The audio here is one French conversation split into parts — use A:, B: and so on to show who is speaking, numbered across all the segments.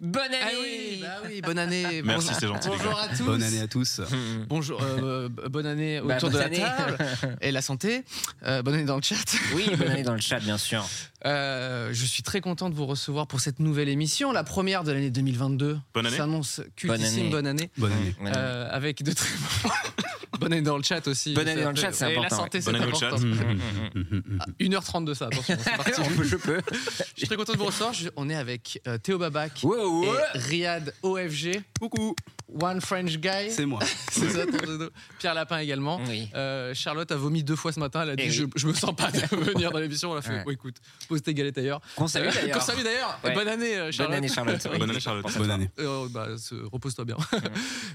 A: Bonne année
B: Ah oui, bah oui, bonne année.
C: Merci,
B: Bonjour-
C: c'est gentil, les
B: Bonjour
C: gars.
B: à tous.
D: Bonne année à tous.
B: Bonjour, euh, b- bonne année
A: Bah,
B: autour
A: bonne
B: de
A: année.
B: la table et la santé. Euh, bonne année dans le chat.
A: Oui, bonne année dans le chat, bien sûr.
B: Euh, je suis très content de vous recevoir pour cette nouvelle émission, la première de l'année 2022.
C: Bonne année.
B: Ça annonce cultissime,
A: année.
B: bonne année.
D: Bonne année.
A: Bonne année.
B: Euh, avec de très Bonne année dans le chat aussi.
A: Bonne année dans le chat, c'est
B: Et la
A: important,
B: santé,
A: ouais.
B: c'est
C: Bonne année au
B: important. Mm,
C: chat. Mm.
B: Ah, 1h30 de ça, attention, c'est parti.
A: On peut, je peux.
B: Je suis très content de vous recevoir. Je- on est avec euh, Théo Babac
A: Wow, wow.
B: et Riyad OFG,
D: Coucou.
B: One French Guy.
D: C'est moi.
B: C'est ça, ton dodo. Pierre Lapin également.
A: Oui.
B: Euh, Charlotte a vomi deux fois ce matin. Elle a dit
A: Eh
B: je,
A: oui.
B: je me sens pas de venir dans l'émission. On a fait
A: Ouais.
B: bon, écoute, pose tes galettes ailleurs. Euh,
A: Qu'on salue d'ailleurs.
B: Qu'on salue d'ailleurs.
A: Ouais.
B: Bonne année, euh, Charlotte.
A: Bonne année, Charlotte.
C: Bonne année, Charlotte.
D: Bonne année.
B: Euh, bah, se- repose-toi bien.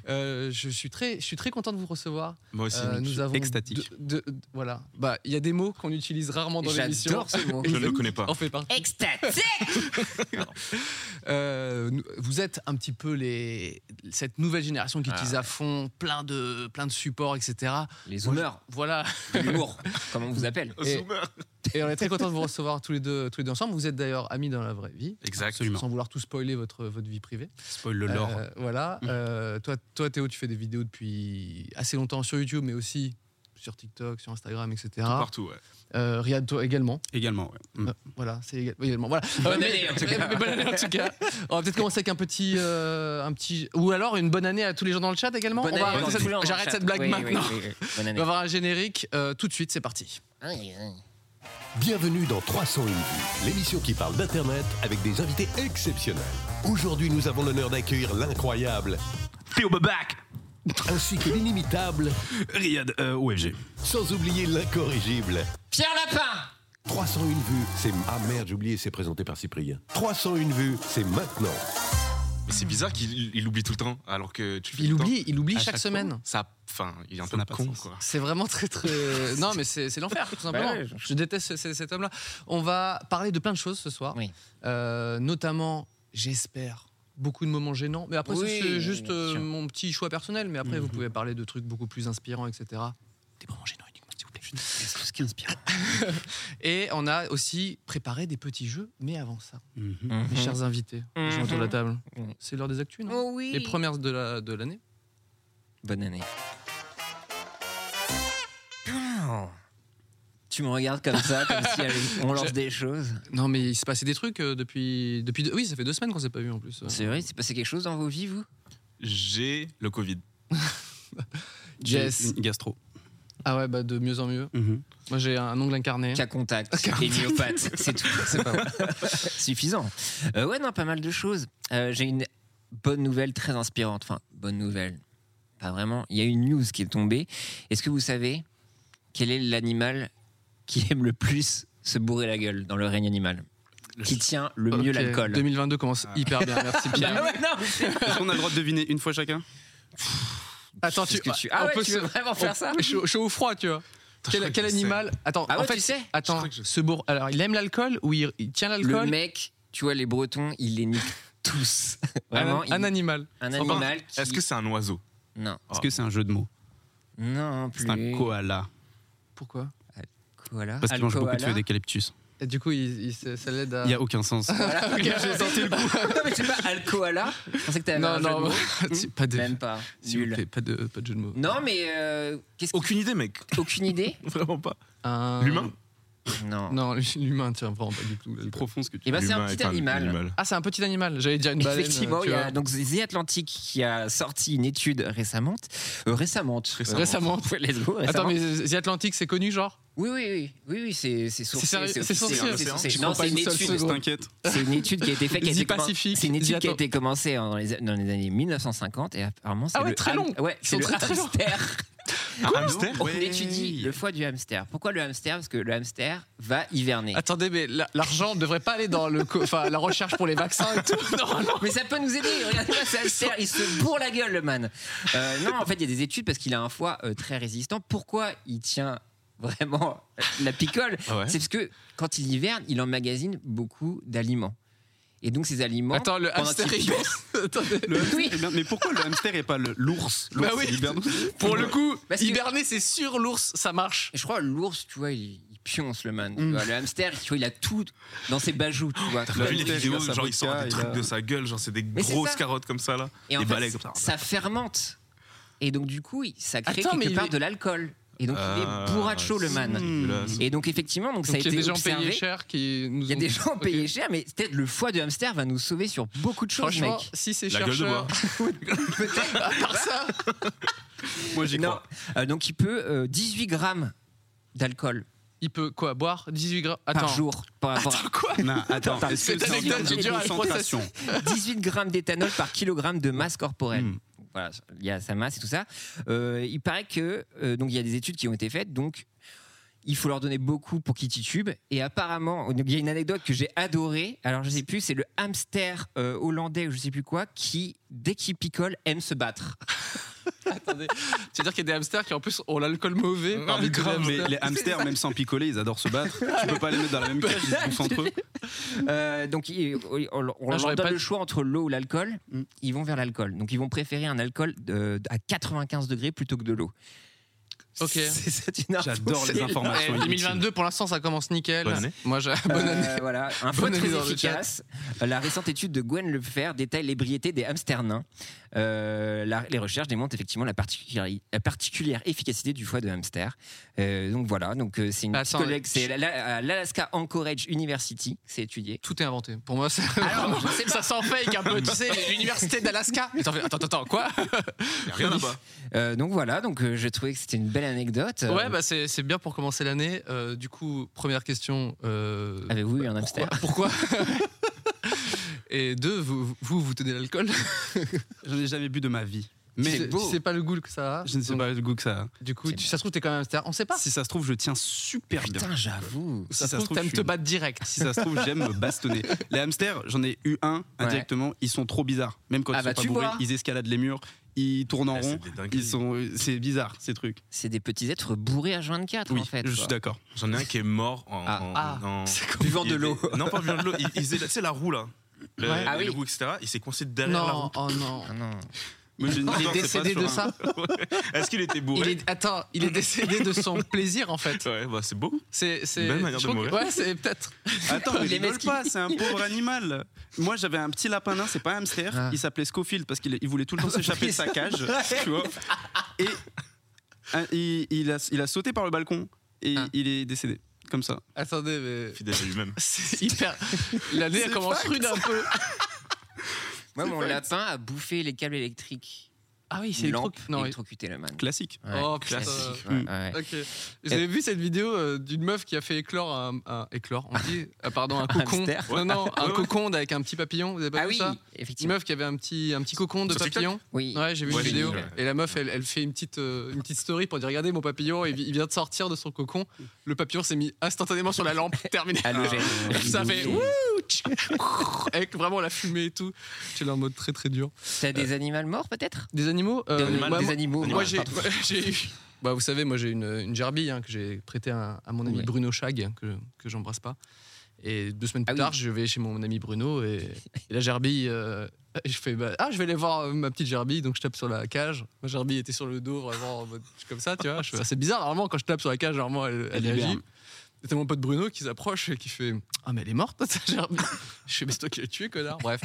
B: Euh, je suis très, je suis très content de vous recevoir.
C: Moi aussi.
B: Euh, nous avons
D: extatique.
B: deux- deux- deux- voilà. Bah, il y a des mots qu'on utilise rarement dans l'émission.
A: J'adore ce mot.
C: Je ne le connais pas.
B: On fait partie.
A: Extatique
B: Euh, nous- vous êtes un petit peu les, cette nouvelle génération qui utilise à fond plein de, plein de supports, etc.
A: Les zoomers,
B: Voilà.
A: l'humour, comme on vous appelle.
B: Et- Et on est très content de vous recevoir tous les deux, tous les deux ensemble. Vous êtes d'ailleurs amis dans la vraie vie,
C: Exact.
D: Absolument.
B: sans vouloir tout spoiler votre, votre vie privée.
D: Spoil le lore.
B: Euh, voilà. Euh, toi, toi, Théo, tu fais des vidéos depuis assez longtemps sur YouTube, mais aussi sur TikTok, sur Instagram, etc.
C: Partout, ouais.
B: Euh, Riyad, toi également.
D: Également, ouais. Mm.
B: Euh, voilà, c'est éga- oui, également. Voilà.
A: Bonne année, en tout cas.
B: Mais bonne année, en tout cas. On va peut-être commencer avec un petit, euh, un petit, ou alors une bonne année à tous les gens dans le chat également.
A: Bonne
B: On va
A: année,
B: arrêter
A: dans
B: cette-
A: le chat.
B: J'arrête cette blague
A: Oui, oui,
B: maintenant.
A: oui, oui. Bonne
B: On va
A: année.
B: avoir un générique euh, tout de suite. C'est parti.
E: Bienvenue dans 301 vues, l'émission qui parle d'Internet avec des invités exceptionnels. Aujourd'hui, nous avons l'honneur d'accueillir l'incroyable
D: Théo Babac.
E: ainsi que l'inimitable,
D: Riyad euh, OFG.
E: sans oublier l'incorrigible.
A: Pierre Lapin
E: 301 vues, c'est... Ah merde, j'ai oublié, c'est présenté par Cyprien. 301 vues, c'est maintenant.
C: Mais c'est bizarre qu'il il oublie tout le temps, alors que tu le fais
B: Il
C: tout le
B: oublie, il oublie
C: temps.
B: chaque, semaine.
C: Ça, enfin, il est un
D: Ça
C: peu
D: n'a pas de
C: con,
D: sens.
C: quoi.
B: C'est vraiment très très. Non, mais c'est c'est l'enfer, tout simplement.
A: ouais,
B: je...
A: je-
B: déteste ce- ce- cet homme-là. On va parler de plein de choses ce soir.
A: Oui.
B: Euh, notamment, j'espère, beaucoup de moments gênants. Mais après, ça,
A: Oui,
B: c'est
A: oui,
B: juste
A: bien
B: euh,
A: sûr.
B: mon petit choix personnel. Mais après, vous pouvez parler de trucs beaucoup plus inspirants, etc. Des moments gênants uniquement, s'il vous plaît.
D: Tout ce qui inspire.
B: Et on a aussi préparé des petits jeux. Mais avant ça, mes chers invités, les gens autour de la table,
A: Mhm.
B: c'est l'heure des actus, non
A: Oh oui.
B: Les premières de la- de l'année.
A: Bonne année. Tu me regardes comme ça, comme si elle- on lance des choses.
B: non, mais il se passait des trucs euh, depuis. depuis deux- Oui, ça fait deux semaines qu'on s'est pas vu en plus. euh.
A: C'est vrai, il s'est passé quelque chose dans vos vies, vous
C: J'ai le Covid.
B: Yes.
D: Une gastro.
B: Ah ouais, bah de mieux en mieux.
D: Mhm.
B: Moi j'ai un ongle incarné.
A: Cas contact et myopathe, c'est tout. C'est pas Suffisant. Euh, ouais, non, pas mal de choses. Euh, J'ai une bonne nouvelle très inspirante. Enfin, bonne nouvelle. Pas vraiment. Il y a une news qui est tombée. Est-ce que vous savez quel est l'animal qui aime le plus se bourrer la gueule dans le règne animal Qui tient le mieux
B: Ok,
A: l'alcool
B: 2022 commence hyper bien, merci Pierre.
A: Bah ouais, non, mais c'est-
D: Est-ce qu'on a le droit de deviner une fois chacun
B: Attends,
A: Est-ce
B: tu,
A: que tu- Ah
B: on
A: ouais,
B: peut
A: tu
B: se-
A: veux vraiment faire
B: on-
A: ça
B: chaud, chaud ou froid, tu vois
C: Attends, je
B: Quel,
C: crois
B: quel
C: que je sais.
B: animal Attends,
A: Ah
B: en
A: ouais,
B: fait,
A: tu sais
B: attends,
C: crois que je-
B: ce bourre. Alors, il aime l'alcool ou il, il tient
A: Le
B: l'alcool
A: mec, tu vois, les Bretons, ils les niquent tous.
B: un,
A: Vraiment, il-
B: un animal.
A: un
C: Enfin,
A: animal. qui-
C: Est-ce que c'est un oiseau
A: Non,
D: Est-ce que c'est un jeu de mots
A: non plus.
D: C'est un koala.
B: Pourquoi
A: Koala.
D: Parce qu'il mange beaucoup de
A: Alcoala.
D: feuilles d'eucalyptus.
B: Et Du coup, il, il- ça ça l'aide à.
D: Il n'y a aucun sens.
A: Voilà, ok, j'ai tenté le coup. non, mais je sais pas, Alcoala. Je pensais que t'avais
B: Non,
A: un jeu de
B: non,
A: mots.
B: c'est pas de.
A: Même pas.
B: S'il vous
A: Nul.
B: plaît, pas de, pas de jeu de mots.
A: Non, mais euh, qu'est-ce que.
C: Aucune idée, mec.
A: Aucune idée
C: Vraiment pas.
B: Un-
C: L'humain
A: Non.
B: Non, l'humain, tiens, vraiment pas du tout.
D: C'est profond ce que tu
A: Eh ben, c'est un
C: L'humain
A: petit
C: est
A: animal.
B: Ah, c'est un petit animal, j'allais dire une baleine.
A: Effectivement,
B: tu
A: il y
B: vois.
A: a donc The Atlantic qui a sorti une étude récemment. euh, récemment.
C: Récemment.
B: Récemment.
A: Ouais, let's go, récemment.
B: Attends, mais The Atlantic, c'est connu, genre
A: Oui, oui, oui, oui, oui c'est c'est sourcé.
B: C'est sérieux- c'est
A: officiel,
B: sourcé,
A: c'est
B: hein.
A: sourcé.
B: Tu
A: Non,
B: prends pas
A: c'est une
B: une seule
A: étude.
B: seconde.
D: T'inquiète.
A: C'est une étude qui a été faite. qui a
B: The
A: été commen-
B: Pacific,
A: C'est une étude
B: The
A: qui a
B: Atlan-
A: été commencée dans les, dans les années 1950 et apparemment c'est
B: Ah ouais,
A: le
B: très
A: ham-
B: long.
A: Ouais,
B: Ils
A: c'est
B: sont
A: le
B: très, très longs.
A: hamster.
C: Un hamster
A: On étudie le foie du hamster. Pourquoi le hamster Parce que le hamster va hiverner.
B: Attendez, mais la- l'argent ne devrait pas aller dans le co- enfin, la recherche pour les vaccins et tout. Non, non.
A: Mais ça peut nous aider. Regardez-moi ce hamster, il se bourre la gueule, le man. Euh, non, en fait, il y a des études parce qu'il a un foie euh, très résistant. Pourquoi il tient vraiment la picole
C: Ah ouais.
A: C'est parce que quand il hiverne, il emmagasine beaucoup d'aliments. Et donc, ces aliments.
B: Attends, le
A: pendant
B: hamster
A: qu'il
B: il
A: pense-
B: Attendez.
D: Le hamster,
A: Oui.
D: eh bien, mais pourquoi le hamster et pas le- l'ours
B: Bah oui. Pour le coup,
A: Parce que-
B: hiberner, c'est sûr, l'ours, ça marche.
A: Et je crois l'ours, tu vois, il, il pionce le man. tu vois. Le hamster, tu vois, il a tout dans ses bajoux, tu vois.
C: Mm. T'as vu les
D: hamster, il
C: vidéos,
D: a sa
C: genre il sort
D: vodka,
C: des
D: il
C: trucs
D: a-
C: de sa gueule, genre c'est des
A: Mais c'est
C: grosses
A: ça.
C: carottes comme ça là,
A: Et en
C: des
A: fait,
C: balais comme ça.
A: ça fermente. Et donc, du coup, il- ça crée
B: Attends, mais
A: quelque
B: il
A: part
B: est-
A: de l'alcool. Et donc, il
C: Ah,
A: est bourracho, le man.
C: dégueulasse.
A: Et donc, effectivement, donc, ça
B: Donc,
A: a
B: il y a
A: été
B: des gens
A: observé.
B: payés cher qui nous
A: Il y a
B: ont-
A: des gens
B: Ok.
A: payés cher, mais peut-être le foie de hamster va nous sauver sur beaucoup de choses,
B: Franchement,
A: mec.
B: si c'est
C: La gueule de
B: chercheur,
C: bois.
B: à part ça,
D: Moi, j'y
A: Non.
D: crois.
A: Euh, donc, il peut euh, 18 grammes d'alcool
B: il peut quoi boire 18 grammes
A: par
B: Attends,
A: jour. Par rapport à
B: quoi
D: Non, attends,
A: Attends,
D: est-ce que
B: cette
D: c'est en
B: anecdote,
D: termes
B: j'ai du
D: de
B: mal à le processer.
D: concentration
A: 18 grammes d'éthanol par kilogramme de masse corporelle.
D: Hmm.
A: Voilà, il y a sa masse et tout ça. Euh, il paraît que euh, donc il y a des études qui ont été faites, donc il faut leur donner beaucoup pour qu'ils titubent. Et apparemment, donc, il y a une anecdote que j'ai adorée. Alors je sais plus, c'est le hamster euh, hollandais ou je sais plus quoi qui dès qu'il picole aime se battre.
B: Attendez. C'est-à-dire qu'il y a des hamsters qui en plus ont l'alcool mauvais. parmi tous les
C: grave,
B: hamsters.
D: Mais les hamsters, même sans picoler, ils adorent se battre. Tu peux pas les mettre dans la même cage, ils se bouffent entre eux.
A: Euh, donc il- on, on- on
B: Ah,
A: leur
B: j'aurais
A: donne
B: pas-
A: le choix entre l'eau ou l'alcool.
D: Mm.
A: Ils vont vers l'alcool. Donc ils vont préférer un alcool euh, à 95 degrés plutôt que de l'eau.
B: Ok.
A: C'est ça, tu n'as-
D: J'adore
A: C'est
D: les
A: là.
D: informations.
B: Eh,
D: inutiles.
B: 2022, pour l'instant, ça commence nickel.
C: Bonne année.
B: Moi, j'ai bonne année.
A: Euh, voilà, un foie
B: Bonne
A: très
B: année dans le
A: efficace. La récente étude de Gwen Lefer détaille l'ébriété des hamsters nains. Euh, la- les recherches démontrent effectivement la, particuli- la particulière efficacité du foie de hamster. Euh, donc voilà, donc euh, c'est une petite
B: Bah, Attends,
A: collègue,
B: je-
A: c'est la- la- à l'Alaska Anchorage University, c'est étudié.
B: Tout est inventé. Pour moi, c'est
A: Ah,
B: vraiment- ça s'en fake un peu. Tu sais, l'université d'Alaska. Attends, attends, attends, quoi
C: Y a rien là-bas.
A: Euh, donc voilà, donc euh, je trouvais que c'était une belle anecdote. Euh,
B: Ouais, bah c'est c'est bien pour commencer l'année. Euh, du coup, première question. euh,
A: Avez-vous eu un hamster
B: pourquoi Et deux, vous, vous, vous tenez l'alcool.
D: Je n'ai jamais bu de ma vie. Mais
B: tu sais- tu sais pas le goût que ça a.
D: je ne sais
B: Donc,
D: pas le goût que ça a.
B: Du coup, tu- ça se trouve, t'es quand même un hamster. On sait pas.
D: Si ça se trouve, je tiens super bien.
A: Putain, j'avoue.
B: ça,
D: Si
B: se trouve, t'aimes
D: je suis-
B: te battre direct.
D: Si ça se trouve, j'aime me bastonner. Les hamsters, j'en ai eu un indirectement. Ils sont trop bizarres. Même quand
A: Ah
D: ils
A: bah,
D: sont pas
A: tu
D: bourrés,
A: vois.
D: ils escaladent les murs, ils tournent en
C: Ah, c'est
D: rond.
C: des dingueries.
D: Ils sont, c'est bizarre ces trucs.
A: C'est des petits êtres bourrés à 24
D: Oui,
A: en fait.
D: je
A: quoi.
D: suis d'accord.
C: J'en ai un qui est mort en.
A: Ah.
C: en-
B: Ah.
C: en-
A: Buvant
C: il
A: de
C: était-
A: l'eau.
C: Non, pas buvant de l'eau. Il, il faisait, la- tu sais, la roue là. Le,
A: Ah oui.
C: les roues, etc. Il s'est coincé derrière la
B: Non,
C: roue.
B: oh non.
A: Ah non.
D: Moi, j'ai une
B: Il
D: histoire,
B: est
D: c'est
B: décédé
D: pas
B: de
D: sur un-
B: ça.
C: hein. Est-ce qu'il était
B: Il
C: bourré
B: est, attends, il est décédé de son plaisir en fait.
C: Ouais, bah c'est beau.
B: C'est c'est-
C: Belle manière
B: je
C: de
B: crois que-
C: mourir.
B: Ouais, c'est peut-être.
D: Attends, mais
A: Les
D: rigole
A: mecs qui-
D: pas, c'est un pauvre animal. Moi, j'avais un petit lapin nain, c'est pas un hamster.
A: Ah.
D: Il s'appelait Scofield parce qu'il il voulait tout le temps s'échapper de sa cage, tu vois. Et un- il, il a, il a sauté par le balcon et
B: Ah.
D: il est décédé, comme ça.
B: Attendez, mais
C: Fidèle à lui-même.
B: c'est hyper. L'année elle commence rude un peu.
A: Moi, mon lapin a bouffé les câbles électriques.
B: Ah oui,
A: Une lampe,
B: Non, oui.
A: électrocuté le man.
D: Classique.
A: Ouais,
B: Oh,
A: classique,
B: putain.
A: ouais,
D: Mm.
A: ouais.
B: Ok. Vous avez vu cette vidéo euh, d'une meuf qui a fait éclore un, un- éclore, on dit, Ah, pardon, un cocon.
A: hamster.
B: Non, non, un cocon avec un petit papillon. Vous avez pas
A: Ah
B: vu
A: oui,
B: ça Une
A: effectivement.
B: meuf qui avait un petit, un petit cocon de
C: Sur TikTok
B: papillon.
A: Oui.
B: Ouais, j'ai vu
C: Ouais,
B: une
C: j'ai
B: vidéo.
C: vu, ouais.
B: Et la meuf, elle, elle fait une petite, euh, une petite story pour dire Regardez mon papillon, il, vi- il vient de sortir de son cocon. Le papillon s'est mis instantanément sur la lampe, terminé.
A: Halogène.
B: Ça fait wouh tch, Avec vraiment la fumée et tout. J'étais là en mode très très dur.
A: T'as des animaux morts peut-être
B: Euh. Des animaux euh,
A: Des animaux-
B: bah,
A: des
B: moi-
A: animaux.
B: Moi
A: morts,
B: j'ai
A: pardon.
B: j'ai eu. Bah, vous savez, moi j'ai une, une gerbille hein, que j'ai prêtée à, à mon ami
A: Ouais.
B: Bruno Chag, que, que j'embrasse pas. Et deux semaines
A: Ah
B: plus
A: oui.
B: tard, je vais chez mon ami Bruno et, et la gerbille. euh, je fais bah, Ah, je vais aller voir euh, ma petite gerbille. Donc je tape sur la cage. Ma gerbille était sur le dos, vraiment en mode- comme ça, tu vois. Je fais, Ah, C'est bizarre, normalement, quand je tape sur la cage, normalement, elle, elle
D: Elle libère.
B: réagit. C'était mon pote Bruno qui s'approche et qui fait Ah, mais elle est morte, ta gerbille. je fais Mais c'est toi qui l'as tuée, connard. Bref.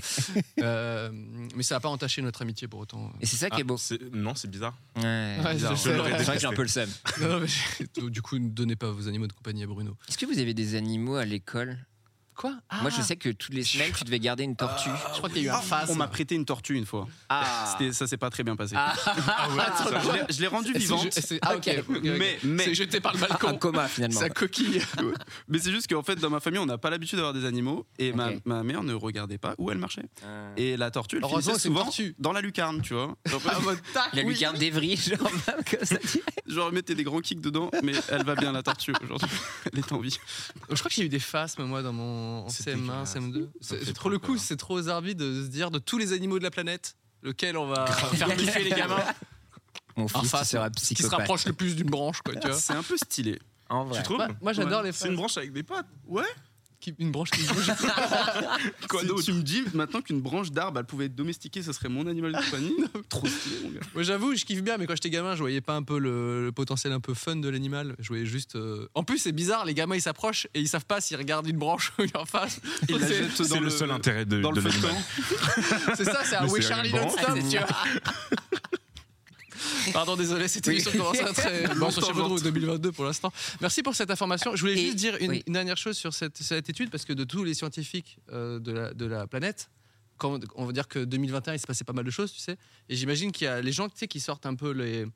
B: Euh, mais ça n'a pas entaché notre amitié pour autant.
A: Et c'est ça qui
C: Ah,
A: est beau.
C: c'est- Non, c'est bizarre.
A: Ouais.
B: Ouais,
A: bizarre.
B: je sais.
A: C'est vrai que j'ai un peu le seum.
B: Non, non, mais- du coup, ne donnez pas vos animaux de compagnie à Bruno.
A: Est-ce que vous avez des animaux à l'école
B: Quoi Ah, Euh,
A: Moi, je sais que toutes les semaines, tu devais garder une tortue.
B: Je crois qu'il y a eu un phase.
D: On m'a prêté une tortue une fois.
A: Ah.
D: C'était- Ça s'est pas très bien passé.
B: Attends,
D: Ah Je l'ai- je l'ai rendue
B: c'est-
D: vivante.
B: c'est- c'est- Ah, ok. ok, ok.
D: Mais- mais-
B: C'est jeté par le
A: Un
B: balcon.
A: coma finalement.
B: Sa coquille.
D: Ouais. Mais c'est juste qu'en fait, dans ma famille, on n'a pas l'habitude d'avoir des animaux. Et ma,
A: Ok.
D: ma mère ne regardait pas où elle marchait.
A: Euh,
D: Et la tortue, elle
B: Heureusement,
D: finissait
B: c'est une
D: souvent
B: tortue.
D: dans la lucarne, tu vois. Genre,
B: En mode tac.
A: La
B: oui.
A: lucarne d'Evry, genre même comme ça.
D: genre, elle mettait des grands kicks dedans, mais elle va bien, la tortue, aujourd'hui. Elle est en vie.
B: Euh, Je crois que j'ai eu des phasmes, moi, dans mon en
C: C'est
B: CM1,
C: dégueulasse.
B: CM2.
C: Ça me
B: C'est-
C: fait
B: Pour le
C: trop
B: coup,
C: peur.
B: c'est trop aux arbitres de se dire de tous les animaux de la planète, lequel on va faire kiffer les gamins.
A: Mon fils
B: Enfin,
A: il sera
B: Qui se
A: psychopathe.
B: rapproche le plus d'une branche, quoi, tu vois.
D: C'est un peu stylé.
A: En vrai.
C: Tu trouves
B: Moi- moi, j'adore les
C: C'est une
B: phases.
C: branche avec des pattes. Ouais.
B: Qui- Une branche qui
D: Si tu me dis maintenant qu'une branche d'arbre, elle pouvait être domestiquée, ce serait mon animal de compagnie. Trop stylé, mon gars.
B: Moi j'avoue, je kiffe bien, mais quand j'étais gamin, je voyais pas un peu le, le potentiel un peu fun de l'animal. Je voyais juste. euh, En plus, c'est bizarre, les gamins ils s'approchent et ils savent pas s'ils regardent une branche ou une en face.
D: Il la
B: C'est-
D: jette dans
C: C'est le seul intérêt de
D: Dans le feu
C: de
D: de
C: l'animal.
D: camp.
B: C'est ça, c'est un
C: Mais
B: Oui
C: c'est
B: Charlie
C: une branche.
A: Ah,
B: non-stop, tu vois. Pardon, désolé, cette émission commence à très. Bon, sur Chapeau de roue 2022 pour l'instant. Merci pour cette information. Je voulais
A: Et-
B: juste dire une,
A: oui.
B: une dernière chose sur cette, cette étude, parce que de tous les scientifiques euh, de, la, de la planète, quand, on va dire que 2021, il se passait pas mal de choses, tu sais. Et j'imagine qu'il y a les gens tu sais, qui sortent un peu les.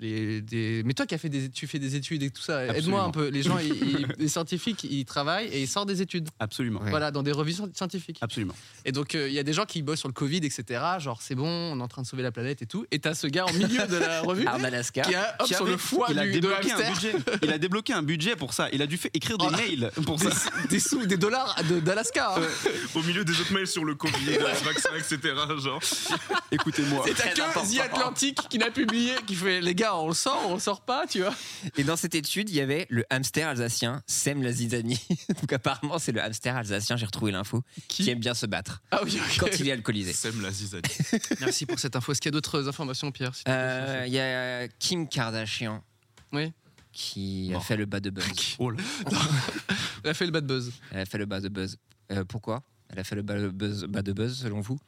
B: les- des... Mais toi qui as fait des, tu fais des études et tout ça, aide-moi
D: Absolument.
B: un peu. Les gens, ils- ils- les scientifiques, ils travaillent et ils sortent des études.
D: Absolument.
A: Ouais.
B: Voilà, dans des revues scientifiques.
D: Absolument.
B: Et donc, euh, il y a des gens qui bossent sur le Covid, etc. Genre, c'est bon, on est en train de sauver la planète et tout. Et t'as ce gars en milieu de la revue
A: Arnaud Alaska.
B: qui a hop,
D: Qui
B: sur
D: avait-
B: le foie
D: il a
B: du, de
D: débloqué un
B: hamster
D: budget. Il a débloqué un budget pour ça. Il a dû fa- écrire des
B: Oh.
D: mails pour
B: des,
D: ça. Euh,
B: des sous, des dollars de- d'Alaska. hein.
C: Au milieu des autres mails sur le Covid, euh, le vaccin, etc. Genre.
D: Écoutez-moi.
B: Et t'as
A: Très
B: que
A: important.
B: The Atlantic qui l'a publié, qui fait les gars, on le sort, on le sort pas, tu vois.
A: Et dans cette étude, il y avait le hamster alsacien sème la zizanie. Donc apparemment, c'est le hamster alsacien, j'ai retrouvé l'info, qui... aime bien se battre
B: Ah oui, ok.
A: quand il est alcoolisé.
C: Sème la zizanie.
B: Merci pour cette info. Est-ce qu'il y a d'autres informations, Pierre si tu veux,
A: Euh, Il y a Kim Kardashian
B: Oui.
A: qui a
C: Mort.
A: fait le bas de buzz.
D: Oh là.
B: sur- Elle a fait le bad buzz.
A: Elle a fait le bas de buzz. Euh, pourquoi Elle a fait le bas de buzz, bas de buzz selon vous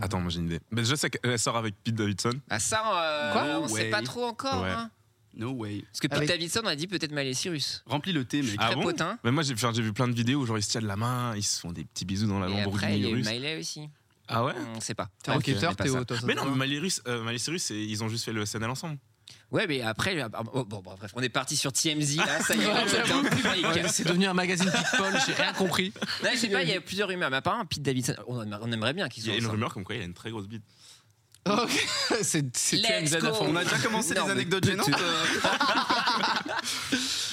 C: Attends, moi j'ai une idée. Mais je sais qu'elle sort avec Pete Davidson.
A: Ah ça, euh,
B: Quoi
A: on sait
D: Ouais.
A: pas trop encore.
C: Ouais.
A: hein.
D: No way.
A: Parce que Pete
B: Avec-
A: Davidson, on a dit peut-être Miley Cyrus.
D: Remplis le thé, mec.
C: Ah
A: Très
C: bon
A: potin.
C: Mais moi j'ai enfin, j'ai vu plein de vidéos, genre ils se tiennent la
B: Ah,
C: main, ils se font des petits bisous dans la
A: Et après, il y a
C: Lamborghini
A: eu
C: russe.
A: Miley aussi.
C: Ah ouais
B: Mm,
A: On sait pas.
B: T'es
C: Ok,
B: enquêteur,
A: on sait pas
B: Théo,
A: ça.
B: toi, ça
C: Mais
B: te
C: non,
B: va
C: mais Miley Cyrus, euh, Miley Cyrus, c'est- ils ont juste fait le SNL ensemble.
A: Ouais, mais après,
B: euh,
A: ah, bon,
B: oh,
A: bon, bon, bref, on est parti sur TMZ,
C: Ah,
A: là, ça y est,
B: Ouais,
A: on était en public.
B: Ouais, C'est devenu un magazine people, j'ai rien compris.
A: Non, je sais pas, il y a plusieurs rumeurs, mais apparemment, Pete Davidson, on, aimerait- on aimerait bien qu'ils
C: Il y a
A: soient
C: une
A: ensemble.
C: rumeur comme quoi il a une très grosse bite.
B: Ok, c'est c'est
A: Let's
B: TMZ à
A: go.
B: fond.
D: On a déjà commencé
A: Non,
D: les
A: mais
D: anecdotes gênantes. euh,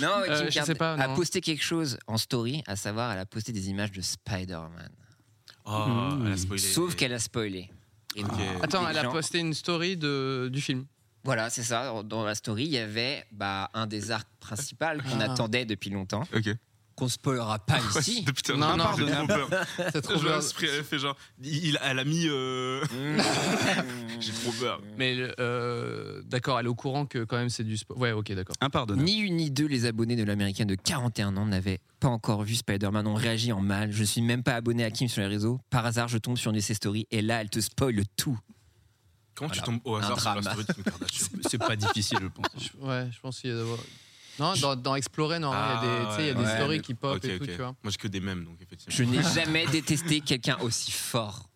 A: Non,
B: Euh,
A: Kim
B: je
A: Kard-
B: sais pas,
A: a
B: non.
A: posté quelque chose en story, à savoir, elle a posté des images de Spider-Man.
C: Oh, elle a spoilé.
A: Sauf qu'elle a spoilé. Et donc,
C: Ok.
A: les
B: Mmh. Attends, elle a
A: gens-
B: posté une story de, du film.
A: Voilà, c'est ça. Dans la story, il y avait bah, un des arcs principaux qu'on
B: Ah.
A: attendait depuis longtemps,
C: Ok. Ah,
A: qu'on spoilera pas ici.
C: Putain,
B: Non, non,
C: non, non, j'ai trop
B: pardonnable.
C: peur.
B: C'est trop
C: Je vois
B: bien.
C: l'esprit, elle fait genre. il- il- elle a mis. euh, J'ai trop peur.
B: Mais le- euh, d'accord, elle est au courant que quand même c'est du sport. Ouais, ok, d'accord.
D: Impardonnable.
A: Ni une ni deux, les abonnés de l'américaine de 41 ans n'avaient pas encore vu Spider-Man, ont réagi en mal. Je suis même pas abonné à Kim sur les réseaux. Par hasard, je tombe sur une de ses stories et là, elle te spoil tout.
C: Comment tu
A: Voilà.
C: tombes au
A: Un
C: hasard sur la
A: drame.
C: story de Kim Kardashian
D: C'est pas difficile, je pense.
B: Je- Ouais, je pense qu'il y a d'abord. Non, dans, dans Explorer, non, il y a des, tu sais, il y a
C: Ah,
B: des
C: ouais.
B: stories
C: Ouais,
B: qui pop
C: ok,
B: et tout,
C: ok.
B: tu vois.
C: Moi j'ai que des mêmes, donc effectivement.
A: Je n'ai jamais détesté quelqu'un aussi fort.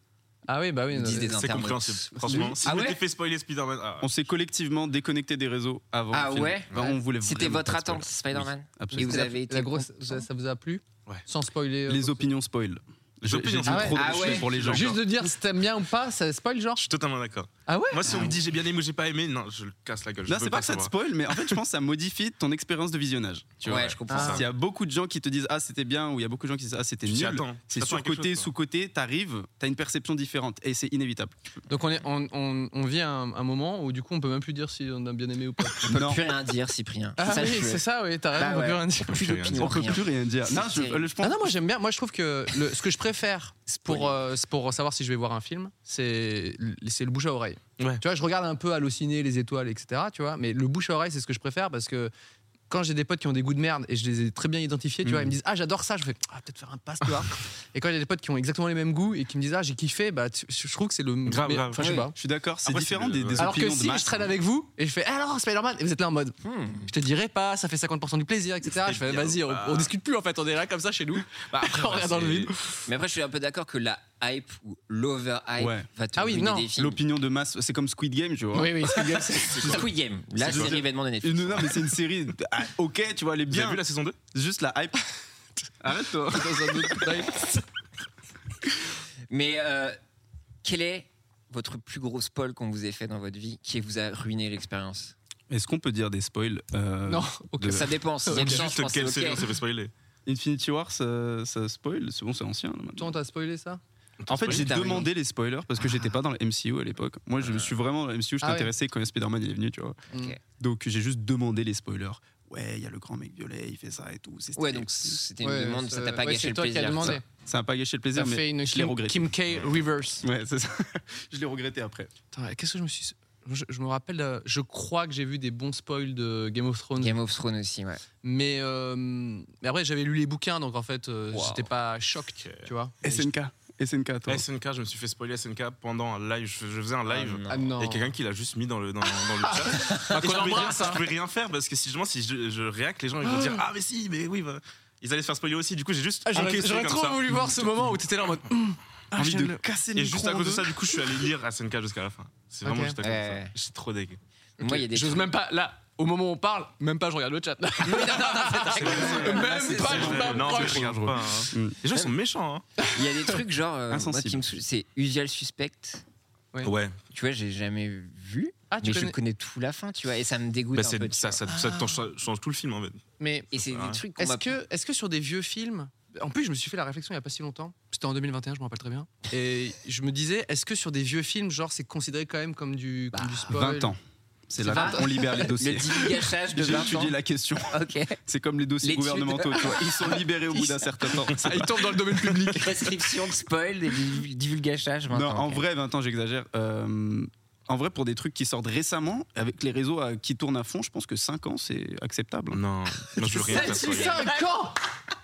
B: Ah oui, bah oui.
A: Ils
B: non,
A: disent des
B: mais-
C: C'est
A: internautes.
C: compréhensible. Franchement, si
A: Ah
C: vous
A: ouais
C: t'es fait spoiler Spider-Man. ah,
D: On s'est collectivement déconnecté des réseaux avant.
A: Ah
D: le film.
A: ouais
D: Ben, on voulait
A: C'était
D: vraiment
A: votre
D: pas de spoil.
A: attente, Spider-man. et
D: absolument.
A: vous avez été
B: La grosse, ça, ça vous a plu
C: Ouais.
B: Sans spoiler. euh,
D: Les
B: quoi que
D: opinions spoil.
C: Les
D: Je-
C: opinions
D: j'ai dit
B: spoil.
D: trop de
A: Ah
D: choses
A: ouais.
D: pour les
B: ce soit.
D: gens.
B: Juste de dire si t'aimes bien ou pas, ça spoil genre.
C: Je suis totalement d'accord.
B: Ah ouais
C: Moi, si on me dit j'ai bien aimé ou j'ai pas aimé, non, je le casse la gueule. je
D: Là,
C: veux
D: c'est pas que ça te
C: savoir.
D: spoil, mais en fait, je pense que ça modifie ton expérience de visionnage. Tu vois
A: Ouais, je comprends
B: Ah.
A: ça.
D: S'il y a beaucoup de gens qui te disent Ah, c'était bien, ou il y a beaucoup de gens qui disent Ah, c'était
C: Tu t'y
D: nul,
C: attends. Tu
D: c'est
C: t'attends à quelque
D: surcoté,
C: chose,
D: sous-coté, t'arrives, t'as une perception différente, et c'est inévitable.
B: Donc on, est, on, on, on vit un, un moment où du coup on peut même plus dire si on a bien aimé ou pas.
A: On peut plus rien dire, Cyprien.
B: Ah
A: ça,
B: oui,
A: je
B: c'est ça, oui, t'as raison,
A: Bah
B: on peut
A: ouais. plus
B: plus rien dire.
C: quoi. Je fais rien.
A: d'opinion.
D: On peut
A: rien.
D: plus rien dire.
A: C'est
D: Non, je, euh,
A: terrible.
D: je pense.
B: Ah non, moi j'aime bien. Moi je trouve que le- ce que je préfère pour, euh, c'est pour savoir si je vais voir un film, c'est l- c'est le bouche à oreille.
C: Ouais.
B: Tu vois, je regarde un peu Allociné, Les Étoiles, etc. Tu vois, mais le bouche à oreille, c'est ce que je préfère parce que
D: Mm.
B: quand j'ai des potes qui ont des goûts de merde et je les ai très bien identifiés, tu vois, ils me disent Ah, j'adore ça, je fais Ah, peut-être faire un passe, tu vois. Et quand il y a des potes qui ont exactement les mêmes goûts et qui me disent Ah, j'ai kiffé, bah, tu- je trouve que c'est le.
C: Grave,
B: mais-
C: grave.
B: Enfin, je sais
C: Ouais.
B: pas.
D: Je suis d'accord, c'est
C: Après,
D: différent
C: c'est
D: des,
C: le-
D: des
B: Alors que
D: opinions de
B: si
D: masse. Hmm.
B: je traîne avec vous et je fais Ah, alors Spider-Man, et vous êtes là en mode Je te dirais pas, ça fait 50% du plaisir, etc. Ah, Je fais
C: bien
B: Vas-y,
C: ou
B: on,
C: pas
D: Ah.
B: on discute plus en fait, on est là comme ça chez nous.
A: Bah, après,
B: on
A: ouais,
B: regarde dans le
A: c'est-
B: vide.
A: Mais après, je suis un peu d'accord que la hype ou l'over-hype
D: Ouais.
A: va te
B: Ah oui,
A: ruiner
B: non.
A: des films.
D: L'opinion de masse, c'est comme Squid Game, tu vois.
B: Oui, oui, Squid Game, c'est
A: Squid Game, la
D: C'est-
A: série événement de
D: Et
A: Netflix.
D: Non, non, mais c'est une série. ah, ok, tu vois, elle est
C: Vous
D: bien.
C: avez vu la saison 2
D: Juste la hype. Arrête-toi.
B: dans un autre time.
A: Mais euh, quel est votre plus gros spoil qu'on vous ait fait dans votre vie qui vous a ruiné l'expérience
D: Est-ce qu'on peut dire des spoils euh,
B: Non, ok.
D: de-
A: Ça dépend, s'il y a une chance, je
C: Juste
A: pense
C: quelle
A: que c'est
C: série on
A: ok.
C: s'est fait spoiler
D: Infinity War, ça, ça spoil C'est bon, c'est ancien. là, maintenant.
B: Toi, on t'a spoilé ça
D: En fait,
A: spoilé,
D: j'ai
A: t'as Ah.
D: demandé les spoilers parce que j'étais pas dans le MCU à l'époque. Moi, je me suis vraiment dans le MCU. Je
B: Ah ouais.
D: t'intéressais quand Spider-Man il est venu, tu vois.
B: Ok.
D: Donc, j'ai juste demandé les spoilers. Ouais, il y a le grand mec violet, il fait ça et tout. c'est
A: Ouais,
D: stylé.
A: donc c'était une
B: Ouais,
A: demande, ça
B: euh,
A: t'a pas
B: ouais,
A: gâché
B: c'est
A: le
B: toi qui
A: plaisir.
B: as demandé.
D: ça n'a pas gâché le plaisir,
B: T'as fait
D: mais
B: une
D: je l'ai
B: Kim,
D: regretté.
B: Kim K reverse.
D: Ouais, c'est ça. je l'ai regretté après.
B: Attends, qu'est-ce que je me suis. Je, je me rappelle, euh, je crois que j'ai vu des bons spoils de Euh, Game of Thrones.
A: Game of Thrones aussi, ouais.
B: Mais, euh, mais après, j'avais lu les bouquins, donc en fait, euh,
A: Wow.
B: j'étais pas choqué,
C: Ok.
B: tu vois.
D: SNK. SNK, toi.
C: SNK, je me suis fait spoiler SNK pendant un live. Je, je faisais un live.
A: non.
B: Ah non.
C: Il y a quelqu'un qui l'a juste mis dans le, dans, dans le chat.
B: Bah, qu'on
C: Et je, pouvais rien,
B: l'embrasse, hein.
C: je pouvais rien faire parce que si, justement, si je, je réacte, les gens ils vont dire Ah, mais si, mais oui, bah. ils allaient se faire spoiler aussi. Du coup, j'ai juste
B: Ah, J'aurais
C: encaissé
B: j'aurais
C: comme
B: trop
C: ça.
B: voulu voir ce moment où t'étais là en mode. Hum, ah,
D: Envie
B: je
D: de
B: le-
D: casser le
C: Et juste
D: micro
C: à
D: en
C: cause de
D: deux.
C: ça, du coup, je suis allé lire SNK jusqu'à la fin. C'est vraiment
B: Ok.
C: juste à cause de
A: Ouais.
C: ça. J'étais trop dégueu.
A: Moi, il y a des
B: J'ose
A: trucs-
B: même pas, là, au moment où on parle, même pas je regarde le chat. même pas, je
C: Euh, Non, mais
B: m'approche.
C: je regarde pas. hein.
D: Mm.
C: Les gens ils sont méchants. hein.
A: Il y a des trucs genre. euh, moi,
D: Insensible.
A: qui me sou- C'est Usual Suspect.
C: Ouais,
A: Tu vois, j'ai jamais vu.
B: Ah, tu
A: mais je
B: connais-
A: connais tout la fin, tu vois. Et ça me dégoûte
C: Bah,
A: un peu.
C: c'est-
A: tu
C: ça
A: vois.
C: ça- ça t'en cha- change tout le film en fait.
B: Mais
A: Et c'est
C: Ouais.
A: des trucs qu'on
B: est-ce
A: m'a.
B: que, est que sur des vieux films. En plus, je me suis fait la réflexion il y a pas si longtemps. C'était en 2021, je me rappelle très bien. Et je me disais, est-ce que sur des vieux films, genre, c'est considéré quand même comme du,
A: Bah,
B: comme du spoil
D: 20 ans. C'est là
A: 20
D: qu'on libère les
A: Le
D: dossiers.
A: divulgachage de
D: J'ai
A: 20 ans.
D: étudié la question.
A: Ok.
D: C'est comme les dossiers
A: L'étude.
D: gouvernementaux, tu vois. Ils sont libérés au bout d'un certain temps.
B: Ah, il tombe dans le domaine public.
A: Prescription de spoil et divu- divulgachage. 20
D: Non,
A: ans,
D: en
A: ok.
D: vrai, 20 ans, j'exagère. Euh, en vrai, pour des trucs qui sortent récemment, avec les réseaux à- qui tournent à fond, je pense que 5 ans, c'est acceptable.
C: Non, non je veux rien faire. spoiler.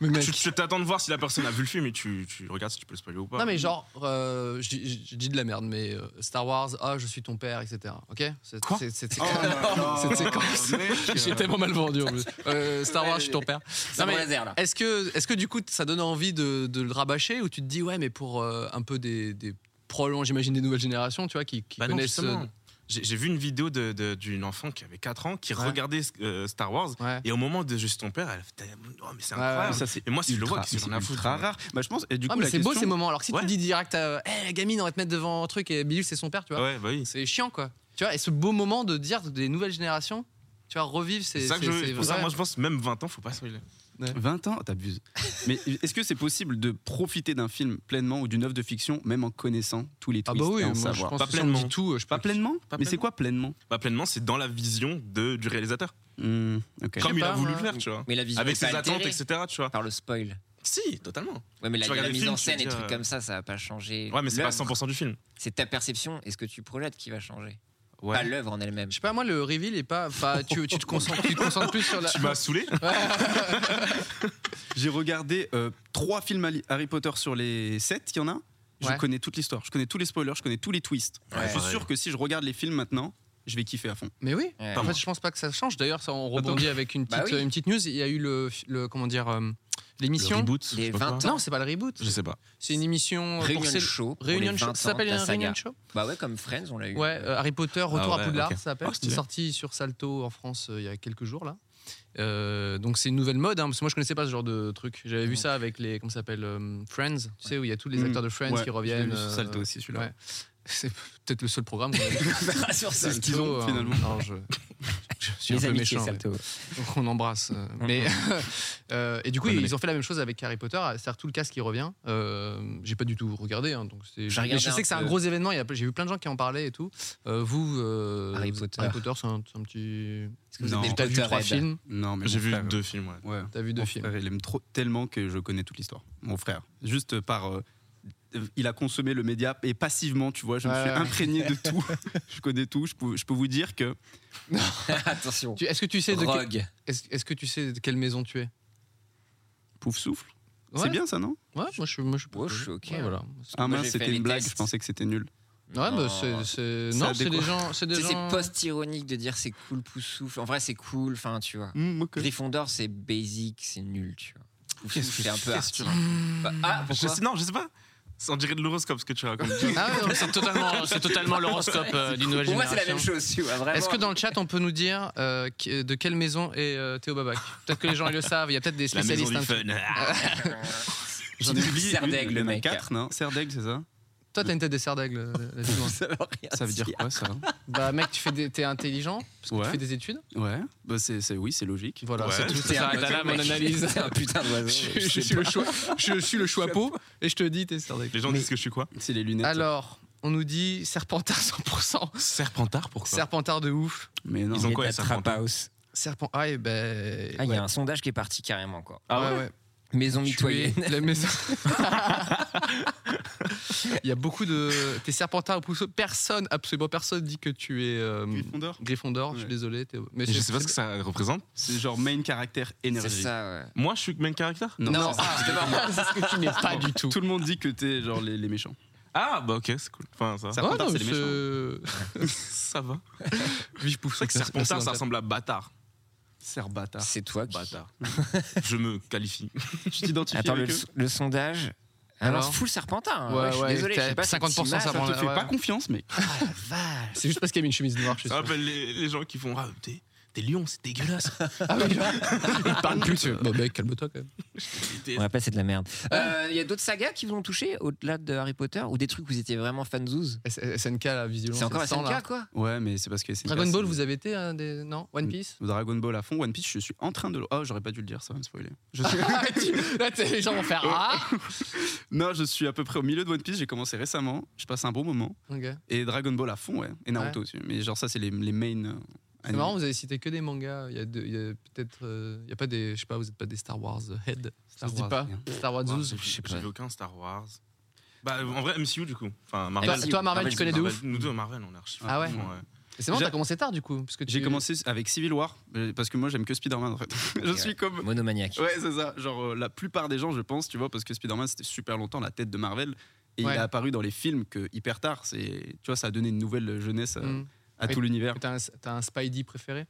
B: Mais
C: Tu- Tu t'attends de voir si la personne a vu le film et tu, tu regardes si tu peux le spoiler ou pas.
B: Non mais genre, euh, je, dis- je dis de la merde, mais euh, Star Wars, ah je suis ton père, etc. Ok C'est-
C: Quoi
B: c'est- c'est-
D: Oh,
B: Cette séquence. J'ai tellement mal vendu. en plus. Euh, Star Wars, je suis ton père.
A: C'est
B: Non,
A: mon
B: mais
A: laser là.
B: Est-ce que, est que du coup ça donne envie de, de le rabâcher ou tu te dis ouais mais pour euh, un peu des, des probablement j'imagine des nouvelles générations tu vois qui, qui
C: Bah non,
B: connaissent euh,
C: justement. J'ai j'ai vu une vidéo de- de- d'une enfant qui avait 4 ans qui
B: Ouais.
C: regardait euh, Star Wars
B: euh, ouais.
C: et au moment de Juste ton père, elle fait Oh, mais c'est
B: Ouais,
C: incroyable.
B: ouais.
D: Ça, c'est
C: Et moi, si je le vois,
D: ultra-
C: qu'est-ce que j'en ai à
D: c'est
C: foutre
D: ultra rare. Bah, je pense. Et du
B: Ah,
D: coup,
B: mais
D: la
B: c'est beau
D: question,
B: ces moments alors que si
C: Ouais.
B: tu dis direct à Eh, la gamine on va te mettre devant un truc et Billy c'est son père tu vois
C: Ouais, bah oui.
B: c'est chiant quoi tu vois et ce beau moment de dire des nouvelles générations tu vois revivre ces
C: C'est ça que je
B: ces- ces-
C: veux. Pour ça,
B: ouais.
C: moi, je pense même 20 ans, faut pas spoiler.
D: 20 ans, t'abuses. mais est-ce que c'est possible de profiter d'un film pleinement ou d'une œuvre de fiction, même en connaissant tous les
B: Ah
D: twists
B: bah oui,
D: et en
B: moi, je
D: savoir
B: pense
C: Pas
B: que si on me dit
C: pleinement.
B: tout, euh, je peux
D: Pas pleinement
C: Pas
D: Mais c'est
C: pleinement.
D: quoi pleinement
C: Pas pleinement, c'est dans la vision de, du réalisateur.
D: Hmm, ok.
C: Comme il
B: pas,
C: a voulu
B: moi.
C: le faire, tu vois.
A: Mais la vision
C: Avec
A: est pas
C: ses attentes,
A: altérée
C: etc., tu vois.
A: Par le spoil.
C: Si, totalement.
A: Ouais, mais la,
C: Tu
A: y a
C: regardes
A: la
C: le
A: mise
C: film,
A: en
C: tu te
A: scène et
C: dis,
A: trucs
C: euh,
A: comme ça, ça va pas changer.
C: Ouais, mais c'est pas
A: l'œuvre.
C: 100% du film.
A: C'est ta perception et ce que tu projettes qui va changer.
C: Ouais.
A: Pas l'œuvre en elle-même.
B: Je sais pas, moi, le reveal est pas. pas- tu, tu te concentres, tu te concentres plus sur la.
C: Tu m'as saoulé
D: J'ai regardé euh, trois films Ali- Harry Potter sur les 7, il y en a. un. Je
B: Ouais.
D: connais toute l'histoire, je connais tous les spoilers, je connais tous les twists.
C: Ouais,
D: je suis
C: pareil.
D: sûr que si je regarde les films maintenant, je vais kiffer à fond.
B: Mais oui.
A: Ouais.
B: En fait, je pense pas que ça change. D'ailleurs, ça, on rebondit avec une petite, euh,
A: Bah oui.
B: une petite news. Il y a eu le, le comment dire, euh, l'émission.
C: reboot
A: Les
C: je sais pas
A: 20
C: quoi.
B: Non, c'est pas le reboot.
C: Je sais pas.
B: C'est une émission. euh,
A: Réunion
B: pour cél-
A: show. pour
B: Réunion
A: les
B: show.
A: 20
B: Ça
A: ans de
B: s'appelle
A: la
B: un
A: saga.
B: Réunion show.
A: Bah ouais, comme Friends, on l'a eu.
B: Ouais, euh, Harry Potter, Retour
C: Ah ouais,
B: à Poudlard,
C: ok.
B: ça s'appelle.
C: Ah,
B: c'est
C: stylé.
B: sorti sur Salto en France euh, il y a quelques jours là. Euh, donc c'est une nouvelle mode, hein, parce que moi je connaissais pas ce genre de truc. J'avais vu ça avec les, comment ça s'appelle, euh, Friends, tu sais où il y a tous les
D: Mm.
B: acteurs de Friends
D: Ouais,
B: qui
D: je l'ai
B: reviennent.
D: vu sur
B: euh,
D: Salto aussi, celui-là.
B: ouais. C'est peut-être le seul programme. qu'on a vu.
A: sur
B: C'est ce qu'ils ont
D: finalement.
B: Alors je, je suis un peu méchant. ouais. Donc on embrasse. euh, mais euh, et du coup,
D: Bonne
B: ils
D: année.
B: ont fait la même chose avec Harry Potter. C'est tout le cast qui revient. Euh, j'ai pas du tout regardé. hein, donc c'est-
A: J'ai
B: mais
A: regardé
B: je
A: un
B: sais que c'est un
A: peu.
B: gros événement. il y a- J'ai vu plein de gens qui en parlaient et tout. Euh, vous, euh,
A: Harry
B: vous-
A: Potter.
B: Harry Potter, c'est un, c'est un petit.
A: que vous
D: Non.
A: êtes des
B: T'as vu
A: Potterheads
B: trois films.
D: Non, mais
C: J'ai
D: mon
C: vu
D: frère,
C: deux films, ouais.
D: Ouais.
B: T'as vu deux
D: Mon
B: films.
D: frère, il aime trop tellement que je connais toute l'histoire. Mon frère, juste par euh, il a consommé le média et passivement, tu vois, je me
B: Ouais,
D: suis
B: ouais.
D: imprégné de tout. je connais tout, je peux, je peux vous dire que
A: Attention.
B: Tu- Est-ce que tu sais de que-
A: Rogue.
B: est-ce est-ce que tu sais de quelle maison tu es
D: Pouf souffle. C'est bien ça, non
B: Ouais, moi je, moi, je suis hein. pas
A: Ouais,
B: cool.
A: je suis ok.
B: Ouais, voilà.
D: Ah
A: Moi,
D: mince,
A: j'ai fait
D: c'était
A: les
D: une blague,
A: tests.
D: je pensais que c'était nul.
B: Ouais,
A: Non.
B: bah c'est. c'est-
D: Ça
B: Non, c'est des
D: découvre.
B: gens. C'est
A: Tu
B: des
A: sais, C'est
B: gens.
A: post-ironique de dire c'est cool, poussoufle. En vrai, c'est cool, enfin, tu vois.
C: Mm,
D: Hum, ok.
A: Gryffondor, c'est basic, c'est nul, tu vois.
C: Qu'est-ce que
A: c'est un peu
C: qu'est-ce que tu
A: arty. Bah, ah,
C: Je
A: pourquoi
C: sais- non, je sais pas. On dirait de l'horoscope ce que tu racontes.
B: Ah ouais, non,
F: C'est totalement, c'est totalement l'horoscope euh, d'une nouvelle
A: Pour moi, c'est
F: génération.
A: la même chose, tu vois. Vraiment.
B: Est-ce que dans le chat, on peut nous dire euh, qui- de quelle maison est euh, Théo Babac Peut-être que les gens ils le savent, il y a peut-être des
C: La maison
B: spécialistes.
C: du
B: hein.
C: fun. Ah,
A: J'en ai
D: J'ai oublié
A: Serre
D: une,
A: d'aigle,
D: il y en a
A: le mec.
D: quatre, non Serdeg, c'est ça
B: Toi, t'as une tête des serres d'aigle, euh, la dis-moi.
D: Ça veut dire quoi ça
B: Bah, mec, tu fais des- t'es intelligent, parce que tu
D: Ouais.
B: fais des études.
D: Ouais, bah c'est, c'est- oui, c'est logique.
B: Voilà,
C: Ouais.
B: c'est tout.
A: C'est
B: Ça
A: un
B: s'arrête à là,
A: putain
B: mon
A: de mec.
B: analyse.
A: C'est un putain d'oiseau.
B: je,
A: sais
B: je suis le
A: pas.
B: choix, je suis le choixpeau et je te dis tes serres d'aigle.
C: Les gens disent que je suis quoi
D: C'est les lunettes.
B: Alors, on nous dit Serpentard 100%.
C: Serpentard, pourquoi
B: Serpentard de ouf.
D: Mais non.
C: Ils hein ont quoi les
A: Meta Trap
C: serpentins
A: House.
B: Serpent. Ah, et ben.
A: Ah, il y
B: ouais.
A: a un sondage qui est parti carrément, quoi.
B: Ah ouais, ouais.
A: Maison
B: Tuer
A: mitoyenne.
B: la maison. Il y a beaucoup de. T'es serpentard ou pousseau. Personne, absolument personne dit que tu es. euh,
D: Gryffondor.
B: Gryffondor, je suis
D: Ouais.
B: désolé. Théo. Mais
C: Je
B: c'est-
C: sais pas ce que ça représente.
D: C'est genre main caractère
A: C'est
D: énergie.
A: ça, ouais.
C: Moi, je suis main caractère
B: Non,
D: Non.
B: ah, c'est ce que tu n'es pas du tout.
D: Tout le monde dit que t'es genre les, les méchants.
C: Ah, bah ok, c'est cool. Enfin, ça.
D: Ça- Serpentard,
B: Ouais, non,
D: c'est les
B: c'est-
C: Ça va.
B: Vive
C: C'est
B: Poufsou.
C: vrai que serpentard, ça ressemble à bâtard.
D: Serre bâtard.
A: C'est toi qui.
C: Bâtard. Je me qualifie.
D: Tu t'identifies
A: Attends, le,
D: avec eux
A: le sondage. Alors,
B: Alors
A: full serpentin. hein.
B: Ouais,
A: je suis
B: ouais,
A: désolé, je
B: t'as
A: sais pas.
B: 50%
A: cette image.
D: Je te fais
B: ouais.
D: pas confiance, mec.
A: Ah,
B: C'est juste parce qu'il y a une chemise noire, je suis
C: Ça
B: sûr.
C: rappelle les, les gens qui font Ah, t'es, t'es lion, c'est dégueulasse.
B: Ah, mais il parle plus. tu fais, Bah, mec, calme-toi quand même.
C: T'es-
A: On va pas, c'est de la merde. Euh, Il y a d'autres sagas qui vous ont touché au-delà de Harry Potter ou des trucs où vous étiez vraiment fanzouz
B: S- SNK, là, visiblement.
A: C'est encore
B: le sang, là.
A: SNK quoi
D: Ouais, mais c'est parce que c'est.
B: Dragon Ball, vous avez été un des. Non One Piece
D: Dragon Ball à fond, One Piece, je suis en train de le. Oh, j'aurais pas dû le dire, ça va me spoiler. Je suis-
B: Ah, tu- Là, t'es- les gens vont faire. Ah
D: non, je suis à peu près au milieu de One Piece, j'ai commencé récemment, je passe un bon moment.
B: Ok.
D: Et Dragon Ball à fond, ouais. Et Naruto aussi. Mais genre, ça, c'est les, les main. euh,
B: C'est
D: animés.
B: marrant, vous avez cité que des mangas. Il y a, deux- il y a peut-être. euh, il y a pas des. Je sais pas, vous êtes pas des Star Wars head.
D: Ça
B: Star
D: se
B: Wars.
D: dit pas.
B: Star Wars
C: Wow,
B: 12.
C: j'ai- J'ai j'ai vu aucun Star Wars. Bah, en vrai, MCU du coup.
B: Toi,
C: Enfin, Marvel.
A: Marvel,
B: bah, toi, Marvel,
A: Marvel,
B: tu connais de
C: Marvel,
B: ouf.
C: Nous deux, Marvel, on est archi.
B: Ah ouais.
C: fond,
B: Et C'est marrant,
D: J'ai-
B: t'as commencé tard du coup. parce que
D: J'ai
B: tu-
D: commencé avec Civil War, euh, parce que moi, j'aime que Spider-Man, en fait. je
A: Ok,
D: suis comme.
A: Monomaniaque.
D: Ouais, c'est ça. Genre, euh, la plupart des gens, je pense, tu vois, parce que Spider-Man, c'était super longtemps la tête de Marvel. Et
B: Ouais.
D: il est apparu dans les films que hyper tard. C'est, tu vois, ça a donné une nouvelle jeunesse à,
B: Hmm.
D: Euh, à
B: Oui.
D: tout l'univers.
B: T'as un, t'as un Spidey préféré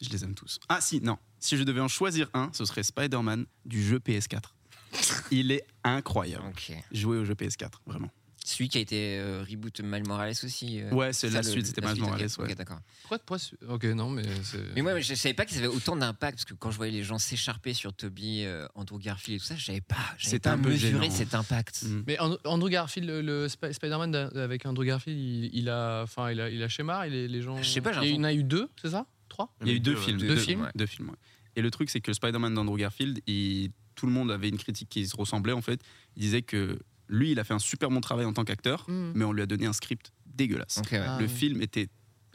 D: Je les aime tous. Ah si, non. Si je devais en choisir un, ce serait Spider-Man du jeu PS4. il est incroyable.
A: Ok.
D: Jouer au jeu PS4, vraiment.
A: Celui qui a été euh, reboot Mal Morales aussi. euh,
D: Ouais, c'est
A: ça,
D: la
A: le-
D: suite, c'était
A: la
D: Miles
A: ok,
D: Morales, ouais.
A: Ok, d'accord.
B: Pourquoi, pourquoi ce- Ok, non, mais c'est.
A: Mais moi, je savais pas qu'ils avaient autant d'impact parce que quand je voyais les gens s'écharper sur Toby, euh, Andrew Garfield et tout ça, je savais pas. J'avais
D: C'était
A: pas
D: un peu
A: mesuré
D: gênant.
A: cet impact.
D: Mm.
B: Mais And- Andrew Garfield, le, le Sp- Spider-Man d'a- avec Andrew Garfield, il, il a, enfin, il a, il a schéma, il est- les gens.
A: Je sais pas, j'ai
B: Il y en a eu deux, c'est ça Trois
D: Il y a eu deux films.
B: Deux films
D: Deux films, ouais. Et le truc, c'est que le Spider-Man d'Andrew Garfield, il- tout le monde avait une critique qui se ressemblait, en fait. Il disait que lui, il a fait un super bon travail en tant qu'acteur,
B: Hmm.
D: mais on lui a donné un script dégueulasse.
A: Ok, ouais.
B: Ah,
D: le
B: oui.
D: film était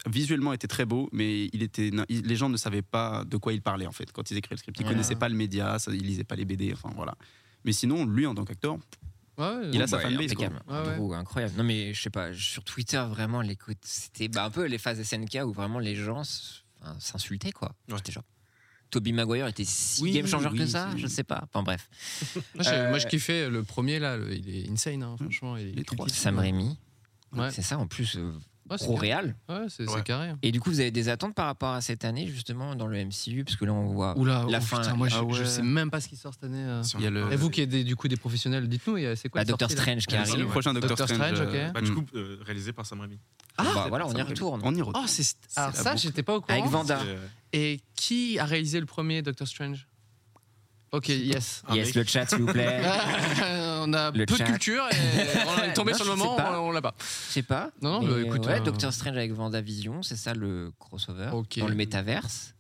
D: visuellement était très beau, mais il était il- les gens ne savaient pas de quoi il parlait en fait quand ils écrivaient le script. Ils
A: Ah.
D: connaissaient pas le média, ça, ils lisaient pas les BD, enfin voilà. Mais sinon, lui en tant qu'acteur,
B: Ouais, ouais,
D: il
B: non.
D: a sa
A: Ouais,
D: fanbase. quoi.
A: impeccable.
B: Ouais, ouais.
A: Andrew, incroyable. Non, mais je sais pas, sur Twitter, vraiment, l'écoute, c'était bah, un peu les phases SNK où vraiment les gens s- enfin, s'insultaient, quoi.
C: Ouais.
A: J'étais genre. Toby Maguire était si
D: Oui,
A: game changer
D: oui,
A: que ça,
D: c'est-
A: je sais pas. Enfin bref,
B: Moi, j'ai-
A: Euh,
B: moi, je kiffais le premier là, le- il est insane, hein, franchement. il est-
D: Les trois.
A: Sam Raimi,
B: Ouais.
A: c'est ça en plus, euh,
B: Ouais, c'est
A: pro
B: carré.
A: réal.
B: Ouais, c'est c'est
C: Ouais.
B: carré. hein.
A: Et du coup, vous avez des attentes par rapport à cette année, justement, dans le MCU, parce que là, on voit
B: Oula,
A: la
B: oh,
A: fin.
B: putain, moi je,
A: Ah ouais.
B: je sais même pas ce qui sort cette année. euh.
D: Il y a le,
B: Et vous qui êtes des- du coup des professionnels, dites-nous, il y a- c'est quoi
A: Bah,
B: la
A: Doctor
B: sortie, là
C: Ah,
A: Strange qui
D: le
A: arrive.
D: prochain Doctor,
B: Doctor Strange, ok. Ah,
D: euh,
C: Bah, du
D: hmm.
C: coup, euh, réalisé par Sam Raimi.
A: bah, voilà, on y
D: Sam Raimi.
A: retourne.
D: On y retourne.
B: Oh, c'est st-
D: C'est
B: alors
D: la
B: ça,
D: boucle.
B: j'étais pas au courant.
A: Avec Vanda.
C: Euh,
B: Et qui a réalisé le premier Doctor Strange Ok, yes.
C: un
A: Yes,
C: mec.
A: le chat, s'il vous plaît.
B: on a
A: Le
B: peu
A: chat.
B: de culture et on est tombé
A: Non,
B: sur
A: je
B: le
A: sais
B: moment,
A: pas.
B: on, on l'a pas.
A: Je sais pas.
B: Non, non,
A: mais
B: bah, écoute,
A: ouais,
B: euh,
A: Doctor Strange avec Vendavision, c'est ça le crossover
B: Ok.
A: dans le métaverse.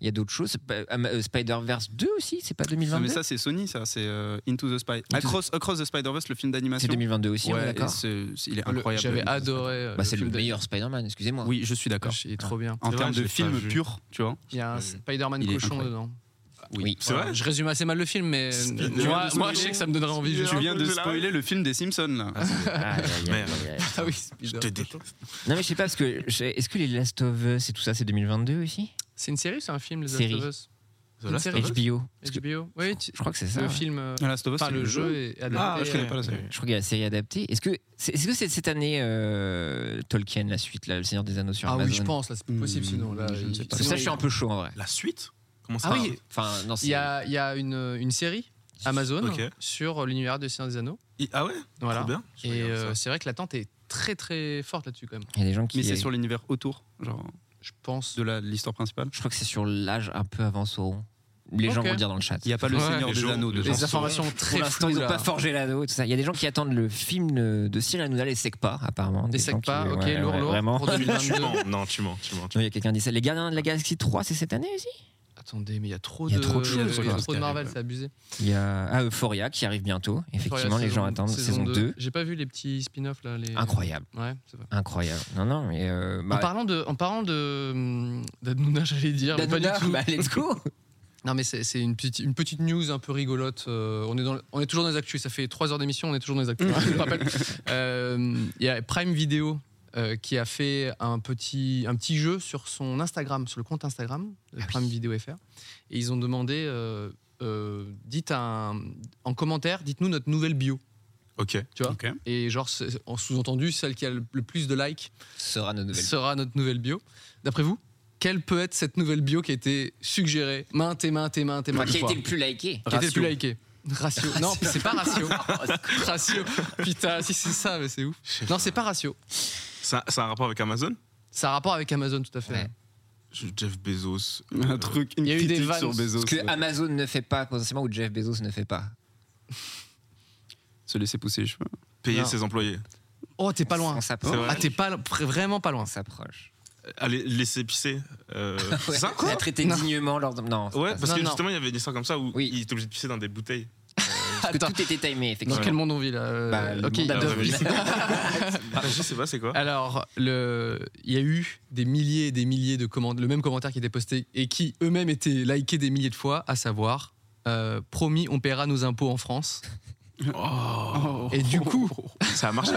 A: Il y a d'autres choses. Sp- euh, euh, Spider-Verse 2 aussi, c'est pas
D: Non,
A: 2022
D: mais ça c'est Sony, ça c'est euh, Into the Spider. Across, Across the Spider-Verse, le film
A: C'est
D: d'animation.
A: 2022 aussi, on est
D: Ouais, et
A: d'accord
D: c'est- c'est- il est
B: Le-
D: incroyable.
B: J'avais
D: Into the
B: adoré. euh,
A: Bah, C'est le
B: film de-
A: meilleur Spider-Man, excusez-moi.
D: Spider-Man. Oui, je suis d'accord.
B: Il est trop bien.
D: En
C: C'est
D: termes
C: vrai, je
D: de
C: l'ai pas
D: film
C: vu.
D: pur, tu vois.
B: Il y a un Spider-Man
D: Il est
B: cochon
D: incroyable.
B: dedans.
A: oui.
C: C'est vrai
B: Je résume assez mal le film, mais
C: Spider-
B: moi, moi, je sais que ça me donnerait envie. Je
C: Spider-
D: Tu viens de
C: C'est là.
D: spoiler le film des Simpsons là.
A: Ah, aïe, aïe, aïe, aïe.
B: Ah oui,
C: Je
B: Spider.
C: te déteste.
A: Non, mais je sais pas, parce que je- est-ce que les Last of Us et tout ça, c'est 2022 aussi
B: C'est une série ou c'est un film, les
A: Série.
B: Last of Us
C: The Last of
B: série.
C: Us
A: HBO. Parce que
B: HBO. Oui, tu-
A: je crois que c'est ça.
B: le
A: ouais.
B: film, euh,
D: Ah, Last of Us,
B: enfin
D: c'est
B: le jeu est
C: Ah,
B: adapté. euh,
C: je connais pas la
D: Ouais.
C: série.
A: Je crois qu'il y a la série adaptée. Est-ce que c'est est-ce que c'est cette année euh, Tolkien, la suite, là, Le Seigneur des Anneaux sur
B: Ah
A: Amazon
B: oui, je pense, là, c'est pas possible
D: Hmm,
B: sinon. Là,
D: je ne
B: il-
D: sais pas.
A: Parce que
B: sinon,
A: ça, je suis un peu chaud en vrai.
C: La suite Comment ça
B: Ah oui,
A: Enfin, non,
B: il
A: c'est.
B: y a, il y a une, une série Amazon
C: Ok.
B: sur l'univers de Seigneur des Anneaux.
C: I- Ah ouais
B: Voilà.
C: Trop bien. Je
B: Et
C: regarde
B: euh,
C: ça.
B: c'est vrai que l'attente est très très forte là-dessus quand même.
A: il y a des gens qui.
D: Mais c'est sur l'univers autour, genre
B: Je pense.
D: de la- de l'histoire principale.
A: Je crois que c'est sur l'âge un peu avant Sauron. Les gens
B: Ok.
A: vont le dire dans le chat.
D: Il n'y a pas le
B: Ouais.
D: Seigneur
C: Les
D: des
C: gens-
D: Anneaux de
C: les
B: Les
D: Jean
C: gens-
D: Sauron.
B: informations
A: Pour
B: très
A: l'instant,
B: floues.
A: ils n'ont
B: là.
A: pas forgé l'anneau, tout ça. Il y a des gens qui attendent le film euh, de Cyril Hanouna, les sec pas, apparemment.
B: Des
A: gens
B: sec pas,
A: qui-
B: ok,
A: ouais,
B: lourd,
A: ouais,
B: lourd.
A: Vraiment.
B: Pour
A: Non,
C: Tu- Tu
B: 2022.
C: mens, non, tu mens, tu mens. tu
A: Il y a quelqu'un qui dit ça. Les Gardiens de la Galaxie 3, c'est cette année aussi
B: Attendez, mais il y a trop
A: Il y
B: de
A: a trop de choses,
B: il y a
A: quoi.
B: trop de Marvel, c'est abusé.
A: Il y a ah, Euphoria qui arrive bientôt. Effectivement,
B: Sur la
A: les gens
B: saison-
A: attendent saison 2.
B: J'ai pas vu les petits spin-offs là. Les...
A: Incroyable,
B: Ouais, c'est vrai.
A: incroyable. Non, non, mais. euh, bah,
B: En parlant de, en parlant de hum, d'Hanouna, j'allais dire, mais pas du
A: Hanouna,
B: tout.
A: bah, let's go
B: Non, mais c'est c'est une petite, une petite news un peu rigolote. euh, on, est dans, le- on est toujours dans les actus. Ça fait trois heures d'émission, on est toujours dans les actus. hein, je vous rappelle. Euh, Il y a Prime Video euh, qui a fait un petit, un petit jeu sur son Instagram, sur le compte Instagram,
A: Ah
B: euh, Prime Video FR. Et ils ont demandé euh, euh, dites un, en commentaire, dites-nous notre nouvelle bio.
C: vois. Ok.
B: Tu vois
D: Ok.
B: Et genre, c'est- en sous-entendu, celle qui a le le plus de likes
A: Sera nos nouvelles.
B: sera notre nouvelle bio. D'après vous, quelle peut être cette nouvelle bio qui a été suggérée maintes et maintes et maintes et maintes
A: Qui a
B: fois
A: été le plus liké
B: Qui a été le plus liké Ratio. Non, c'est pas ratio.
A: Oh,
B: ratio. Putain, si c'est ça, mais c'est ouf. Non, c'est pas ratio.
C: Ça ça a un rapport avec Amazon
B: Ça a rapport avec Amazon, tout à fait.
A: Ouais.
C: Je- Jeff Bezos.
D: Un truc, une
B: Il y a eu des
D: critique
B: vannes.
D: sur Bezos.
A: Ce que Amazon ne fait pas, potentiellement, ou Jeff Bezos ne fait pas.
D: Se laisser pousser les cheveux.
C: Payer
B: Non.
C: ses employés.
B: Oh, t'es pas loin.
A: On
C: C'est vrai.
A: s'approche.
B: Ah, t'es pas, lo- pr- vraiment pas loin.
A: On s'approche.
C: Euh, Allez, laisser pisser. euh, c'est
A: Ouais.
C: ça
A: La traiter
B: Non.
A: dignement lors de. Non. c'est
C: Ouais,
A: pas ça.
C: parce
B: Non,
C: que
B: non.
C: justement, il y avait une histoire comme ça où
A: Oui.
C: il était obligé de pisser dans des bouteilles.
A: Parce
B: Attends.
A: que Ah, tout était timé,
B: Dans
A: effectivement.
B: quel monde on vit là Euh,
A: Bah, le monde
B: Ok, il y a
C: Ah,
A: de-
C: vous
B: deux-
C: avez dit- Je sais pas, c'est quoi
B: Alors, le- il y a eu des milliers et des milliers de commentaires, le même commentaire qui était posté et qui eux-mêmes étaient likés des milliers de fois, à savoir euh, Promis, on paiera nos impôts en France.
A: Oh.
B: Et du coup,
C: Oh. Ça a marché.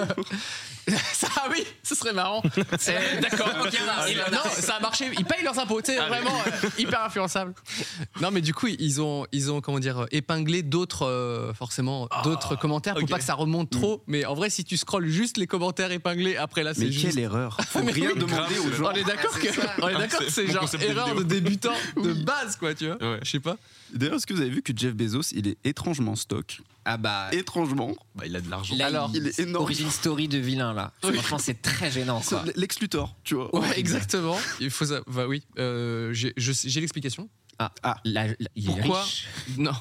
B: ça, ah oui, ce serait marrant. Euh, D'accord,
C: Ah,
B: ok.
A: il en a-
B: non, ça a marché. Ils payent leurs impôts, tu sais, vraiment euh, hyper influençable. Non, mais du coup, ils ont, ils ont comment dire, euh, épinglé d'autres, euh, forcément, d'autres commentaires pour
C: Ah, ok. Mm.
B: pas que ça remonte trop. Mais en vrai, si tu scrolles juste les commentaires épinglés, après là, Ah, c'est
D: Mais
B: juste.
D: quelle erreur Faut
B: Mais
D: rien
B: oui.
D: demander aux gens.
B: On est d'accord
A: Ah,
B: que
A: c'est ça.
B: on est d'accord
C: c'est
B: que c'est
C: mon
B: genre
C: concept de
B: erreur de
C: vidéo.
B: débutant de base quoi tu vois
C: Ouais.
B: je sais pas
D: D'ailleurs, est-ce que vous avez vu que Jeff Bezos, il est étrangement stock
A: Ah bah.
D: Étrangement.
C: Bah, il a de l'argent.
A: Là,
B: Alors,
D: il est énorme. Bah,
A: Origin story de vilain, là.
D: Oui.
A: Franchement, c'est très gênant,
D: C'est
A: quoi.
D: Lex Luthor, tu vois.
A: Oh,
B: ouais exactement il faut ça bah oui euh, j'ai je sais- j'ai l'explication
D: Ah,
A: La- la- il
B: Pourquoi
A: est riche.
B: non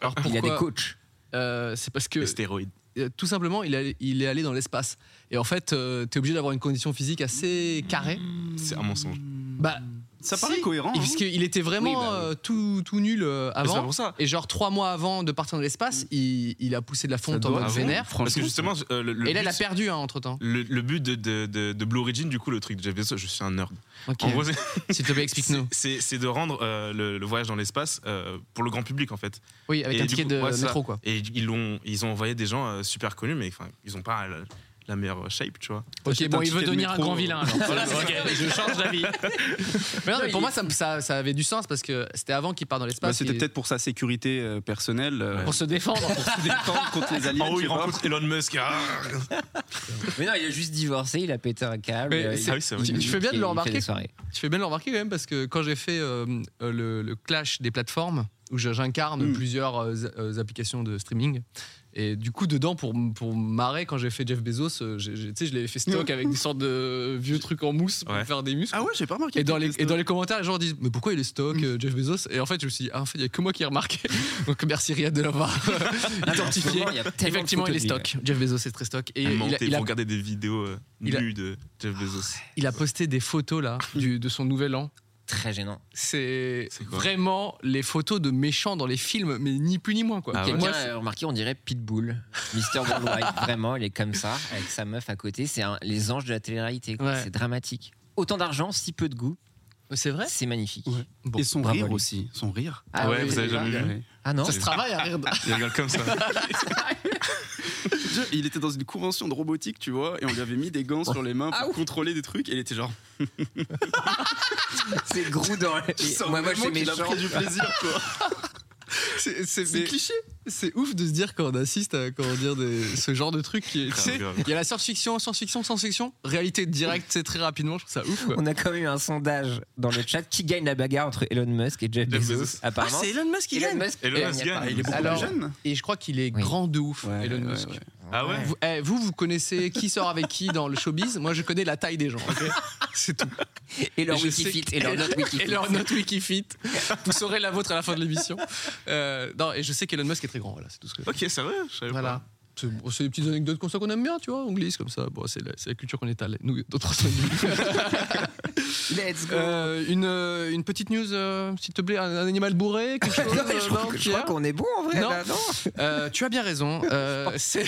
B: alors pourquoi
A: Il a des coachs.
B: Euh, c'est parce que
C: Les stéroïdes.
B: euh, tout simplement il, est- il est allé dans l'espace et en fait tu t'es obligé d'avoir une condition physique assez carrée
C: C'est un mensonge.
B: bah
D: ça
B: si.
D: paraît cohérent.
B: Et
D: hein.
B: puisqu'il était vraiment
D: Oui, bah oui.
B: euh, tout, tout nul euh,
C: Mais C'est pas
B: avant
C: pour ça.
B: et genre trois mois avant de partir dans l'espace
D: Mm.
B: il, il a poussé de la fonte en
D: doit-
B: mode
D: Ah bon
B: vénère
C: Parce que justement, euh, le, le
B: et là il a
C: but-
B: perdu hein, entre temps
C: le, le but de, de, de- de Blue Origin, du coup, le truc de Jeff Bezos, je suis un nerd. En gros, c'est-
B: s'il te plaît explique nous
C: c'est c'est de rendre euh, le, le voyage dans l'espace euh, pour le grand public, en fait.
B: Oui, avec
C: Et
B: un
C: du
B: ticket
C: coup,
B: de
C: ouais, c'est ça.
B: métro, quoi.
C: Et ils, l'ont- ils ont envoyé des gens euh, super connus, mais enfin, ils n'ont pas la, la meilleure shape, tu vois.
B: Ok, bon, il veut devenir un grand vilain. alors.
F: euh, Voilà, c'est ok, je change d'avis.
B: Mais non, mais pour moi, ça, me- ça- ça avait du sens parce que c'était avant qu'il part dans
D: Bah,
B: l'espace.
D: C'était
B: et-
D: peut-être pour sa sécurité euh, personnelle. euh,
B: pour se défendre.
D: se défendre contre les aliens.
C: En haut,
D: je sais
C: ils
D: pas.
C: rencontrent Elon Musk. Ah
A: Mais non, il a juste divorcé, il a pété un câble.
B: Mais
A: euh,
B: c'est-
A: il-
C: Ah oui, c'est vrai.
A: il-
B: Tu- tu fais bien de
A: il
B: le
A: fait
B: remarquer.
A: des soirées.
B: Je fais bien de le remarquer quand même parce que quand j'ai fait euh, euh, le, le clash des plateformes, où je- j'incarne
D: Mm.
B: plusieurs euh, z- euh, applications de streaming, et du coup, dedans, pour, m- pour me marrer, quand j'ai fait Jeff Bezos, euh, j'ai- j'ai- tu sais, je l'avais fait stock avec des sortes de vieux trucs en mousse pour
C: Ouais.
B: faire des muscles.
D: Ah ouais, j'ai pas remarqué.
B: Et dans, les,
D: que
B: et dans les commentaires, les gens disent Mais pourquoi il est stock, euh, Jeff Bezos Et en fait, je me suis dit Ah, en fait, il n'y a que moi qui ai remarqué. Donc merci Riyad de l'avoir identifié.
A: Vraiment, il y a tellement de
B: Effectivement,
A: photos
B: il est
A: de lui, ouais.
B: stock. Jeff Bezos est très stock. Et il a,
C: Menté
B: il a-
C: pour regarder des vidéos euh,
B: il a-
C: nues de Jeff Bezos.
B: il a posté des photos là du- de son nouvel an.
A: Très gênant.
B: C'est
C: C'est quoi
B: vraiment les photos de méchants dans les films, mais ni plus ni moins quoi.
C: Ah ouais.
A: Quelqu'un
B: Moi, c'est-
A: a remarqué, on dirait Pitbull, Mister Worldwide. Vraiment, il est comme ça, avec sa meuf à côté. C'est un- les anges de la télé-réalité. quoi.
B: Ouais.
A: C'est dramatique. Autant d'argent, si peu de goût.
B: c'est vrai
A: C'est magnifique.
D: Ouais.
B: Bon,
D: Et son
A: bravo,
D: rire
A: lui.
D: aussi. Son rire.
C: Ah ouais, vous avez
A: c'est
C: jamais
A: dingue.
C: vu
D: Ouais.
A: Ah non
B: Ça se travaille à rire.
C: Il regarde comme ça.
D: Je- Il était dans une convention de robotique, tu vois, et on lui avait mis des gants sur les mains pour contrôler des trucs, et il était genre.
A: C'est Grou dans la-
D: Tu sens
A: Moi, moi, je
D: vraiment
A: suis
D: qu'il a
A: méchant.
D: pris du plaisir, quoi.
B: C'est c'est-
D: C'est
B: mais-
D: cliché.
B: c'est ouf de se dire qu'on assiste à comment dire, des- ce genre de truc qui est. Tu sais,
C: grave.
B: il y a la science-fiction, science-fiction, science-fiction, réalité directe, c'est très rapidement, je trouve ça ouf. quoi.
A: On a quand même eu un sondage dans le chat qui gagne la bagarre entre Elon Musk et Jeff
C: Jeff
A: Bezos,
C: Bezos.
B: Ah,
A: apparemment.
D: Ah, Elon Musk
A: Elon Musk
C: Elon
B: Eh,
A: gagne,
C: Musk
A: il y a
C: gagne.
A: pas-
D: Il est beaucoup
B: Alors-
D: plus jeune.
B: Et je crois qu'il est
A: Oui.
B: grand de ouf,
D: Ouais,
B: Elon
D: ouais,
B: Musk.
D: ouais.
C: Ah ouais
A: Ouais.
B: Vous, eh, vous, vous connaissez qui sort avec qui dans le showbiz Moi, je connais la taille des gens. ok C'est tout.
A: Et leur
B: Et je sais
A: Wikifit,
B: que-
A: et leur note Wikifit.
B: Et leur note Wikifit. Vous saurez la vôtre à la fin de l'émission. Euh, non, et je sais qu'Elon Musk est très grand. Voilà, c'est tout ce que.
C: Ok, sérieux Je savais
B: Voilà. C'est bon, c'est des petites anecdotes comme ça qu'on aime bien, tu vois. On glisse comme ça. Bon, c'est la, c'est la culture qu'on étale. Nous, d'autres
A: Let's go.
B: Euh, une, euh, une petite news, euh, s'il te plaît, un, un animal bourré, quelque chose.
A: Non, mais je
B: euh,
A: crois
B: non,
A: que- je
B: Pierre
A: crois qu'on est bon en vrai.
B: Non.
A: là, non
B: Euh, tu as bien raison. euh, c'est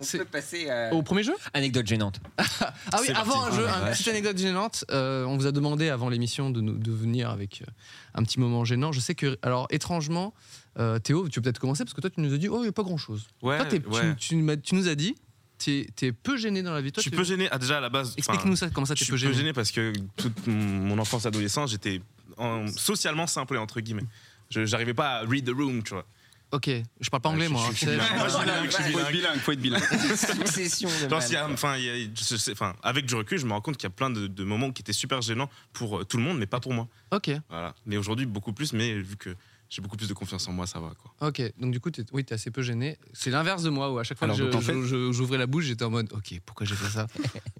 A: On
B: C'est-
A: peut passer à...
B: au premier jeu.
A: Anecdote gênante.
B: Ah oui,
C: C'est
B: avant
C: parti.
B: un jeu,
A: Ah,
B: une
A: vache.
B: petite anecdote gênante. Euh, on vous a demandé avant l'émission de, nous- de venir avec euh, un petit moment gênant. Je sais que, alors étrangement, euh, Théo, tu peux peut-être commencer parce que toi, tu nous as dit, oh, il n'y a pas grand-chose.
C: Ouais,
B: toi, t'es- tu-
C: ouais.
B: tu, m'as- tu nous as dit, tu es, peu gêné dans la vie. Toi,
C: Tu
B: t'es-
C: peux gêner. Ah, déjà, à la base.
B: Explique-nous ça, comment ça
C: Je
B: t'es
C: suis
B: peu gêné.
C: parce que toute mon mon enfance, adolescence, j'étais en- socialement simple, entre guillemets. Je- J'arrivais pas à read the room, tu vois.
B: Ok, je parle pas anglais, moi. hein, tu sais.
C: bilingue. Moi, Ah, je suis bilingue, je
D: Faut
C: suis
D: être
C: bilingue.
D: bilingue, faut être bilingue.
A: Succession de
C: Genre,
A: mal.
C: s'il y a- enfin, il y a- je sais- enfin, avec du recul, je me rends compte qu'il y a plein de, de moments qui étaient super gênants pour euh, tout le monde, mais pas pour moi.
B: Ok,
C: Voilà. Mais aujourd'hui, beaucoup plus, mais vu que j'ai beaucoup plus de confiance en moi, ça va. Quoi.
B: ok. Donc, du coup, t'es- oui, t'es assez peu gêné. C'est l'inverse de moi où à chaque fois que
D: Alors,
B: je-
D: donc, en
B: je-
D: fait-
B: je- j'ouvrais la bouche, j'étais en mode, ok, pourquoi j'ai fait ça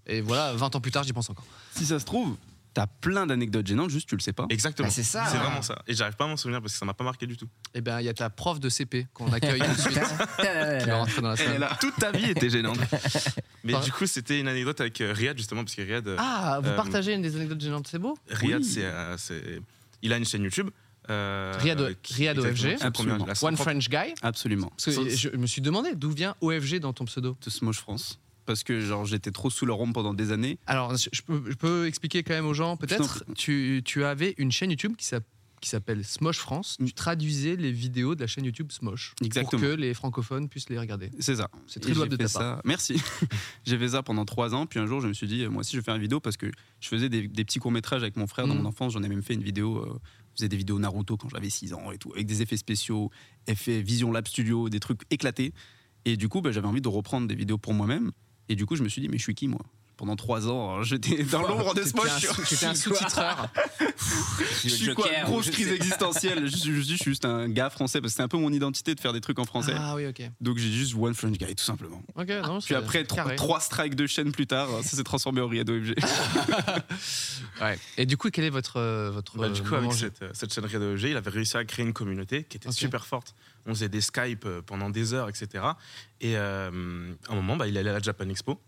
B: Et voilà, 20 ans plus tard, j'y pense encore.
D: Si ça se trouve, t'as plein d'anecdotes gênantes, juste tu le sais pas.
C: Exactement.
A: Bah, c'est ça.
C: C'est vraiment ça. Et j'arrive pas à m'en souvenir parce que ça m'a pas marqué du tout.
B: Eh bien, il y a ta prof de CP qu'on accueille tout de suite. qui va
A: Putain.
B: rentrer dans la salle.
D: Toute ta vie était gênante.
C: Mais
B: Par-
C: du coup, c'était une anecdote avec euh, Riyad, justement, parce que Riyad, euh,
B: Ah, vous
C: Euh,
B: partagez une des anecdotes gênantes, c'est beau
C: Riyad,
D: Oui.
C: c'est, euh, c'est- il a une chaîne YouTube. euh,
B: Riyad-
C: euh, qui-
B: Riyad
C: exactement,
B: OFG.
C: sa première- la
D: Absolument.
B: One
C: 130
B: French Guy
D: Absolument.
B: Parce que je me suis demandé d'où vient OFG dans ton pseudo.
D: de Smosh France. Parce que genre j'étais trop sous leur ombre pendant des années.
B: Alors, je, je peux, je peux expliquer quand même aux gens, peut-être. Tu, tu avais une chaîne YouTube qui s'appelle qui s'appelle Smosh France, tu traduisais les vidéos de la chaîne YouTube Smosh
D: Mm. Exactement.
B: pour que les francophones puissent les regarder.
D: C'est ça.
B: C'est très
D: Et
B: louable
D: j'ai
B: de
D: fait
B: ta part.
D: ça. Merci. j'ai fait ça pendant trois ans. Puis un jour, je me suis dit, euh, moi aussi, je vais faire une vidéo parce que je faisais des, des petits courts-métrages avec mon frère dans
B: Mhm.
D: mon enfance. J'en ai même fait une vidéo. euh, je faisais des vidéos Naruto quand j'avais 6 ans et tout, avec des effets spéciaux, effets Vision Lab Studio, des trucs éclatés. Et du coup, bah, j'avais envie de reprendre des vidéos pour moi-même. Et du coup, je me suis dit, mais je suis qui, moi Pendant trois ans, euh, j'étais dans l'ombre de
B: T'étais
D: Smosh.
B: un
D: tu vois.
B: sous- T'étais un sous-titreur.
D: Je suis
A: Le
D: quoi
A: Joker,
D: Grosse
A: je
D: crise
A: sais
D: existentielle. Je suis, je suis juste un gars français parce que c'est un peu mon identité de faire des trucs en français.
B: Ah oui, ok.
D: Donc j'ai juste One French Guy tout simplement.
B: Ok, non,
D: Puis
B: c'est-
D: après
B: c'est
D: trois,
B: carré.
D: trois strikes de chaîne plus tard, ça s'est transformé en Riado FG.
B: Ouais. Et du coup, quel est votre. euh, votre
C: Bah, du
B: euh,
C: coup, avec
B: moment-
C: cette, euh, cette chaîne Red OG, il avait réussi à créer une communauté qui était
B: Ok.
C: super forte. On faisait des Skype euh, pendant des heures, etc. Et euh, à un moment, bah, il allait à la Japan Expo.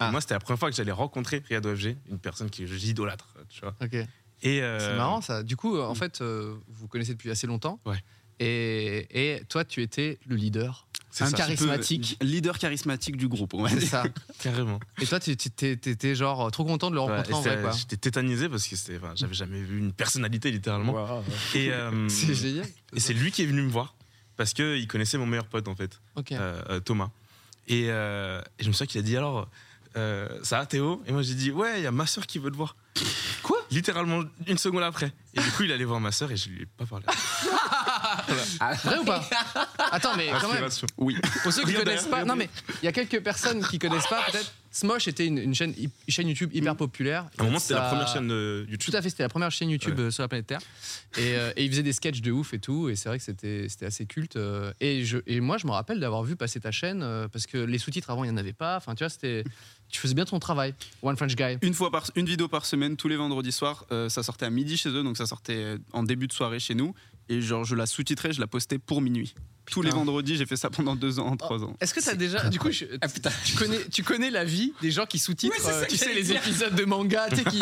C: Et
B: Ah.
C: Moi, c'était la première fois que j'allais rencontrer Riyad OFG, une personne que j'idolâtre, tu vois.
B: Ok.
C: Et
B: C'est
C: euh,
B: marrant ça. Du coup, euh,
D: mm.
B: en fait, euh, vous connaissez depuis assez longtemps.
C: Ouais.
B: Et, et toi, tu étais le leader.
C: C'est
B: un
C: ça.
B: charismatique.
D: Leader charismatique du groupe, on va
B: C'est
D: dire.
B: ça.
C: Carrément.
B: Et toi, tu tu- t'es- t'étais genre euh, trop content de le
C: Ouais,
B: rencontrer
C: et
B: en vrai,
C: c'était-
B: quoi.
C: J'étais tétanisé parce que c'était, enfin, j'avais jamais vu une personnalité littéralement. Et, euh,
B: C'est génial.
C: et c'est lui qui est venu me voir parce que il connaissait mon meilleur pote en fait.
B: Ok.
C: euh, euh, Thomas. Et, euh, et je me souviens qu'il a dit alors, euh, ça va Théo Et moi j'ai dit, ouais, il y a ma soeur qui veut te voir.
B: Quoi
C: Littéralement une seconde après. Et du coup, il allait voir ma soeur et je lui ai pas parlé.
B: Vrai ou pas Attends,
C: Ah,
B: mais Eh, quand même.
C: Inspiration.
D: Oui.
B: Pour ceux qui
C: Regarde
B: connaissent pas,
C: derrière,
B: non mais il y a quelques personnes qui connaissent pas peut-être. Smosh était une, une chaîne, hy- chaîne YouTube hyper populaire.
C: Mm. À un moment, c'était
B: Ça-
C: la première chaîne de
B: Tout
C: YouTube.
B: à fait, c'était la première chaîne YouTube euh, sur la planète Terre. Et, euh, et ils faisaient des sketchs de ouf et tout. Et c'est vrai que c'était c'était assez culte. euh, et, je, et moi, je me rappelle d'avoir vu passer ta chaîne euh, parce que les sous-titres avant, il n'y en avait pas. Enfin, tu vois, c'était. Tu faisais bien ton travail, One French Guy.
D: Une, fois par, une vidéo par semaine, tous les vendredis soirs, euh, ça sortait à midi chez eux, donc ça sortait euh, en début de soirée chez nous. Et genre, je la sous-titrais, je la postais pour minuit. Tous les vendredis, j'ai fait ça pendant deux ans, trois ans.
B: Est-ce que t'as déjà. Du coup, je-
A: Ah, putain.
B: tu, connais, tu connais la vie des gens qui sous-titrent,
A: Ouais, c'est ça
B: euh,
A: que
B: tu sais,
A: j'allais
B: les
A: dire.
B: épisodes de manga, tu sais, qui,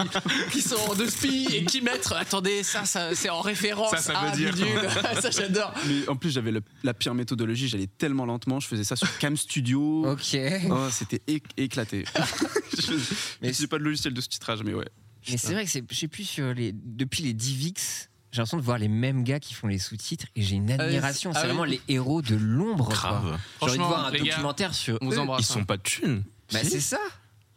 B: qui sont en deux spies et qui mettent. Attendez, ça, ça c'est en référence.
C: Ça, ça
B: à
C: veut dire.
B: bidule. ça, j'adore.
D: Mais en plus, j'avais le- la pire méthodologie, j'allais tellement lentement, je faisais ça sur Cam Studio.
A: Ok.
D: Oh, c'était éc- éclaté. je
A: Mais
D: n'utilisais pas de logiciel de sous-titrage, mais ouais.
A: Mais c'est vrai que c'est- je sais plus sur les depuis les Divix j'ai l'impression de voir les mêmes gars qui font les sous-titres et j'ai une
B: oui,
A: admiration.
B: ah
A: c'est
B: oui.
A: vraiment les héros de l'ombre. quoi.
C: Grave.
A: J'ai envie de
B: Franchement,
A: voir un
F: les gars,
A: documentaire sur
B: On vous
A: eux.
C: Ils
B: embrasse. hein.
C: sont pas de thunes.
A: Bah,
C: Si.
A: c'est ça.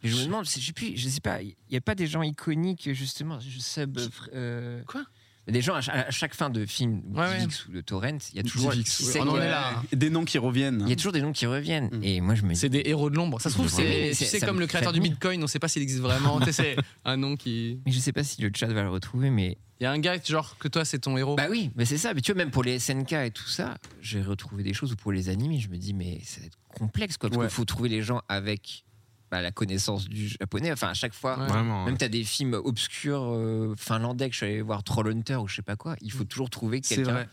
A: Et je me demande, je sais plus, je sais pas, il n'y a pas des gens iconiques, justement, je sub. euh,
B: Quoi
A: Des gens à, ch- à chaque fin de film, ou
B: Ouais,
A: de
B: ouais.
A: Vix ou de Torrent, il y a toujours.
B: Divix,
A: qui
B: ouais.
A: sait
B: On en
A: qu'il y a-
B: est là. hein.
D: Des noms qui reviennent.
A: Il y a toujours des noms qui reviennent.
D: Mm.
A: Et moi, je me dis.
B: C'est des héros de l'ombre. Ça se trouve,
A: Oui, mais
B: c'est
A: c'est-
B: c'est
A: ça
B: comme
A: me
B: le créateur du
A: fait-
B: Bitcoin, on sait pas s'il existe vraiment. Tu sais, c'est un nom qui.
A: Mais je sais pas si le chat va le retrouver, mais.
B: Il y a un gars, genre, que toi, c'est ton héros.
A: Bah oui, mais c'est ça. Mais tu vois, même pour les SNK et tout ça, j'ai retrouvé des choses ou pour les animés, je me dis, mais ça va être complexe, quoi. Parce
D: Ouais.
A: qu'il faut trouver les gens avec bah, la connaissance du japonais. Enfin, à chaque fois,
B: Ouais.
C: Vraiment.
A: Même t'as des films obscurs euh, finlandais que je suis allé voir Trollhunter ou je sais pas quoi. Il faut toujours trouver
D: C'est
A: quelqu'un.
D: vrai.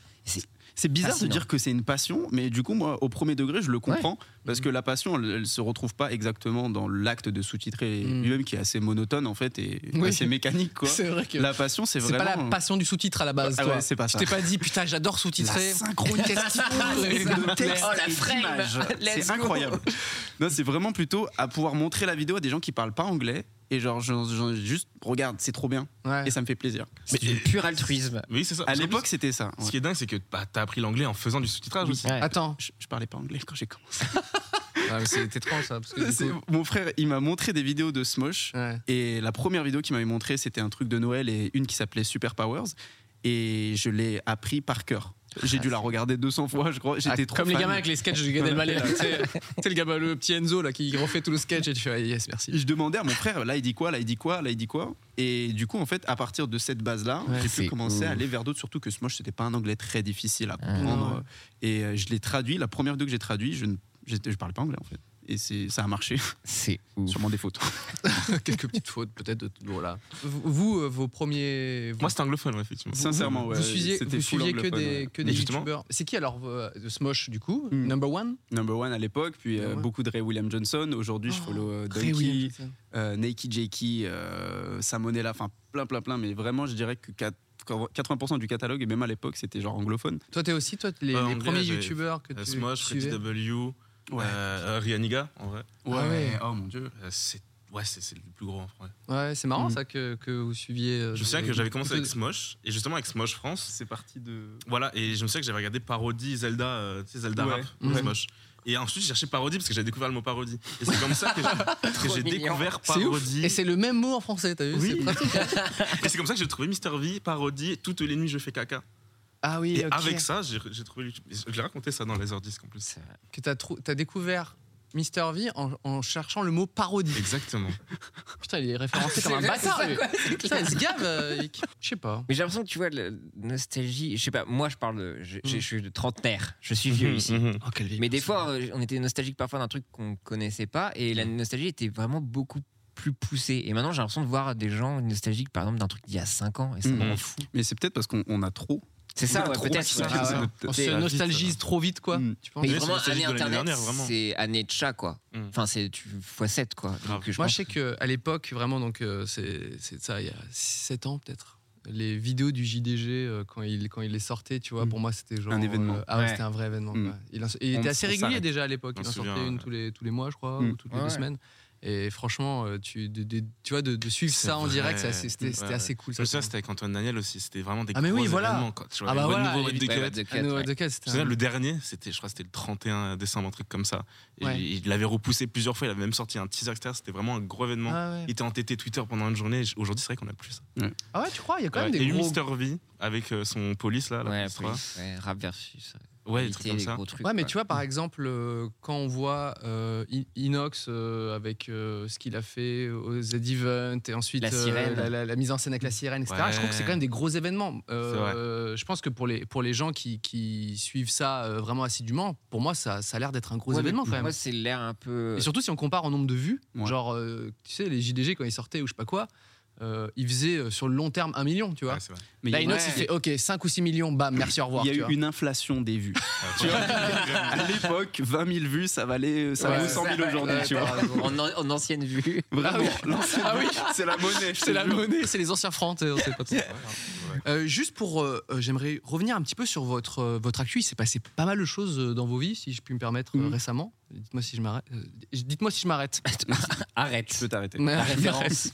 D: C'est bizarre
A: Fascinant.
D: de dire que c'est une passion, mais du coup, moi, au premier degré, je le comprends, parce
B: Mm.
D: que la passion, elle, elle se retrouve pas exactement dans l'acte de sous-titrer
B: Mm.
D: lui-même, qui est assez monotone, en fait, et
B: Oui.
D: assez mécanique, quoi.
B: C'est vrai que.
D: La passion, c'est
B: C'est
D: vraiment... euh,
B: pas la passion du sous-titre à la base,
D: Ah
B: toi.
D: ouais, c'est pas
B: Je
D: ça.
B: t'ai pas dit, putain, j'adore sous-titrer.
D: La synchrone, qu'est-ce qu'il faut
B: Ah, C'est ça.
D: de texte
A: Oh, la
D: et
A: frame.
D: d'image.
A: Let's
D: C'est
A: go.
D: incroyable. Non, c'est vraiment plutôt à pouvoir montrer la vidéo à des gens qui parlent pas anglais et genre je- je- juste regarde, c'est trop bien
B: Ouais.
D: et ça me fait plaisir.
A: C'est du pur altruisme.
C: Oui, c'est ça.
D: À
C: Parce qu'en
D: l'époque, c'était ça.
C: plus,
D: ouais.
C: ce qui est dingue, c'est que bah, t'as appris l'anglais en faisant du sous-titrage aussi. Ah,
A: Ouais.
B: Attends.
D: Je, je parlais pas anglais quand j'ai commencé.
B: Ouais, mais c'est étrange, ça. Parce que, du
D: C'est-
B: coup-
D: Mon frère, il m'a montré des vidéos de Smosh
B: Ouais.
D: et la première vidéo qu'il m'avait montrée, c'était un truc de Noël et une qui s'appelait Super Powers et je l'ai appris par cœur. J'ai dû la regarder 200 fois, je crois. J'étais
B: Ah,
D: trop
B: Comme les
D: fan.
B: gamins avec les sketchs de Gad Elmaleh, là. Tu sais, tu sais, le, gamin, le petit Enzo, là, qui refait tout le sketch et tu fais, ah, yes, merci.
D: je demandais à mon frère, là il dit quoi, là il dit quoi, là il dit quoi. Et du coup, en fait, à partir de cette base-là,
B: Ouais,
D: j'ai
A: c'est
D: pu commencer
A: ouf.
D: à aller vers d'autres, surtout que Smosh, c'était pas un anglais très difficile à
A: Ah.
D: comprendre. Et euh, je l'ai traduit, la première vidéo que j'ai traduit, je ne j'étais- je parlais pas anglais en fait. Et c'est- ça a marché,
A: C'est ouf.
D: sûrement des fautes.
B: Quelques petites fautes, peut-être. de- Voilà. Vous- Vous, euh, vos premiers.
C: Moi, c'était anglophone, ouais, effectivement.
D: Sincèrement, ouais.
B: vous suiviez,
D: c'était
B: vous
D: full
B: suiviez que
D: anglophone,
B: des,
D: ouais.
B: que des
C: Mais justement-
B: youtubeurs. C'est qui alors euh, de Smosh du coup
D: Hmm.
B: Number one
D: Number one à l'époque, puis euh,
B: Ouais.
D: beaucoup de Ray William Johnson. Aujourd'hui,
A: Oh,
D: je follow euh,
B: Très
D: Donkey,
B: oui, putain.
D: euh, Nakey Jakey, euh, Samonella, enfin plein, plein, plein. Mais vraiment, je dirais que 80% du catalogue, et même à l'époque, c'était genre anglophone.
B: Toi, t'es aussi, toi, les,
C: Euh,
B: les
C: anglais,
B: premiers
C: j'ai-
B: youtubeurs que
C: Euh,
B: tu
C: Smosh, Freddy
B: suivais.
C: W,
D: Ouais.
C: euh, euh, Rianiga, en vrai.
D: Ouais,
B: Ah ouais.
D: oh mon dieu.
C: Euh, c'est ouais, c'est c'est le plus gros en vrai.
B: Ouais, c'est marrant
D: Hmm.
B: ça que, que vous suiviez. euh,
C: Je me souviens
B: de-
C: que j'avais commencé
B: plutôt
C: avec Smosh et justement avec Smosh France.
D: C'est parti de.
C: Voilà, et je me souviens que j'avais regardé parodie Zelda, euh, tu sais, Zelda
D: Ouais.
C: rap,
B: Mhm.
C: Smosh. Et ensuite, j'ai cherché parodie parce que j'avais découvert le mot parodie. Et c'est comme ça que j'ai- que j'ai
A: mignon.
C: découvert
B: C'est ouf.
C: parodie.
B: Et c'est le même mot en français, t'as vu
C: Oui.
B: c'est pratique. hein.
C: Et c'est comme ça que j'ai trouvé Mister V, parodie, toutes les nuits je fais caca.
B: Ah oui,
C: Et
B: ok.
C: avec ça, j'ai j'ai trouvé YouTube. Je l'ai raconté ça dans les heures 10 en plus.
A: C'est-
B: Que t'as trou- t'as découvert Mister V en, en cherchant le mot parodie.
C: Exactement. Ah,
B: Putain, il est référencé comme un
A: C'est vrai,
B: bâtard.
A: c'est ça,
B: lui.
A: quoi,
B: Putain, il se gave. euh, il- Je sais pas.
A: Mais j'ai l'impression que tu vois, la nostalgie. Je sais pas, moi, je parle. de- Je,
B: Mm.
A: je- je suis de trentenaire. Je suis vieux ici.
B: Oh, quelle vie.
A: Mais des fois, euh, on était nostalgique parfois d'un truc qu'on connaissait pas. Et
B: Mm.
A: la nostalgie était vraiment beaucoup plus poussée. Et maintenant, j'ai l'impression de voir des gens nostalgiques, par exemple, d'un truc d'il y a 5 ans. Et ça
B: Mm-hmm.
D: Mhm.
A: m'en fout.
D: Mais c'est peut-être parce qu'on on a trop.
A: C'est ça,
D: On a
A: ouais,
D: trop
A: peut-être.
D: kiffé,
A: ouais.
D: ça.
A: Ah ouais.
B: On
C: C'est
B: se
C: la vie,
B: nostalgise trop vite, quoi.
D: Hmm.
B: Tu penses
A: Mais
C: Oui, c'est
A: vraiment,
C: nostalgique
A: année
C: de l'année
A: internet,
C: dernière, vraiment.
A: c'est année de chat, quoi.
C: Mhm.
A: Enfin, c'est tu- x 7, quoi.
C: Grave.
A: Donc, je
B: Mm. Moi,
A: pense
B: je sais qu'à l'époque, vraiment, donc euh, c'est c'est ça, il y a 7 ans peut-être. Les vidéos du JDG, euh, quand, il, quand il les sortait, tu vois,
D: Mm.
B: pour moi, c'était genre.
D: Un événement.
B: euh, ah ouais,
A: Ouais.
B: c'était un vrai événement.
D: Mm.
B: quoi. Il, en- il
D: On-
B: était assez
D: on
B: régulier
D: s'arrête.
B: déjà à l'époque.
C: On
B: Il en
C: se souvient,
B: sortait une
C: ouais.
B: tous les, tous les mois, je crois,
D: Mm.
B: ou toutes les
A: Ouais, ouais.
B: deux semaines. Et franchement, euh, tu, de, de- tu vois, de, de suivre
C: C'est
B: ça en
C: vrai.
B: direct, c'est assez- c'était
C: Ouais,
B: c'était
C: ouais.
B: assez cool.
C: Je
B: Ça,
C: me souviens, c'était avec Antoine Daniel aussi. C'était vraiment des
B: Ah, mais oui,
C: gros
B: voilà.
C: événements, quoi. Tu vois,
B: Ah, bah
C: le
B: voilà,
C: nouveau Red
B: et-
C: Dead
A: Ouais,
C: Cut.
A: What the Cut,
B: Ah, no,
A: ouais.
B: The Cut, c'était
C: Je me souviens,
B: un-
C: le dernier, c'était, je crois, que c'était le 31 décembre, un truc comme ça. Et
B: Ouais.
C: Il il l'avait repoussé plusieurs fois. Il avait même sorti un teaser, etc. C'était vraiment un gros événement.
B: Ah ouais.
C: Il était entêté Twitter pendant une journée. et Aujourd'hui, c'est vrai qu'on a plus ça.
B: Ah ouais, tu crois, il y a quand même
C: Ouais. Et
B: des
C: eu
B: gros.
C: Mister V avec euh, son police là. la
A: Ouais,
C: police
A: après,
C: trois.
A: ouais, rap versus.
C: Ouais, des
A: éviter
C: trucs Mm. comme
A: les
C: ça.
A: gros trucs,
B: Ouais, mais
A: quoi.
B: tu vois, par exemple, euh, quand on voit euh, I- Inox euh, avec euh, ce qu'il a fait aux Z Event et ensuite
A: La
B: euh,
A: sirène.
B: la, la- la mise en scène avec la sirène, etc.,
C: Ouais.
B: je trouve que c'est quand même des gros événements. Euh, je pense que pour les, pour les gens qui, qui suivent ça euh, vraiment assidûment, pour moi, ça, ça a l'air d'être un gros
A: Ouais, mais
B: événement quand même.
A: Moi, c'est l'air un peu.
B: Et surtout si on compare en nombre de vues,
D: Ouais.
B: genre, euh, tu sais, les JDG quand ils sortaient ou je sais pas quoi. euh, ils faisaient euh, sur le long terme un million, tu vois.
C: Ouais, c'est vrai.
D: Mais
B: Là,
D: il y a-
B: Inox, il fait OK, 5 ou 6 millions, bam, merci, au revoir.
D: il y a
B: tu
D: eu
B: vois.
D: une inflation des vues.
C: Tu vois,
D: à l'époque, 20 000 vues, ça valait euh, ça
B: Ouais,
D: vaut 100 000 aujourd'hui,
B: ouais,
D: tu
B: t'as
D: vois.
B: raison.
A: En, an- en ancienne vue.
D: Vraiment,
B: Ah oui.
D: l'ancienne
B: Ah oui.
D: vue, c'est la monnaie. je te
B: C'est la
D: jure.
B: monnaie, c'est les anciens francs. tu sais, on sait pas trop. Euh, juste pour, euh, euh, j'aimerais revenir un petit peu sur votre euh, votre actu. Il s'est passé pas mal de choses euh, dans vos vies, si je puis me permettre, euh,
D: Mhm.
B: récemment. Dites-moi si je m'arrête. euh, dites-moi si je m'arrête.
A: Arrête.
D: Je peux t'arrêter.
A: La
B: Euh,
A: référence.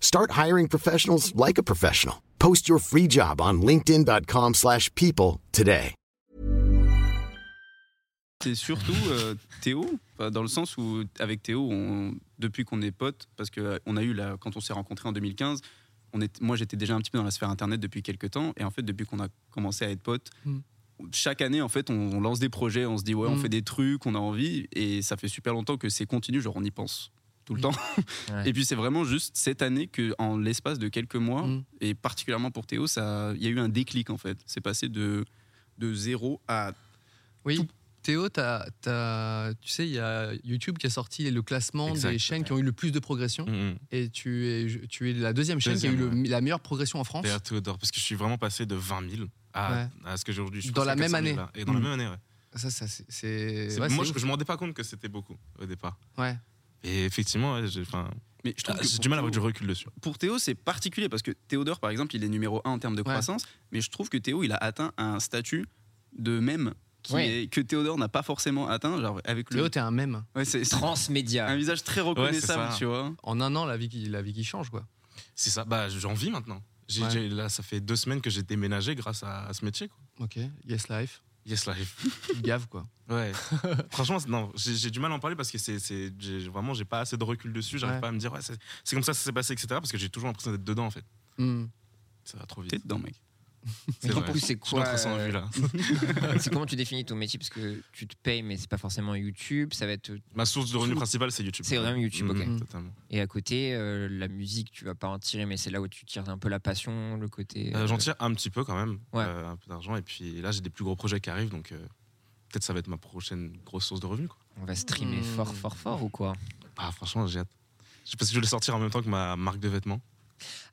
G: Start hiring professionals like a professional. Post your free job on linkedin.com/people slash people today.
D: C'est surtout euh, Théo, enfin, dans le sens où avec Théo, on- depuis qu'on est potes, parce que euh, on a eu la, quand on s'est rencontrés en 2015, on est, moi j'étais déjà un petit peu dans la sphère internet depuis quelques temps, et en fait depuis qu'on a commencé à être potes,
B: Mm.
D: chaque année en fait on, on lance des projets, on se dit ouais on
B: Mm.
D: fait des trucs, on a envie, et ça fait super longtemps que c'est continu, genre on y pense
B: Mm.
D: tout le temps.
A: Ouais.
D: Et puis c'est vraiment juste cette année que en l'espace de quelques mois,
B: Mm.
D: et particulièrement pour Théo, ça, il y a eu un déclic en fait. C'est passé de de zéro à
B: Oui.
D: Tout-
B: Théo, t'as- t'as- tu sais, il y a YouTube qui a sorti le classement des
C: Exact,
B: chaînes qui ont eu le plus de progression.
C: Mhm.
B: Et tu es, tu es la deuxième chaîne qui a eu
C: Deuxième,
B: le- la meilleure progression en France.
C: D'ailleurs, Théodore, parce que je suis vraiment passé de 20 000 à,
B: Ouais.
C: à ce que j'ai aujourd'hui. Je suis
B: Dans
C: passé
B: la
C: à
B: même
C: 400
B: année. Hmm.
C: 000 là. Et dans la
D: Mm.
C: même année, ouais.
B: Ça, ça, c'est- c'est.
C: C'est-
B: ouais,
C: moi,
B: c'est
C: je,
B: ouf.
C: je me rendais pas compte que c'était beaucoup au départ.
B: Ouais.
C: Et effectivement, ouais, j'ai enfin,
D: Mais je trouve
C: ah,
D: que
C: j'ai
D: pour
C: du mal à avoir
D: Théo-
C: du recul dessus.
D: Pour Théo, c'est particulier parce que Théodore, par exemple, il est numéro 1 en termes de
B: Ouais.
D: croissance, mais je trouve que Théo, il a atteint un statut de même qui
A: Ouais.
D: est- que Théodore n'a pas forcément atteint. Genre avec le,
B: Théo, t'es un même.
D: Ouais, c'est c'est un
A: Transmédia.
D: visage très reconnaissable,
C: ça.
D: tu vois.
B: En un an, la vie qui, la vie qui change, quoi.
C: C'est ça, bah, j'en vis maintenant. J'ai-
B: Ouais.
C: j'ai- Là, ça fait deux semaines que j'ai déménagé grâce à, à ce métier. quoi.
B: Ok, yes life,
C: Yes, life.
B: il gave quoi.
C: Ouais. Franchement, c'est- non, j'ai j'ai du mal à en parler parce que c'est c'est- j'ai- vraiment, j'ai pas assez de recul dessus. J'arrive
B: Ouais.
C: pas à me dire, ouais, c'est c'est comme ça, ça s'est passé, etc. Parce que j'ai toujours l'impression d'être dedans, en fait.
B: Hmm.
C: Ça va trop
D: T'es
C: vite.
D: dedans, mec.
C: C'est
A: du
C: vrai.
A: coup, c'est
C: Je suis dans
A: quoi,
C: 300
A: euh,
C: vues, là.
A: C'est comment tu définis ton métier parce que tu te payes mais c'est pas forcément YouTube, ça va être euh,
C: Ma source de revenus principale, c'est YouTube.
A: C'est vraiment YouTube, ok. Mm.
C: Mhm, totalement.
A: et à côté euh, la musique, tu vas pas en tirer mais c'est là où tu tires un peu la passion, le côté
C: Euh,
A: euh,
C: J'en tire un petit peu quand même,
A: Ouais.
C: euh, un peu d'argent. Et puis là, j'ai des plus gros projets qui arrivent, donc euh, peut-être ça va être ma prochaine grosse source de revenus. Quoi.
A: On va streamer
B: Hmm.
A: fort fort fort ou quoi
C: Ah, franchement, j'ai hâte. Je sais pas si je vais le sortir en même temps que ma marque de vêtements.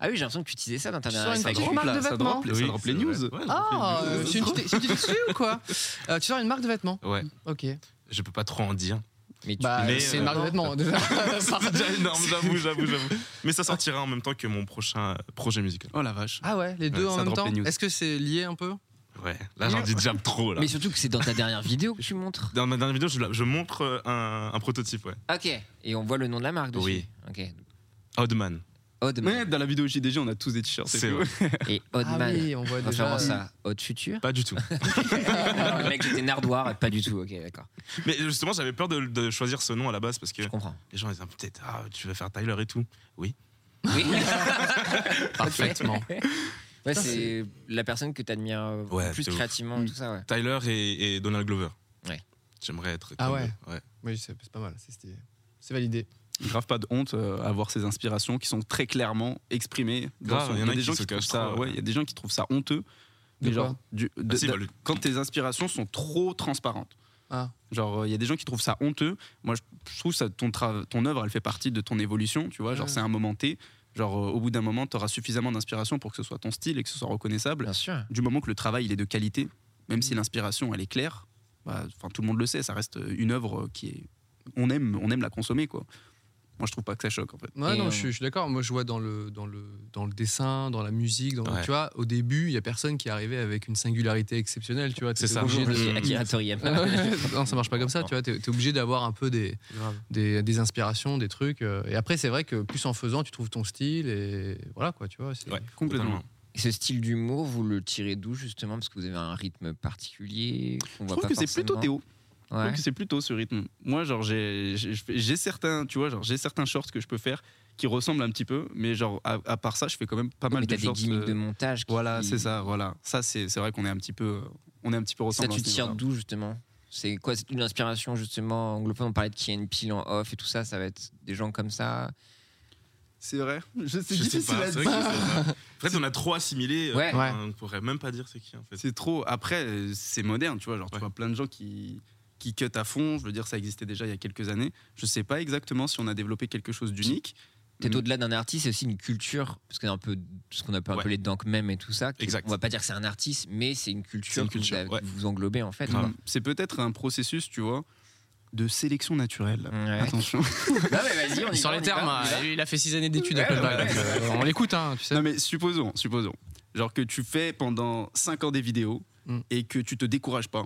A: Ah oui, j'ai l'impression que tu utilisais ça dans ta
B: Tu
A: dernière
B: sors une
A: interview.
B: petite marque
D: drop, là,
B: de
D: ça drop,
B: vêtements.
D: les- ça drop les
C: c'est
D: news.
C: vrai. Ouais,
B: Ah,
C: je
B: euh,
C: fais
B: c'est une petite c'est une petite exclu ou quoi Euh, Tu sors une marque de vêtements
C: une news. Ouais,
B: Mm. Ok.
C: je peux pas trop en dire.
A: Mais tu-
B: Bah,
C: Mais,
B: c'est
C: euh,
B: une marque de vêtements déjà.
C: C'est déjà énorme, j'avoue, j'avoue, j'avoue. Mais ça sortira en même temps que mon prochain euh, projet musical.
D: Oh la vache.
B: Ah ouais, les deux
D: Ouais,
B: en
D: ça
B: même
D: drop
B: temps
D: les news.
B: Est-ce que c'est lié un peu
C: Ouais, là Ah, j'en dis déjà trop là.
A: mais surtout que c'est dans ta dernière vidéo que tu montres.
C: Dans ma dernière vidéo, je, la- je montre euh, un, un prototype, ouais.
A: OK, et on voit le nom de la marque dessus.
C: Oui.
A: OK.
C: Oddman.
A: Oddman
D: Ouais, dans la vidéo JDG, on a tous des t-shirts.
C: C'est
D: tout.
C: vrai.
A: et
B: Ah
A: Oddman.
B: oui, on voit déjà.
A: Référence à Odd Future.
C: Pas du tout.
A: Alors, le mec était nardoir, pas du tout. Ok, d'accord.
C: Mais justement, j'avais peur de, de choisir ce nom à la base parce que
A: Je comprends.
C: les gens ils disent peut-être ah, tu veux faire Tyler et tout.
A: Oui.
B: Parfaitement.
A: Ouais, c'est la personne que tu admires
C: Ouais,
A: plus
C: de ouf.
A: créativement, tout ça, ouais.
C: Tyler et, et Donald Glover.
A: Ouais.
C: J'aimerais être.
B: Ah
C: comme
B: ouais.
C: eux, ouais.
B: Oui, c'est c'est pas mal, c'est stylé. c'est validé.
D: Grave pas de honte euh, à avoir ces inspirations qui sont très clairement exprimées. dans
C: Grave,
D: son-
C: il y en a
D: des
C: qui
D: gens
C: se
D: trouvent
C: cachent
D: ça.
C: trop,
D: ouais,
C: ouais.
D: il y a des gens qui trouvent ça honteux.
B: De
D: mais
B: quoi
D: genre, du- de-
C: Ah, si,
D: de-
C: bah, le-
D: quand tes inspirations sont trop transparentes.
B: Ah.
D: Genre, euh, il y a des gens qui trouvent ça honteux. Moi, je, je trouve ça ton tra- ton œuvre, elle fait partie de ton évolution. Tu vois, genre,
B: Ouais.
D: c'est un moment T. Genre, euh, au bout d'un moment, tu auras suffisamment d'inspiration pour que ce soit ton style et que ce soit reconnaissable.
A: Bien sûr.
D: Du moment que le travail, il est de qualité, même si l'inspiration, elle est claire, bah, enfin, tout le monde le sait, ça reste euh, une œuvre euh, qui est. On aime, on aime la consommer, quoi. Moi, je trouve pas que ça choque, en fait.
B: Ouais,
A: Et
B: non,
A: on-
B: je suis, je suis d'accord. Moi, je vois dans le, dans, le, dans le dessin, dans la musique. Dans,
C: Ouais.
B: Tu vois, au début, il y a personne qui arrivait avec une singularité exceptionnelle. Tu vois,
C: C'est
B: t'étais
C: ça.
B: obligé de-
C: Mm.
A: Akira Toriyama.
B: non, ça marche pas comme ça, tu vois. T'es, t'es obligé d'avoir un peu des, des, des inspirations, des trucs. euh, et après, c'est vrai que plus en faisant, tu trouves ton style et voilà quoi, tu vois. c'est-
C: Ouais,
D: Complètement.
C: totalement.
A: Et ce style d'humour, vous le tirez d'où justement Parce que vous avez un rythme particulier. qu'on
D: Je
A: voit
D: trouve
A: pas
D: que c'est plutôt
A: forcément.
D: Théo. Je
A: Ouais.
D: trouve que c'est plutôt ce rythme. Moi, genre, j'ai- j'ai je fais- j'ai certains, tu vois, genre, j'ai certains shorts que je peux faire qui ressemblent un petit peu, mais genre, à, à part ça, je fais quand même pas mal
A: Mais
D: de
A: t'as des
D: shorts.
A: gimmicks
D: euh,
A: de montage. qui-
D: Voilà, c'est ça, voilà. Ça, c'est c'est vrai qu'on est un petit peu, euh, on est un petit peu
A: Ça,
D: ressemblants.
A: tu
D: à ce niveau-là.
A: tires d'où justement C'est quoi C'est une inspiration justement anglophone On parlait de qui a une pile en off et tout ça. Ça va être des gens comme ça.
D: C'est vrai. Je sais,
C: Je sais
D: difficile
C: pas.
D: à
C: C'est vrai
D: dire.
C: que c'est vrai. En fait, on a trop assimilé. euh,
A: Ouais.
C: enfin, On pourrait même pas dire c'est qui en fait.
D: C'est trop. Après, euh, c'est moderne, tu vois. Genre, tu
C: Ouais.
D: vois plein de gens qui qui cut à fond. Je veux dire, ça existait déjà il y a quelques années. Je sais pas exactement si on a développé quelque chose d'unique,
A: peut-être au-delà d'un artiste, c'est aussi une culture, parce qu'on a un peu ce qu'on appelle un peu
C: Ouais.
A: les dank même et tout ça. qui-
C: Exact.
A: On va pas dire que c'est un artiste, mais c'est une
C: C'est
A: culture,
C: une
A: que vous
C: culture,
A: avez-
C: ouais.
A: que vous englobez en fait.
D: Mm. C'est peut-être un processus, tu vois, de sélection naturelle.
A: Ouais.
D: Attention.
A: Non, Ah, mais vas-y, on y
F: Il sort
A: va,
F: les
A: on y va,
F: termes.
A: on y va.
F: hein. Il a fait 6 années d'études
A: Ouais,
F: à Colbach,
A: ouais,
F: donc,
A: ouais.
F: euh, On l'écoute, hein, tu sais.
D: non mais supposons, supposons. Genre que tu fais pendant 5 ans des vidéos
B: Mm.
D: et que tu te décourages pas.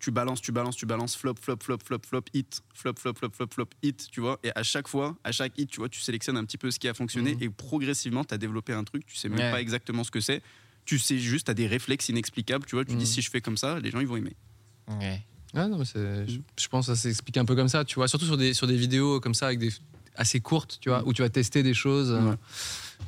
D: Tu balances, tu balances, tu balances, flop, flop, flop, flop, flop, hit, flop, flop, flop, flop, flop, hit, tu vois. Et à chaque fois, à chaque hit, tu vois, tu sélectionnes un petit peu ce qui a fonctionné
F: Mm.
D: et progressivement, tu as développé un truc, tu sais même
A: Ouais.
D: pas exactement ce que c'est. Tu sais juste, tu as des réflexes inexplicables, tu vois. Tu
B: Mm.
D: dis si je fais comme ça, les gens ils vont aimer.
A: Ouais.
B: Ouais, non, mais c'est- je, je pense que ça s'explique un peu comme ça, tu vois. Surtout sur des, sur des vidéos comme ça, avec des assez courtes, tu vois, où tu vas tester des choses.
D: Ouais.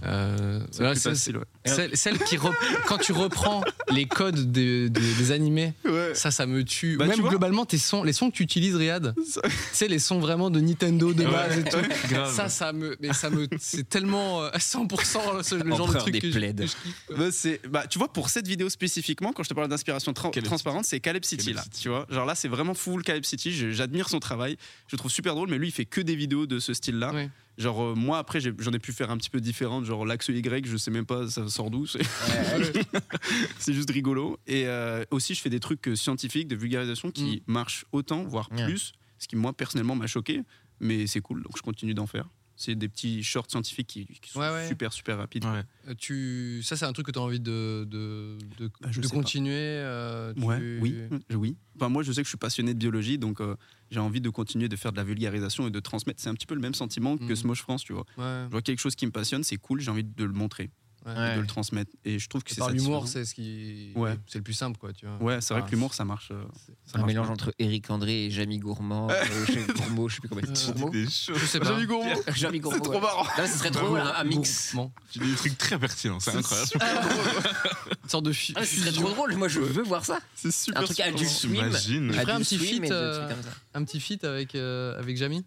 B: Euh,
D: C'est
B: voilà,
D: plus
B: celle,
D: facile, ouais.
B: celle- celle qui rep- quand tu reprends les codes des, des- des animés, ça, ça me tue.
D: Bah,
B: Même
D: tu vois.
B: globalement, tes sons, les sons que tu utilises, Riyad,
D: Ça-
B: tu sais, les sons vraiment de Nintendo de
C: Ouais.
B: base et tout.
C: Grave.
B: Ça, ça me, mais ça me, c'est tellement euh, 100% le, le genre de
A: Empereur
B: truc
A: des
B: que je-
A: plaides.
B: que je kiffe.
D: Bah, c'est- bah, tu vois, pour cette vidéo spécifiquement, quand je te parle d'inspiration tra-
C: Caleb
D: transparente, c'est Caleb City,
C: Caleb
D: là.
C: City.
D: Tu vois, genre là, c'est vraiment full Caleb City. Je- J'admire son travail. Je le trouve super drôle, mais lui, il fait que des vidéos de ce style-là.
B: Ouais.
D: Genre, euh, moi, après, j'ai- j'en ai pu faire un petit peu différentes. Genre, l'axe Y, je sais même pas, ça sort d'où. C'est c'est juste rigolo. Et euh, aussi, je fais des trucs euh, scientifiques, de vulgarisation qui marchent autant, voire
A: Ouais.
D: plus. Ce qui, moi, personnellement, m'a choqué. Mais c'est cool, donc je continue d'en faire. C'est des petits shorts scientifiques qui, qui sont
B: Ouais, ouais.
D: super, super rapides.
C: Ouais.
B: Euh, Tu... Ça, c'est un truc que tu as envie de, de, de,
D: Bah, je
B: de
D: sais pas.
B: continuer. euh, tu-
D: Ouais, oui, euh, oui. Enfin, moi, je sais que je suis passionné de biologie, donc euh, j'ai envie de continuer de faire de la vulgarisation et de transmettre. C'est un petit peu le même sentiment que
B: Mhm.
D: Smosh France, tu vois.
B: Ouais.
D: Je vois quelque chose qui me passionne, c'est cool, j'ai envie de le montrer,
A: Ouais.
D: de le transmettre. Et je trouve que
B: Et
D: c'est
B: Par l'humour,
D: satisfaisant.
B: c'est ce qui.
D: Ouais.
B: C'est le plus simple, quoi. Tu vois.
D: Ouais, c'est vrai
B: Ah,
D: que l'humour, ça marche. euh, ça
A: Un
D: marche
A: mélange
D: bien.
A: entre Eric André et Jamie Gourmand. euh, je sais- Gourmand, je sais plus comment il
B: Euh,
A: s'appelle.
B: Gourmand
C: Des choses.
B: Je sais pas.
A: Jamie Gourmand.
D: C'est trop
A: ouais.
D: marrant.
A: Non, ce serait trop drôle, un un mix.
B: Gourmand.
C: Tu dis des trucs très pertinents, c'est incroyable.
B: Une sorte de fi-
A: Ah, ce serait
B: fusion.
A: trop drôle, moi je veux voir ça.
D: C'est super.
A: Un truc
D: super
A: Adult
D: marrant.
A: Swim.
C: J'imagine.
B: ferais un
A: Adult
B: petit
A: Swim
B: feat,
A: et des
B: euh,
A: trucs comme ça.
B: Un petit feat avec, euh, avec Jamie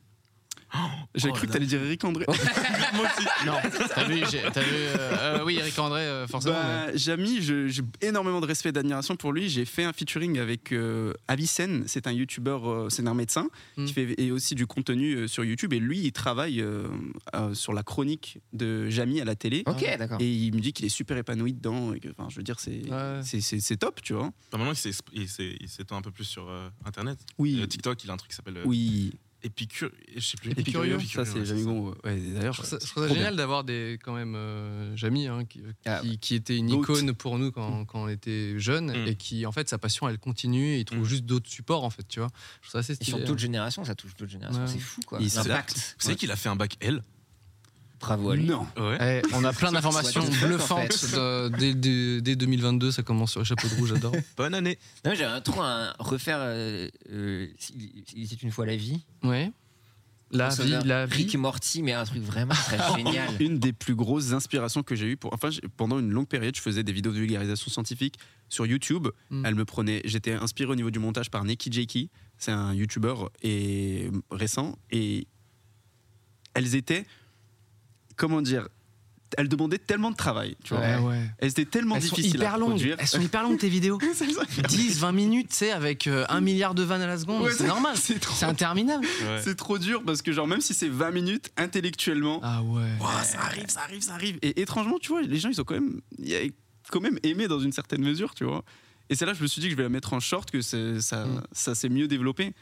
D: J'ai
A: Oh
D: cru
A: là
D: que t'allais dire Eric André.
F: Moi aussi. Non, t'as vu, j'ai- t'as vu. euh, euh, oui, Eric André, euh, forcément. mais-
D: Bah, Jamy, je- j'ai énormément de respect et d'admiration pour lui. J'ai fait un featuring avec euh, Avicenne, c'est un youtubeur, euh, c'est un médecin,
F: Hmm.
B: Mm.
D: qui fait et aussi du contenu euh, sur YouTube. Et lui, il travaille euh, euh, sur la chronique de Jamy à la télé.
A: Ok, d'accord.
D: Et il me dit qu'il est super épanoui dedans. et que, Enfin, je veux dire, c'est
B: Ouais.
D: c'est- c'est- c'est top, tu vois.
C: Enfin, maintenant, il s'est- il s'est- il s'étend un peu plus sur euh, Internet.
D: Oui.
C: Euh, TikTok, il a un truc qui s'appelle euh,
D: Oui,
C: Épicure. Je sais plus.
B: Épicurieux.
D: ça c'est
C: ouais,
D: Jamy
C: ça.
D: Gon. Ouais, d'ailleurs,
B: Je trouve ça, je
D: c'est
B: trouve ça
D: trop
B: génial d'avoir des quand même euh, Jamie hein, qui,
A: Ah, Mm.
B: qui- qui était une
D: Goat.
B: icône pour nous quand, quand on était jeune
C: Mm.
B: et qui en fait sa passion elle continue et il trouve
C: Mm.
B: juste d'autres supports en fait tu vois je trouve ça assez
A: Et sur
B: stylé hein.
A: d'autres générations, ça touche d'autres générations.
B: Ouais.
A: C'est fou quoi.
D: Il
A: L'impact.
C: Vous savez qu'il a fait un bac L
A: Bravo à
D: bien.
A: lui.
D: Non.
C: Ouais.
B: Eh, on a plein d'informations
A: Soit tu fais,
B: bluffantes
A: en fait.
B: de- dès, dès- dès 2022 ça commence sur le chapeau de rouge j'adore
C: Bonne année.
A: Non, mais j'aimerais trop un- refaire. euh, euh, il il était une fois la vie.
B: ouais la
A: Ça
B: vie
A: veut dire
B: la vie
A: Rick et Morty, mais un truc vraiment ça serait génial.
D: Une des plus grosses inspirations que j'ai eues. Pour, enfin, j'ai- pendant une longue période, je faisais des vidéos de vulgarisation scientifique sur YouTube.
B: Mm.
D: Elle me prenait. J'étais inspiré au niveau du montage par Nicky Jakey. C'est un YouTuber et récent. Et elles étaient, comment dire, elles demandaient tellement de travail. Tu vois.
B: Ouais, ouais.
D: Elles étaient tellement
B: Elles sont
D: difficiles à
B: hyper longues.
D: produire.
B: Elles sont hyper longues tes vidéos. 10, 20 minutes, tu sais, avec euh, un milliard de vannes à la seconde.
D: Ouais,
B: c'est normal.
D: C'est trop,
B: C'est interminable.
D: c'est trop dur parce que genre même si c'est 20 minutes intellectuellement,
B: Ah ouais.
D: Ouah, ça arrive, ça arrive, ça arrive. Et étrangement, tu vois, les gens, ils ont quand même, il y a quand même aimé dans une certaine mesure, tu vois. Et c'est là que je me suis dit que je vais la mettre en short, que c'est- ça,
B: Mm.
D: ça s'est mieux développé.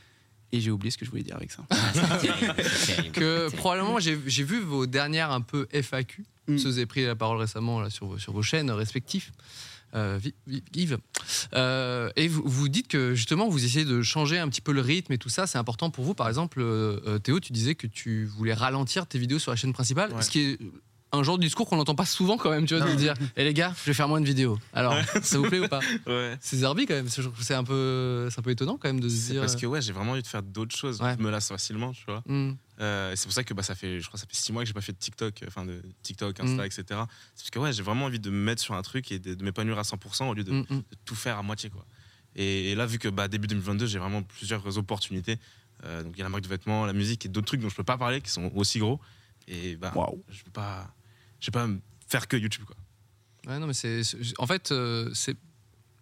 D: Et j'ai oublié ce que je voulais dire avec ça.
B: Ah,
A: Terrible, terrible,
B: Que
A: terrible.
B: probablement, j'ai j'ai vu vos dernières un peu FAQ.
D: Mm.
B: Parce que vous avez pris la parole récemment là, sur, vos, sur vos chaînes respectives. Euh, Vi- Vi- Yves. Euh, et vous, vous dites que justement, vous essayez de changer un petit peu le rythme et tout ça. C'est important pour vous. Par exemple, euh, euh, Théo, tu disais que tu voulais ralentir tes vidéos sur la chaîne principale.
C: Ouais.
B: Ce qui est un genre de discours qu'on n'entend pas souvent quand même, tu vois, de dire Eh les gars, je vais faire moins de vidéos. Alors, ça vous plaît ou pas
C: Ouais.
B: C'est Zerbi quand même, c'est c'est un peu, c'est un peu étonnant quand même de se
C: C'est
B: dire. euh,
C: parce que ouais, j'ai vraiment envie de faire d'autres choses.
B: Ouais.
C: Je me lasse facilement, tu vois.
B: Hmm.
C: Euh, et c'est pour ça que bah, ça fait, je crois, que ça fait six mois que j'ai pas fait de TikTok, euh, enfin de TikTok, Insta,
B: Mm.
C: etc. C'est parce que ouais, j'ai vraiment envie de me mettre sur un truc et de, de m'épanouir à 100% au lieu de,
B: Hmm, hmm.
C: de tout faire à moitié, quoi. Et, et là, vu que bah, début 2022, j'ai vraiment plusieurs opportunités. Euh, donc il y a la marque de vêtements, la musique et d'autres trucs dont je peux pas parler qui sont aussi gros. Et bah,
D: Waouh.
C: je peux pas, je peux pas me faire que YouTube, quoi.
B: Ouais, non, mais c'est, c'est- en fait, euh, c'est,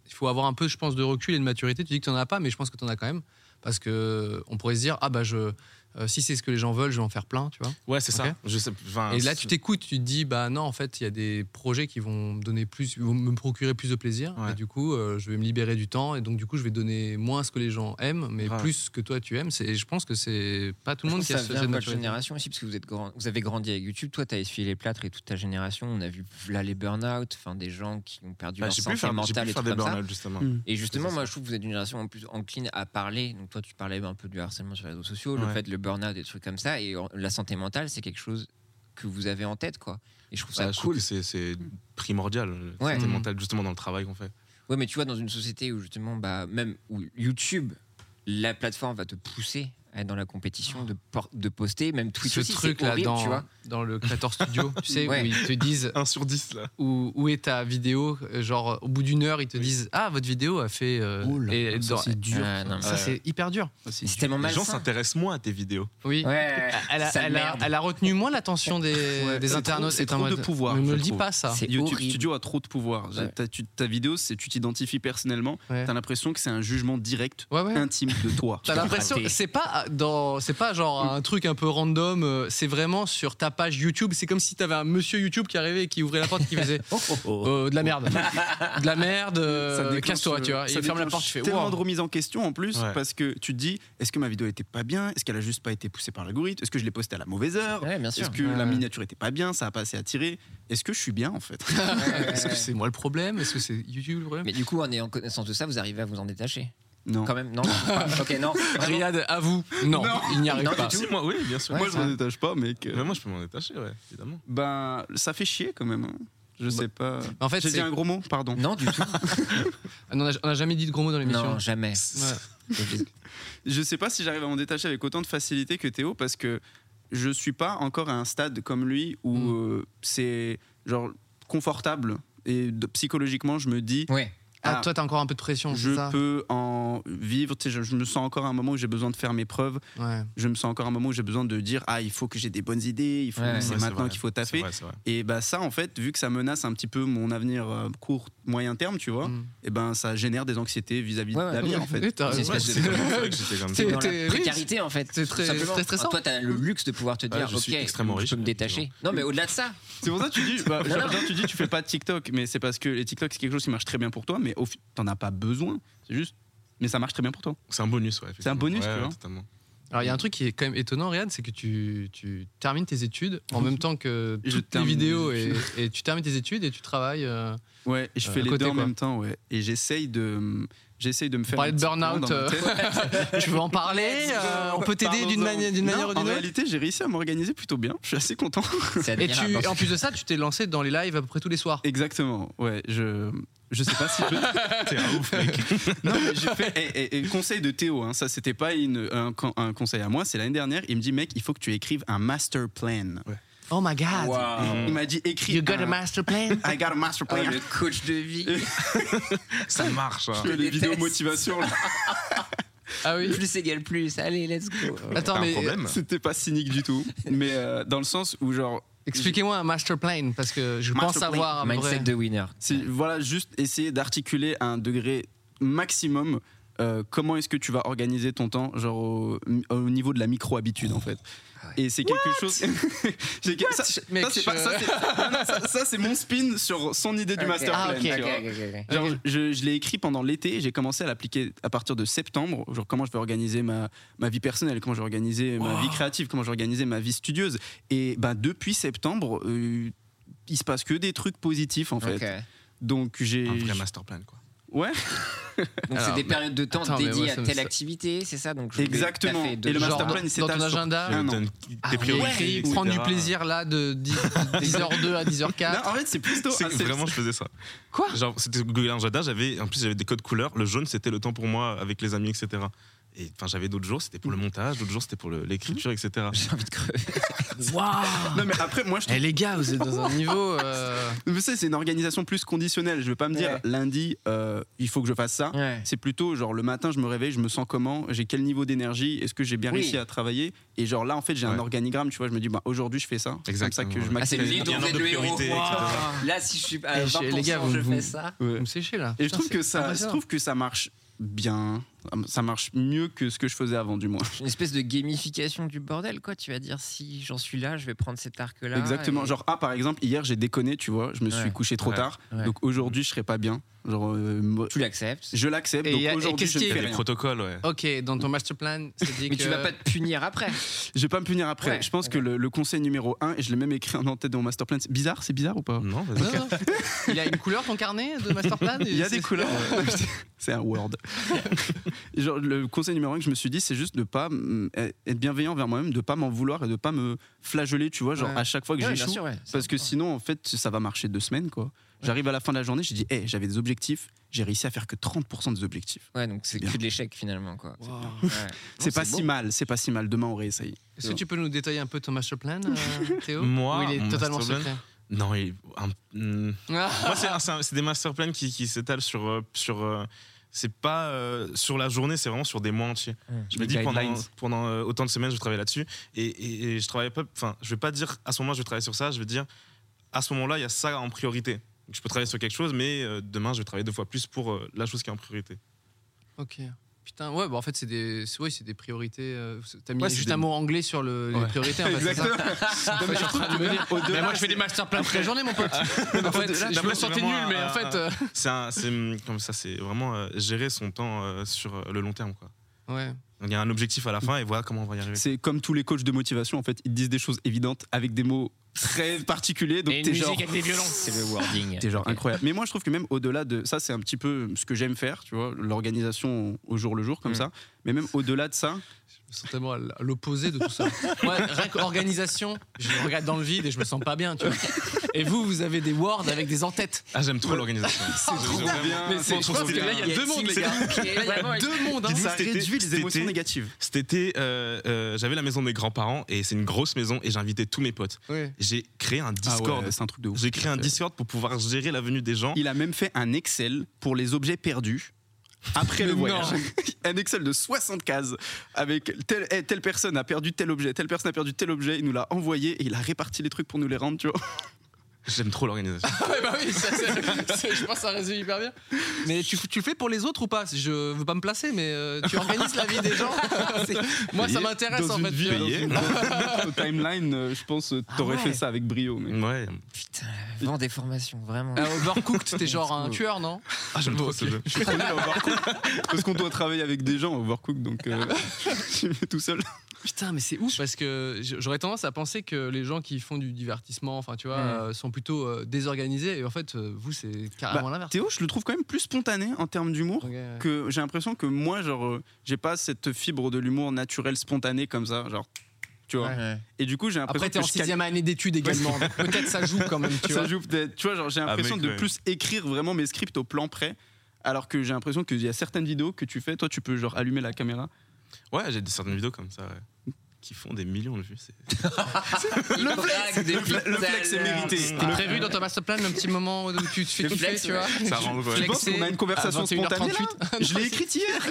B: il faut avoir un peu, je euh, pense, de recul et de maturité. Tu dis que tu n'en as pas, mais je pense que tu en as quand même. Parce que on pourrait se dire, ah bah je, euh, si c'est ce que les gens veulent, je vais en faire plein, tu vois.
C: Ouais, c'est
B: Ok.
C: ça. Je sais, enfin,
B: Et là, tu
C: c'est-
B: t'écoutes, tu te dis, bah non, en fait, il y a des projets qui vont me donner plus, vont me procurer plus de plaisir.
C: Ouais.
B: Et du coup, euh, je vais me libérer du temps. Et donc, du coup, je vais donner moins ce que les gens aiment, mais
C: Grave.
B: plus ce que toi tu aimes. C'est- Et je pense que c'est pas tout le monde qui
A: ça
B: a
A: vient
B: ce, cette
A: de votre
B: maturité.
A: génération aussi, parce que vous, êtes grand, vous avez grandi avec YouTube. Toi, tu as essuyé les plâtres et toute ta génération. On a vu là les burn-out, enfin, des gens qui ont perdu
C: Bah,
A: leur
C: j'ai
A: santé
C: pu faire, j'ai pu
A: mentale et
C: faire
A: tout
C: des
A: comme ça.
C: burn-out, justement.
D: Mm.
A: Et justement,
C: C'est
A: moi,
C: ça.
A: je trouve que vous êtes une génération en plus encline à parler. Donc, toi, tu parlais un peu du harcèlement sur les réseaux sociaux, le
C: Ouais.
A: fait, le burn-out, des trucs comme ça. Et en- la santé mentale, c'est quelque chose que vous avez en tête, quoi. Et je trouve ça
C: Bah, je trouve
A: cool.
C: que c'est- c'est primordial, la
A: Ouais.
C: santé
B: Mm.
C: mentale, justement, dans le travail qu'on fait.
A: Ouais, mais tu vois, dans une société où justement, bah, même où YouTube, la plateforme va te pousser à être dans la compétition, de, por- de poster, même Twitch
B: Ce
A: aussi, c'est
B: truc là
A: horrible,
B: dans,
A: tu vois.
B: dans le Creator Studio, tu sais,
A: Ouais.
B: où ils te disent
C: 1 sur 10, là.
B: où, où est ta vidéo. euh, Genre, au bout d'une heure, ils te disent, ah, votre vidéo a fait. euh,
D: Oh là
B: et
D: là, ça,
B: dans- euh,
D: c'est dur.
A: Ah, non, mais
C: Euh,
B: ça, c'est hyper dur.
D: c'est
A: C'est
D: dur.
A: tellement
C: Ah, Les gens
A: malsain.
C: s'intéressent moins à tes vidéos.
B: Oui.
A: Ouais,
B: Elle a,
A: sale
B: elle a-
A: merde.
B: elle a retenu moins l'attention des, des
D: c'est
B: internautes.
D: Euh, trop- c'est
B: T'es en
D: trop de
B: mode,
D: pouvoir,
B: Mais
D: je
B: me le dis
D: trouve.
B: pas ça.
A: C'est
D: YouTube
A: horrible.
D: Studio a trop de pouvoir.
A: Ouais.
D: Ta, tu- ta vidéo, c'est tu t'identifies personnellement.
B: Ouais.
D: T'as l'impression que c'est un jugement direct,
B: Ouais, ouais.
D: intime de toi.
B: T'as l'impression
A: raté.
B: c'est pas euh, dans c'est pas genre
A: Mm.
B: un truc un peu random euh, c'est vraiment sur ta page YouTube c'est comme si t'avais un monsieur YouTube qui arrivait et qui ouvrait la porte et qui faisait
A: Oh,
B: Euh, de la merde de la merde euh,
D: Ça déclenche,
B: casse-toi tu vois
D: ça
B: il ferme la
D: déclenche
B: porte tu fais
D: tellement
B: wow.
D: de remise en question en plus
C: Ouais.
D: parce que tu te dis est-ce que ma vidéo était pas bien est-ce qu'elle a juste pas été poussée par l'algorithme est-ce que je l'ai postée à la mauvaise heure
A: Ouais, bien sûr.
D: est-ce que
B: Ouais.
D: la miniature était pas bien ça a pas assez attiré est-ce que je suis bien en fait
B: Ah, est-ce que c'est moi le problème est-ce que c'est YouTube le problème
A: Mais du coup, en ayant connaissance de ça, vous arrivez à vous en détacher.
D: non
A: Quand même, non Ok, non. Vraiment.
B: Riyad à vous non, il n'y arrive
A: Non,
B: pas
A: du tout.
C: Si, moi, oui, bien sûr.
D: moi
C: Ouais,
D: je m'en détache pas mec
C: Mais moi, je peux m'en détacher, ouais, évidemment.
D: ben ça fait chier quand même hein. je sais pas
B: Bah, en fait
D: j'ai
B: c'est-
D: dit un gros mot pardon
A: Non, du tout.
B: Ah non, on, a, on a jamais dit de gros mots dans l'émission
A: Non, jamais.
B: Ouais.
D: je sais pas si j'arrive à m'en détacher avec autant de facilité que Théo parce que je suis pas encore à un stade comme lui où
B: Mm.
D: euh, c'est genre confortable et de- psychologiquement je me dis
A: Ouais.
B: ah,
D: Ah,
B: toi t'as encore un peu de pression c'est
D: je
B: ça
D: peux en vivre. Tu sais, je, je me sens encore à un moment où j'ai besoin de faire mes preuves.
B: ouais.
D: Je me sens encore à un moment où j'ai besoin de dire ah il faut que j'ai des bonnes idées. Il faut
A: Ouais,
D: c'est
C: Ouais,
D: maintenant
C: vrai.
D: qu'il faut
C: C'est
D: taper.
C: vrai, c'est vrai.
D: Et bah ça en fait vu que ça menace un petit peu mon avenir euh, court moyen terme tu vois.
B: Mm.
D: Et ben ça génère des anxiétés vis-à-vis
A: Ouais,
D: de
A: ouais.
D: l'avenir en
B: Oui,
D: fait.
B: t'as
A: C'est
B: raison.
A: espèce de-
C: C'est vrai que j'étais comme ça.
B: T'es-
A: Dans
B: t'es
A: la
B: riche.
A: précarité, en fait.
B: C'est
A: tout
B: très-
A: simplement.
B: très stressant.
A: Toi, t'as le luxe de pouvoir te dire,
C: je suis
A: ok,
C: extrêmement riche,
A: je peux me détacher. Non, mais au-delà de ça,
D: C'est pour ça que tu dis bah,
A: Non, non.
D: genre, tu dis tu fais pas de TikTok mais c'est parce que les TikTok c'est quelque chose qui marche très bien pour toi mais au fi- t'en as pas besoin. C'est juste mais ça marche très bien pour toi.
C: C'est un bonus, ouais. effectivement.
D: bonus,
C: Ouais,
D: tu vois.
C: ouais, totalement.
B: Alors il y a un truc qui est quand même étonnant, Ryan, c'est que tu, tu termines tes études en même temps que
D: Et je
B: toutes tes
D: termine mes
B: vidéos et, et tu termines tes études et tu travailles. euh,
D: Ouais, et je
B: Euh,
D: fais
B: à
D: les
B: côté,
D: deux en
B: quoi.
D: même temps, ouais. Et j'essaye de, j'essaye de me faire.
B: parlait
D: un
B: de
D: petit plan
B: burn-out,
D: dans ma tête.
B: tu veux en parler euh, On peut t'aider d'une manière, d'une
D: Non,
B: manière ou
D: En
B: d'une autre.
D: réalité, j'ai réussi à m'organiser plutôt bien. Je suis assez content.
A: c'est
B: Et tu,
A: admirable.
B: en plus de ça, tu t'es lancé dans les lives à peu près tous les soirs.
D: Exactement. Ouais, je. Je sais pas si je...
C: T'es un ouf, mec.
D: Non, mais j'ai fait. Et, et- et conseil de Théo, hein, ça c'était pas une- un, con- un conseil à moi, c'est l'année dernière, il me dit mec, il faut que tu écrives un master plan.
B: Oh my god
C: Mm.
D: Il m'a dit écris.
B: You got
D: un-
B: a master plan
D: I got a master
A: Oh,
D: plan.
C: Ah,
A: le coach de vie.
C: Ça marche. hein.
D: Je fais les vidéos
A: déteste.
D: motivation. là.
B: Ah oui
A: Plus égale plus. Allez, let's go.
B: Attends,
C: T'as un
B: mais
C: problème
D: C'était pas cynique du tout, mais euh, dans le sens où genre
B: expliquez-moi un master plan parce que euh, je pense
D: Master plan.
B: avoir un vrai.
A: Mindset de winner.
D: C'est voilà, juste essayer d'articuler à un degré maximum euh, comment est-ce que tu vas organiser ton temps, genre au, au niveau de la micro-habitude en fait.
A: Ah
D: Et c'est quelque chose. J'ai- ça, ça,
B: Mec,
D: c'est
B: je-
D: pas- ça, c'est- non, non, ça- ça, c'est mon spin sur son idée du master plan.
A: Ah, ok,
D: tu vois.
A: ok, ok, ok.
D: Genre, je, je l'ai écrit pendant l'été, j'ai commencé à l'appliquer à partir de septembre. Genre, comment je vais organiser ma, ma vie personnelle, comment je vais organiser ma vie créative, comment je vais organiser ma vie studieuse. Et bah, depuis septembre, euh, il se passe que des trucs positifs en fait.
A: Ok.
D: Donc j'ai.
C: Un vrai master plan, quoi.
D: Ouais,
A: Donc c'est
B: Alors,
A: des périodes de temps
B: attends, mais
A: dédiées
B: moi,
A: à
B: ça me-
A: telle
B: ça-
A: activité, c'est ça donc je vais
D: Exactement.
A: taffer deux
D: Et le
A: jours.
D: master
B: Genre
D: plan, il
B: dans
D: s'étonne
B: ton agenda,
D: Ah, non.
C: Donne
A: Ah,
C: tes priorités,
A: ouais.
C: etc.
B: prendre du plaisir là de 10h02 à 10h04.
D: Non, en fait, c'est plutôt.
C: C'est
D: ah,
C: que
D: c'est-
C: vraiment, je faisais ça.
B: Quoi
C: Genre, c'était Google Agenda, j'avais, en plus, j'avais des codes couleurs. Le jaune, c'était le temps pour moi avec les amis, etc. Et enfin, j'avais d'autres jours, c'était pour le montage, d'autres jours, c'était pour le- l'écriture, etc.
A: J'ai envie de crever.
D: Non, mais après, moi, je
B: Eh
D: trouve.
B: les gars, vous êtes dans un niveau. euh,
D: Mais ça, c'est une organisation plus conditionnelle. Je vais pas me dire
A: Ouais.
D: lundi, euh, il faut que je fasse ça.
A: Ouais.
D: C'est plutôt genre le matin, je me réveille, je me sens comment, j'ai quel niveau d'énergie, est-ce que j'ai bien
A: Oui.
D: réussi à travailler. Et genre là, en fait, j'ai un
C: Ouais.
D: organigramme, tu vois, je me dis, bah, aujourd'hui, je fais ça. C'est comme ça
C: Exactement,
D: que je
C: ouais.
A: Ah, c'est
D: m'active.
A: le livre
C: Il y a un
A: dont
C: ordre
A: vous êtes
C: de
A: le héros.
C: priorité, etc.
A: Là, si je suis à
B: Eh, chez-
A: 20%,
B: les gars, vous-
A: je
B: vous-
A: fais ça.
B: Vous me séchez là.
D: Et je
B: Putain,
D: trouve
B: c'est
D: que ça, je
B: impressionnant.
D: trouve que ça marche bien. Hum, Ça marche mieux que ce que je faisais avant, du moins.
A: Une espèce de gamification du bordel, quoi. Tu vas dire si j'en suis là, je vais prendre cet arc-là.
D: Exactement.
A: et-
D: Genre, ah, par exemple, hier, j'ai déconné, tu vois, je me suis
A: Ouais.
D: couché trop
C: Ouais.
D: tard.
A: Ouais.
D: Donc aujourd'hui, je serais pas bien. Genre, euh, moi-
A: tu l'acceptes.
D: je l'accepte.
B: Et
D: Donc
B: y a- et
D: aujourd'hui,
B: qu'est-ce
D: je ne
B: qui est-
C: Il y
D: fais
C: a des
D: rien.
C: protocoles, ouais.
B: Ok, dans ton master plan, c'est dit
A: Mais
B: que.
A: tu vas pas te punir après.
D: Je vais pas me punir après.
A: Ouais.
D: Je pense que le, le conseil numéro un, et je l'ai même écrit en tête dans mon master plan, c'est bizarre, c'est bizarre ou pas
C: Non, vas-y.
B: Non, non. Il a une couleur ton carnet de master plan
D: Il y a
B: C'est-
D: des couleurs. c'est un word. Genre, le conseil numéro un que je me suis dit, c'est juste de pas mm, être bienveillant vers moi-même, de pas m'en vouloir et de pas me flageoler, tu vois, genre
A: Ouais.
D: à chaque fois que
A: Ouais, bien
D: j'échoue.
A: sûr, ouais.
D: Parce que sinon, en fait, ça va marcher deux semaines, quoi. J'arrive à la fin de la journée, j'ai dit, hé, j'avais des objectifs, j'ai réussi à faire que 30% des objectifs.
A: Ouais, donc c'est
D: Bien.
A: que de l'échec finalement, quoi. Ouais. Non,
D: C'est pas
A: beau.
D: si mal, c'est pas si mal. Demain, on réessaye.
B: Est-ce que tu peux nous détailler un peu ton master plan, euh, Théo
C: Moi,
B: Ou il est
C: mon
B: totalement
C: master plan
B: secret
C: Non, il- un- hmm.
B: Ah,
C: Moi, c'est un- c'est un- c'est des masterplans qui, qui s'étalent sur. euh, sur euh, c'est pas euh, sur la journée, c'est vraiment sur des mois entiers.
A: Ouais.
C: Je me
D: Des
C: dis pendant,
D: guidelines.
C: pendant euh, autant de semaines, je travaille là-dessus. Et, et- et je travaille pas. Enfin, je vais pas dire à ce moment-là, je vais travailler sur ça. Je vais dire à ce moment-là, il y a ça en priorité. Donc, je peux travailler sur quelque chose, mais euh, demain, je vais travailler deux fois plus pour euh, la chose qui est en priorité.
B: Ok. Putain, ouais, bah en fait, c'est des, c'est- ouais, c'est des priorités. euh, c'est- T'as mis
D: Ouais, c'est
B: juste
D: des-
B: un mot anglais sur le, les
D: Ouais.
B: priorités, en fait. c'est ça
D: Non, mais surtout,
B: mais moi, je fais des master plans toute la journée, mon pote. en fait, je me
C: d'abord,
B: sentais
C: c'est
B: nul,
C: vraiment
B: mais
C: un-
B: en fait. euh,
C: C'est un- c'est, hum, comme ça, c'est vraiment euh, gérer son temps euh, sur euh, le long terme. Quoi.
B: Ouais.
C: Donc, il y a un objectif à la fin et voilà comment on va y arriver.
D: C'est comme tous les coachs de motivation, en fait, ils te disent des choses évidentes avec des mots très particuliers. Donc
A: Et une
D: t'es
A: musique
D: genre,
A: avec des violons. C'est le wording.
D: T'es genre incroyable. Mais moi, je trouve que même au-delà de ça, c'est un petit peu ce que j'aime faire, tu vois, l'organisation au jour le jour comme
A: Mm.
D: ça. Mais même au-delà de ça,
B: Je me sens tellement à l- à l'opposé de tout ça. Moi, rien qu'organisation, je me regarde dans le vide et je me sens pas bien, tu vois. Et vous, vous avez des words avec des entêtes. Oh,
C: Ah, j'aime trop l'organisation.
D: Mais c'est- je pense que là, il y a
B: deux mondes, les gars. Il y a deux mondes, hein.
D: ça
C: cet été-
D: réduit les
C: cet
D: émotions
C: été-
D: négatives.
C: Cet été, euh, euh, j'avais la maison de mes grands-parents et c'est une grosse maison et j'ai invité tous mes potes.
B: Ouais.
C: J'ai créé un Discord.
D: Ah c'est un truc de ouf.
C: j'ai créé un Discord pour pouvoir gérer la venue des gens.
D: Il a même fait un Excel pour les objets perdus. Après le
B: Mais non.
D: voyage, un Excel de 60 cases avec telle, eh, telle personne a perdu tel objet, telle personne a perdu tel objet, il nous l'a envoyé et il a réparti les trucs pour nous les rendre, tu vois.
C: J'aime trop l'organisation.
B: Ah ouais, bah oui, ça, c'est- c'est- je pense que ça résume hyper bien. Mais tu, tu le fais pour les autres ou pas Je veux pas me placer, mais euh, tu organises la vie des gens. C'est- Moi, ça
D: Payé
B: m'intéresse
D: dans
B: en
D: une
B: fait.
D: vie,
B: tu vois.
C: payé.
D: Au timeline, euh, je pense,
B: Ah
D: euh, t'aurais
A: ouais.
D: fait ça avec brio. mais-
C: Ouais.
A: Putain, vend Euh, des formations, vraiment.
B: Euh, Overcooked, t'es genre un tueur, non
C: Ah, j'aime trop ce jeu.
D: Je suis très nul à Overcook. Parce qu'on doit travailler avec des gens à Overcook, donc euh, je vais tout seul.
B: Putain, mais c'est ouf parce que j- j'aurais tendance à penser que les gens qui font du divertissement, enfin tu vois,
A: Ouais.
B: euh, sont plutôt euh, désorganisés et en fait euh, vous c'est carrément
D: Bah,
B: l'inverse.
D: Théo, je le trouve quand même plus spontané en termes d'humour.
B: Ok, ouais.
D: Que j'ai l'impression que moi, genre, euh, j'ai pas cette fibre de l'humour naturel spontané comme ça, genre, tu vois.
A: Ouais.
D: Et du coup, j'ai l'impression
B: Après t'es en
D: que je
B: sixième année d'études également, donc peut-être ça joue quand même. Tu
D: ça
B: vois.
D: joue peut-être. Tu vois, genre, j'ai l'impression
C: Ah, mec,
D: de
C: ouais.
D: plus écrire vraiment mes scripts au plan près. Alors que j'ai l'impression qu'il y a certaines vidéos que tu fais, toi tu peux genre allumer la caméra.
C: Ouais, j'ai des certaines vidéos comme ça ouais, qui font des millions de vues. c'est-
A: Le flex,
D: le flex est mérité.
B: T'es prévu dans ton master plan le petit moment où tu te fais
A: Le
B: kiffer,
A: flex,
B: tu
A: ouais.
B: vois.
C: Ça rend
D: Tu penses
B: Flexer
D: qu'on a une
B: à
D: conversation
B: 21h38.
D: spontanée là Je l'ai écrite hier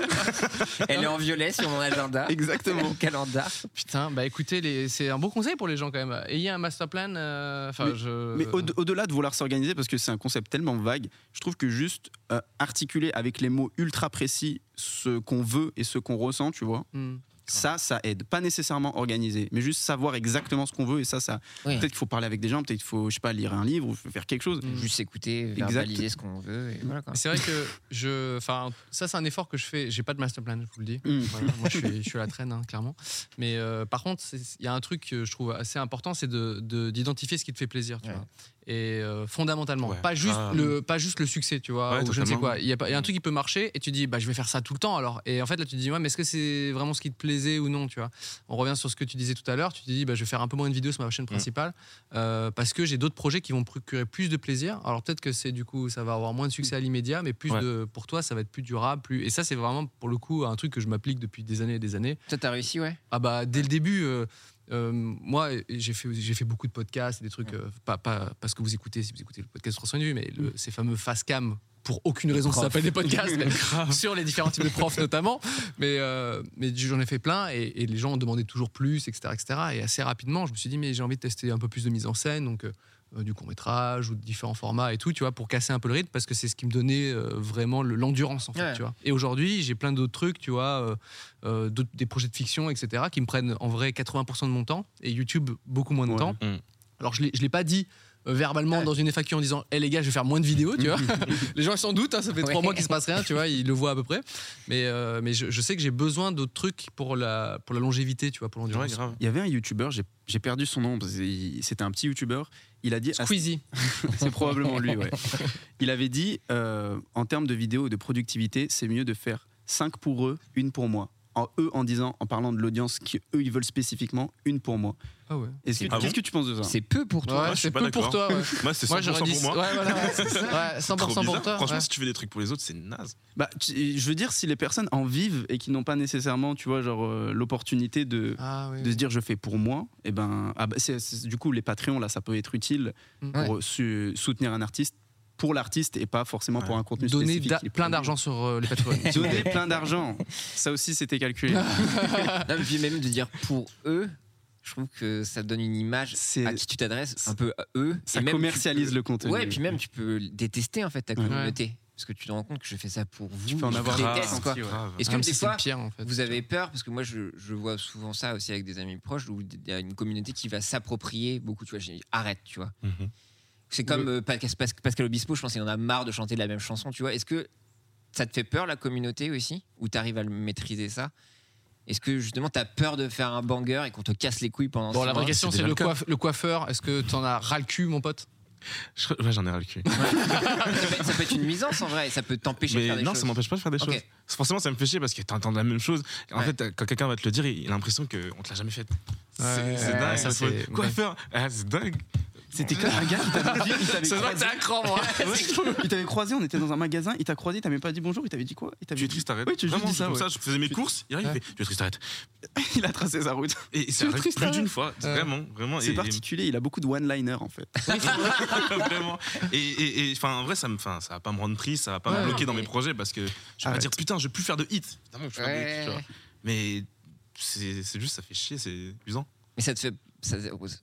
A: Elle est en violet sur mon agenda.
D: Exactement.
A: Mon calendar.
B: Putain, bah écoutez, les- c'est un bon conseil pour les gens quand même. Ayez un master plan. euh, Enfin, je.
D: Mais au- au-delà de vouloir s'organiser, parce que c'est un concept tellement vague, je trouve que juste euh, articuler avec les mots ultra précis ce qu'on veut et ce qu'on ressent, tu vois,
B: Hmm.
D: ça, ça aide. Pas nécessairement organiser, mais juste savoir exactement ce qu'on veut et ça, ça.
A: Oui.
D: Peut-être qu'il faut parler avec des gens, peut-être qu'il faut, je sais pas, lire un livre ou faire quelque chose.
A: Juste écouter,
D: Exact.
A: verbaliser ce qu'on veut. Et voilà, quoi.
B: C'est vrai que je. Enfin, ça, c'est un effort que je fais. J'ai pas de master plan, je vous le dis.
D: Mm.
B: Voilà, moi, je suis, je suis à la traîne, hein, clairement. Mais euh, par contre, c'est- il y a un truc que je trouve assez important, c'est de- de- d'identifier ce qui te fait plaisir, tu
A: Ouais.
B: vois. Et euh, fondamentalement,
C: Ouais.
B: pas, juste
C: Ah.
B: le, pas juste le succès, tu vois,
C: Ouais,
B: ou je ne sais
C: totalement.
B: quoi. Il y, a pas- il y a un truc qui peut marcher et tu dis, bah, je vais faire ça tout le temps alors. Et en fait, là, tu te dis, ouais, mais est-ce que c'est vraiment ce qui te plaisait ou non, tu vois. On revient sur ce que tu disais tout à l'heure. Tu te dis, bah, je vais faire un peu moins de vidéos sur ma
A: Mmh.
B: chaîne principale euh, parce que j'ai d'autres projets qui vont me procurer plus de plaisir. Alors peut-être que c'est du coup, ça va avoir moins de succès à l'immédiat, mais plus
C: Ouais.
B: de, pour toi, ça va être plus durable. Plus... Et ça, c'est vraiment pour le coup un truc que je m'applique depuis des années et des années.
A: Toi, t'as réussi, ouais.
B: Ah bah dès le début, euh, euh, moi j'ai fait, j'ai fait beaucoup de podcasts, et des trucs, euh, pas, pas parce que vous écoutez, si vous écoutez le podcast 300 vues, mais le- ces fameux face cam. Pour aucune raison, ça
A: profs.
B: s'appelle des podcasts, mais sur les différents types de profs notamment. Mais, euh, mais j'en ai fait plein et, et les gens en demandaient toujours plus, etc., etc. Et assez rapidement, je me suis dit, mais j'ai envie de tester un peu plus de mise en scène. Donc, euh, euh, du court-métrage ou de différents formats et tout, tu vois, pour casser un peu le rythme parce que c'est ce qui me donnait euh, vraiment le- l'endurance, en fait,
A: Ouais.
B: tu vois. Et aujourd'hui, j'ai plein d'autres trucs, tu vois, euh, euh, d'autres- des projets de fiction, etc., qui me prennent en vrai 80% de mon temps et YouTube beaucoup moins de
D: Ouais.
B: temps.
C: Mm.
B: Alors, je ne l'ai pas dit euh, verbalement dans une FAQ en disant Eh les gars, je vais faire moins de vidéos, tu vois. les gens ils s'en doutent, hein, ça fait trois
A: Ouais.
B: mois qu'il se passe rien, tu vois, ils le voient à peu près. Mais, euh, mais je, je sais que j'ai besoin d'autres trucs pour la, pour la longévité, tu vois, pour
C: Ouais,
B: l'endurance.
C: grave.
D: Il y avait un youtubeur, j'ai- j'ai perdu son nom, parce que il- c'était un petit youtubeur. Il a dit, à-
B: Squeezie.
D: c'est probablement lui, ouais. Il avait dit, euh, en termes de vidéo et de productivité, c'est mieux de faire 5 pour eux, une pour moi. En eux, en disant, en parlant de l'audience qu'eux, ils veulent spécifiquement, une pour moi.
B: Ah ouais.
D: Est-ce que-
C: Ah bon
D: Qu'est-ce que tu penses de ça
A: C'est peu pour toi.
C: Ouais, je suis
B: c'est
C: pas
B: peu pour
C: d'accord.
B: toi. ouais.
C: Moi, c'est 100%
B: Moi j'aurais dit
C: pour moi.
B: ouais, voilà, ouais, c'est ça. Ouais,
C: Trop
B: 100% pour
C: bizarre.
B: toi.
C: Franchement,
B: ouais.
C: si tu fais des trucs pour les autres, c'est naze.
D: Bah, tu- je veux dire, si les personnes en vivent et qui n'ont pas nécessairement, tu vois, genre euh, l'opportunité de,
B: Ah oui.
D: de se dire je fais pour moi, et ben, ah bah, c'est- c'est- du coup, les Patreons, là, ça peut être utile
A: Mm.
D: pour euh, su- soutenir un artiste pour l'artiste et pas forcément pour un contenu
B: Donner
D: spécifique
B: da-
D: qui est
B: plein
D: produit.
B: d'argent sur euh, les patrons.
D: Donner plein d'argent, ça aussi c'était calculé.
A: Non, mais puis même de dire pour
B: Euh,
A: eux, je trouve que ça donne une image
D: C'est-
A: à qui tu t'adresses, un peu à eux.
D: Ça
A: Et même,
D: commercialise
A: tu peux-
D: le contenu.
A: Ouais, et puis même tu peux détester en fait ta
D: Ouais.
A: communauté. Parce que tu te rends compte que je fais ça pour vous.
D: peux en
A: je
D: avoir
A: vous
D: un
A: déteste,
D: ressenti,
A: quoi.
D: ouais.
C: Grave.
A: Est-ce que
B: Ah, mais
A: des
B: c'est
A: fois,
B: pire en fait.
A: vous avez peur Parce que moi, je, je vois souvent ça aussi avec des amis proches où il y a une communauté qui va s'approprier beaucoup. Tu vois, j'ai dit, arrête, tu vois.
C: Mhm.
A: C'est comme euh, Pas- Pas- Pascal Obispo, je pense qu'il en a marre de chanter la même chanson, tu vois. Est-ce que ça te fait peur, la communauté aussi Ou t'arrives à le maîtriser, ça Est-ce que justement, t'as peur de faire un banger et qu'on te casse les couilles pendant
B: Bon,
A: six
B: la vraie
A: mois
B: question c'est le, coif- le coiffeur. Est-ce que t'en as ras le cul, mon pote
C: Je- Ouais, j'en ai ras le cul.
A: ça peut, être, ça peut être une nuisance en vrai,
B: Eh,
A: et ça peut t'empêcher de faire
C: Mais
A: des
C: non,
A: choses.
C: ça m'empêche pas de faire des
A: Ok.
C: choses. C'est- Forcément, ça me fait chier parce que t'entends la même chose. Et En
A: Ouais.
C: fait, quand quelqu'un va te le dire, il il a l'impression qu'on te l'a jamais faite. C'est
B: Ouais,
C: c'est
B: ouais, ça,
C: dingue. Ça se fait-
B: c'est-
C: Quoi
B: ouais.
C: faire Ah, C'est dingue.
D: C'était comme un gars qui t'avait dit, il t'avait
B: Ça se voit que
D: croisé,
B: t'es un cran, moi.
D: il t'avait croisé, on était dans un magasin, il t'a croisé, il t'a même pas dit bonjour, il t'avait dit quoi Il t'avait
C: Tu es
D: dit-
C: triste, arrête.
D: Oui, tu as juste
C: Vraiment,
D: dit
C: je-
D: ça.
C: comme
D: ouais.
C: ça, je faisais mes courses. Il arrive, il fait Tu es triste, arrête.
D: Il a tracé sa route.
C: Et ça arrive
B: triste,
C: plus
B: arrête.
C: d'une fois.
B: Ouais.
C: Vraiment, vraiment.
D: hein C'est
C: Et-
D: particulier, il a beaucoup de one-liners en fait.
C: vraiment. Et, et, et, enfin, en vrai, ça me, enfin, ça va pas me rendre triste, ça va pas
B: Ouais.
C: me bloquer dans mes projets parce que je vais pas
D: Arrête.
C: dire putain, je vais plus faire de hits. Évidemment que je vais faire de
A: Ouais.
C: hits, tu vois. Mais c'est c'est juste, ça fait chier, c'est usant.
A: Mais ça te fait. ça-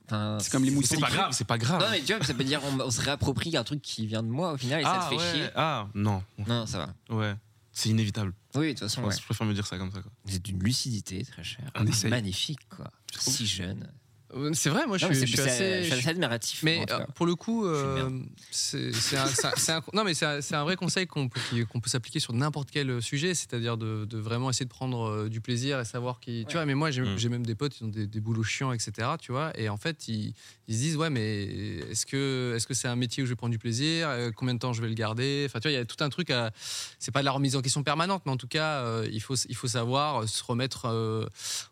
A: enfin,
D: C'est comme les
C: C'est
D: moustiques.
C: pas grave, c'est pas grave.
A: Non, mais tu vois, ça peut dire on, on se réapproprie un truc qui vient de moi au final et ça
C: ah,
A: te fait
C: ouais.
A: chier.
C: Ah, non,
A: Non, non, ça va.
C: ouais. C'est inévitable.
A: Oui, de toute façon,
C: Enfin, Je préfère me dire ça comme ça. Quoi.
A: vous êtes d'une lucidité très chère.
D: On essaye.
A: Magnifique, quoi. Si jeune.
B: Euh, C'est vrai, moi je
A: Non, mais
B: suis
A: c'est-
B: je suis
A: c'est-
B: assez.
A: je suis assez admiratif.
B: Mais
A: en tout
B: euh,
A: cas.
B: pour le coup,
A: Je suis
B: euh, c'est c'est un, c'est un- c'est un- non, mais c'est un, c'est un vrai conseil qu'on peut, qui- qu'on peut s'appliquer sur n'importe quel euh, sujet, c'est-à-dire de, de vraiment essayer de prendre euh, du plaisir et savoir qui. Tu vois, mais moi j'ai
C: Mm.
B: j'ai même des potes, ils ont des, des boulots chiants, etc. Tu vois, et en fait ils, ils se disent ouais, mais est-ce que est-ce que c'est un métier où je vais prendre du plaisir Euh, Combien de temps je vais le garder Enfin, tu vois, il y a tout un truc. à- C'est pas de la remise en question permanente, mais en tout cas, euh, il faut il faut savoir se remettre euh,